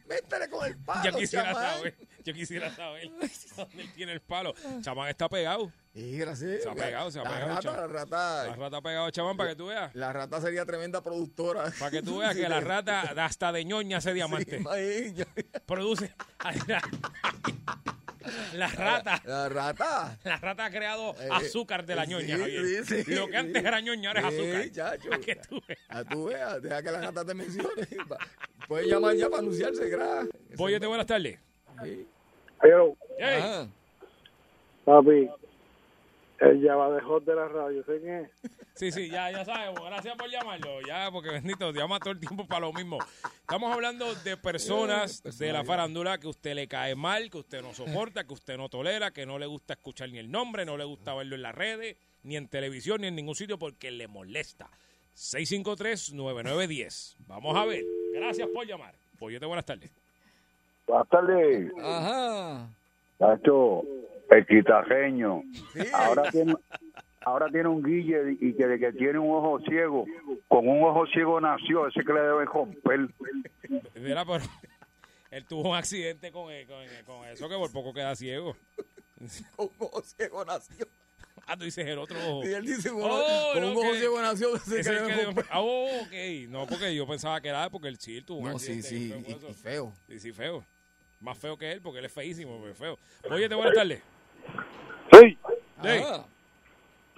[SPEAKER 4] Métele con el palo.
[SPEAKER 6] Yo quisiera
[SPEAKER 4] chamán.
[SPEAKER 6] saber. Yo quisiera saber dónde él tiene el palo. Chamán está pegado.
[SPEAKER 4] Sí, gracias.
[SPEAKER 6] Se ha pegado, se ha
[SPEAKER 4] La
[SPEAKER 6] pegado.
[SPEAKER 4] rata,
[SPEAKER 6] chamán.
[SPEAKER 4] la rata.
[SPEAKER 6] La rata ha pegado, chamán, para que tú veas.
[SPEAKER 4] La rata sería tremenda productora.
[SPEAKER 6] Para que tú veas que la rata hasta de ñoña hace diamante. Produce. La rata.
[SPEAKER 4] La rata.
[SPEAKER 6] La rata ha creado
[SPEAKER 4] Eh,
[SPEAKER 6] azúcar de la
[SPEAKER 4] sí,
[SPEAKER 6] ñoña, Javier.
[SPEAKER 4] sí, sí,
[SPEAKER 6] Lo que antes
[SPEAKER 4] sí.
[SPEAKER 6] era ñoña ahora
[SPEAKER 4] Sí,
[SPEAKER 6] es azúcar.
[SPEAKER 4] chacho.
[SPEAKER 6] Para que tú veas.
[SPEAKER 4] A tú veas, deja que la rata te mencione. Va. Puedes llamar ya para anunciarse, gracias.
[SPEAKER 6] Voy, te buenas tardes.
[SPEAKER 23] Pero,
[SPEAKER 6] Ey.
[SPEAKER 23] papi, él ya va de hot de la radio, ¿sí quién es?
[SPEAKER 6] Sí, sí, ya, ya sabemos. Gracias por llamarlo. Ya, porque bendito, te llama todo el tiempo para lo mismo. Estamos hablando de personas de la farándula que usted le cae mal, que usted no soporta, que usted no tolera, que no le gusta escuchar ni el nombre, no le gusta verlo en las redes, ni en televisión, ni en ningún sitio porque le molesta. 653-9910. Vamos a ver. Gracias por llamar. Pollete, buenas tardes.
[SPEAKER 24] Buenas tardes.
[SPEAKER 4] Ajá.
[SPEAKER 24] Nacho, el quitajeño. Ahora, tiene, ahora tiene un guille y que, que tiene un ojo ciego. Con un ojo ciego nació, ese que le debe romper.
[SPEAKER 6] Mira, pero él tuvo un accidente con, eh, con, eh, con eso que por poco queda ciego.
[SPEAKER 4] Un ojo ciego nació.
[SPEAKER 6] Ah, tú dices el otro ojo.
[SPEAKER 4] Y él dice, un ojo-
[SPEAKER 6] Oh,
[SPEAKER 4] con
[SPEAKER 6] no,
[SPEAKER 4] un ojo
[SPEAKER 6] que-
[SPEAKER 4] ciego nació. se
[SPEAKER 6] ese es
[SPEAKER 4] quedó
[SPEAKER 6] que
[SPEAKER 4] en
[SPEAKER 6] dio- Ah, oh, ok. No, porque yo pensaba que era porque el sí él tuvo un
[SPEAKER 4] No, sí,
[SPEAKER 6] accidente.
[SPEAKER 4] sí,
[SPEAKER 6] fue por
[SPEAKER 4] y- y
[SPEAKER 6] eso.
[SPEAKER 4] feo.
[SPEAKER 6] Sí, sí, feo. Más feo que él porque él es feísimo, pero feo. Oye, te buenas tardes.
[SPEAKER 23] Sí.
[SPEAKER 6] Ey,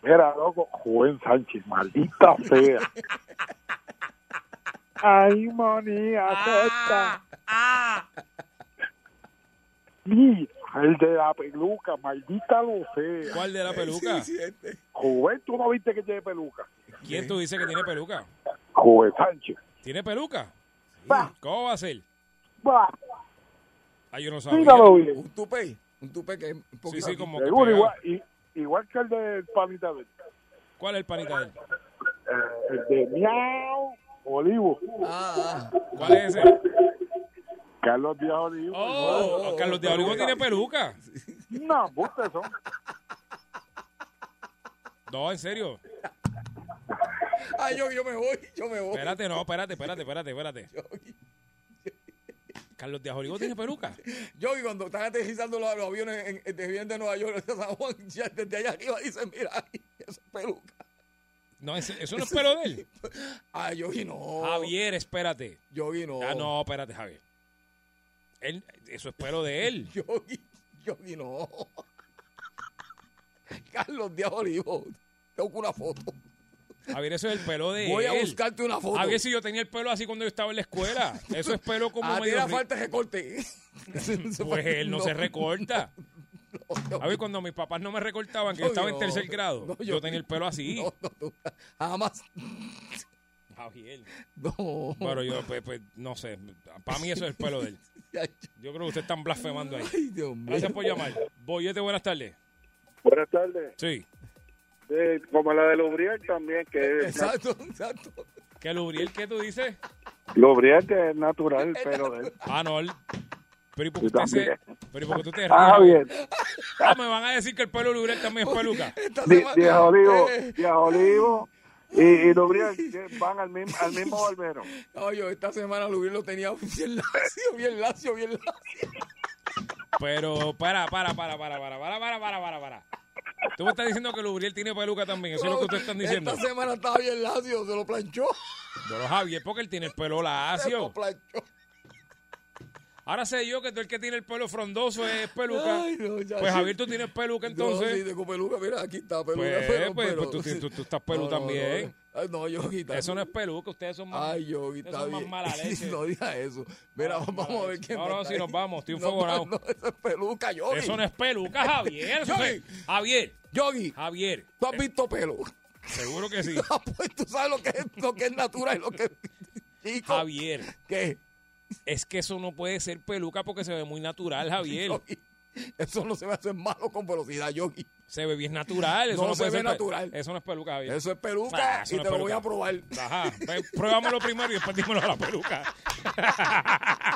[SPEAKER 23] Era loco, Juan Sánchez, maldita sea. Ay, tota. moni, acepta. Sí, el de la peluca, maldita lo sea.
[SPEAKER 6] ¿Cuál de la peluca?
[SPEAKER 4] este.
[SPEAKER 23] Juven, tú no viste que tiene peluca.
[SPEAKER 6] ¿Quién tú dices que tiene peluca?
[SPEAKER 23] Juven Sánchez.
[SPEAKER 6] ¿Tiene peluca? ¿Cómo va a ser?
[SPEAKER 23] Va,
[SPEAKER 6] Ah, yo no sabía.
[SPEAKER 23] míralo bien.
[SPEAKER 4] Un tupé. Un tupé que es un poquito
[SPEAKER 6] sí,
[SPEAKER 4] aquí.
[SPEAKER 6] como
[SPEAKER 23] Seguro, igual, i- igual que el del panita de él.
[SPEAKER 6] ¿Cuál es el panita de él?
[SPEAKER 23] eh, El de Miau Olivo.
[SPEAKER 4] Ah,
[SPEAKER 6] ¿Cuál es ese?
[SPEAKER 23] Carlos Díaz Olivo.
[SPEAKER 6] Oh, Carlos de Olivo tiene peluca.
[SPEAKER 23] No, bustes son.
[SPEAKER 6] No, en serio.
[SPEAKER 4] Ay, yo, yo me voy, yo me voy.
[SPEAKER 6] Espérate, no, espérate, espérate, espérate, espérate. Carlos de Ajorigo tiene peruca.
[SPEAKER 4] Yogi, cuando están aterrizando los, los aviones en, en- desde vienen de Nueva York a San Juan, ya desde allá arriba dicen, mira, ay, esa es peluca.
[SPEAKER 6] No, ese- eso no es pelo de él.
[SPEAKER 4] Ah, Yogi, no.
[SPEAKER 6] Javier, espérate.
[SPEAKER 4] Yogi, no.
[SPEAKER 6] Ah, no, espérate, Javier. Él, eso es pelo de él.
[SPEAKER 4] Yogi, Yogi, no. Carlos de Olivo, tengo una foto.
[SPEAKER 6] Javier, eso es el pelo de
[SPEAKER 4] Voy
[SPEAKER 6] él.
[SPEAKER 4] a buscarte una foto.
[SPEAKER 6] Javier, si yo tenía el pelo así cuando yo estaba en la escuela. Eso es pelo como
[SPEAKER 4] ah,
[SPEAKER 6] medio
[SPEAKER 4] tiene la
[SPEAKER 6] ri-
[SPEAKER 4] falta de recorte.
[SPEAKER 6] Pues él no, se recorta. A ver, cuando mis papás no me recortaban, que yo
[SPEAKER 4] No,
[SPEAKER 6] estaba en
[SPEAKER 4] yo-
[SPEAKER 6] tercer grado,
[SPEAKER 4] no,
[SPEAKER 6] yo,
[SPEAKER 4] yo-
[SPEAKER 6] tenía el pelo así.
[SPEAKER 4] No, Jamás.
[SPEAKER 6] Javier.
[SPEAKER 4] No.
[SPEAKER 6] Bueno, yo, pues, pues, no sé. Para mí eso es el pelo de él. Yo creo que usted están blasfemando ahí.
[SPEAKER 4] Ay, Dios mío.
[SPEAKER 6] Gracias por llamar. Boyete, buenas tardes.
[SPEAKER 23] Buenas tardes.
[SPEAKER 6] Sí.
[SPEAKER 23] Sí, como la de Lubriel también, que es,
[SPEAKER 4] exacto.
[SPEAKER 6] ¿Qué Lubriel, qué tú dices?
[SPEAKER 23] Lubriel que es natural, pero de-
[SPEAKER 6] Ah, no. el- Pero ¿y por qué
[SPEAKER 23] Yo
[SPEAKER 6] usted se-
[SPEAKER 23] también.
[SPEAKER 6] pero ¿y por qué tú te ríes?
[SPEAKER 23] Ah, bien.
[SPEAKER 6] Ah, me van a decir que el pelo Lubriel también es peluca.
[SPEAKER 23] Die- Diez Olivo, Diez Olivo y, y Lubriel que van al mismo, al mismo barbero.
[SPEAKER 4] Oye, esta semana Luis lo tenía bien lacio, bien lacio, bien lacio.
[SPEAKER 6] Pero para, para, para, para, para, para, para, para, para, para. Tú me estás diciendo que Lubriel tiene peluca también, eso es lo que ustedes están diciendo.
[SPEAKER 4] Esta semana estaba bien lacio, se lo planchó.
[SPEAKER 6] Pero Javier, porque él tiene el pelo
[SPEAKER 4] Se lo
[SPEAKER 6] lacio.
[SPEAKER 4] planchó.
[SPEAKER 6] Ahora sé yo que tú el que tiene el pelo frondoso es peluca.
[SPEAKER 4] Ay, no, ya
[SPEAKER 6] pues
[SPEAKER 4] sí.
[SPEAKER 6] Javier, tú tienes peluca entonces.
[SPEAKER 4] No, sí, tengo peluca, mira, aquí está peluca.
[SPEAKER 6] Pues,
[SPEAKER 4] pero-
[SPEAKER 6] pues,
[SPEAKER 4] pero-
[SPEAKER 6] pues, tú- tú- tú estás pelu
[SPEAKER 4] No, no,
[SPEAKER 6] también.
[SPEAKER 4] No, Ay, no, Yogi, está
[SPEAKER 6] Eso no es peluca, ustedes son más,
[SPEAKER 4] Ay, Yogi,
[SPEAKER 6] ustedes
[SPEAKER 4] está
[SPEAKER 6] son más
[SPEAKER 4] bien.
[SPEAKER 6] mala leche.
[SPEAKER 4] no digas eso. Mira, vamos a ver quién
[SPEAKER 6] No, no,
[SPEAKER 4] manda
[SPEAKER 6] si nos
[SPEAKER 4] ahí.
[SPEAKER 6] vamos, estoy un
[SPEAKER 4] No,
[SPEAKER 6] fogonado.
[SPEAKER 4] No, no, eso es peluca, Yogi.
[SPEAKER 6] Eso no es peluca, Javier. eso
[SPEAKER 4] Yogi.
[SPEAKER 6] es- Javier,
[SPEAKER 4] Yogi,
[SPEAKER 6] Javier.
[SPEAKER 4] tú has visto pelo.
[SPEAKER 6] Seguro que sí.
[SPEAKER 4] Ah, pues tú sabes lo que es, lo que es natural y lo que es. Chico.
[SPEAKER 6] Javier.
[SPEAKER 4] ¿Qué?
[SPEAKER 6] Es que eso no puede ser peluca porque se ve muy natural, Javier.
[SPEAKER 4] Yogi, Eso no se va a hacer malo con velocidad, Yogi.
[SPEAKER 6] Se ve bien natural. Eso
[SPEAKER 4] No
[SPEAKER 6] no,
[SPEAKER 4] se
[SPEAKER 6] puede
[SPEAKER 4] ve
[SPEAKER 6] ser pe-
[SPEAKER 4] natural.
[SPEAKER 6] Eso no es peluca, Javier.
[SPEAKER 4] Eso es peluca
[SPEAKER 6] Ah, eso
[SPEAKER 4] y
[SPEAKER 6] no
[SPEAKER 4] te
[SPEAKER 6] es
[SPEAKER 4] lo voy
[SPEAKER 6] peluca.
[SPEAKER 4] a probar.
[SPEAKER 6] Ajá. Ve, pruébamelo primero y después dímelo a la peluca.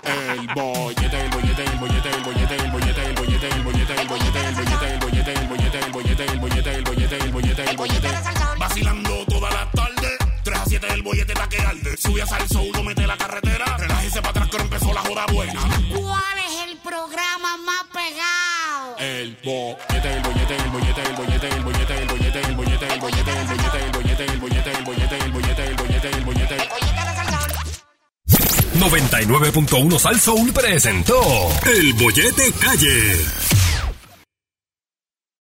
[SPEAKER 14] El bollete, el bollete, el bollete, el bollete, el bollete, el bollete, el bollete, el bollete, el bollete, el bollete, el bollete, el bollete, el bollete, el bollete, el bollete, el bollete. Vacilando toda la tarde, 3 a 7 el bollete está que arde. Sube a salso, uno mete la carretera, relájese para atrás que ahora empezó la joda buena.
[SPEAKER 11] ¿Cuál es el programa más pegado?
[SPEAKER 14] El bollete, el bollete, el bollete, el bollete, el bollete, el bollete, el bollete, el bollete, el bollete, el bollete, el bollete, el bollete, el bollete, el bollete, el bollete.
[SPEAKER 25] 99.1 Sal Soul presentó El Bollete Calle.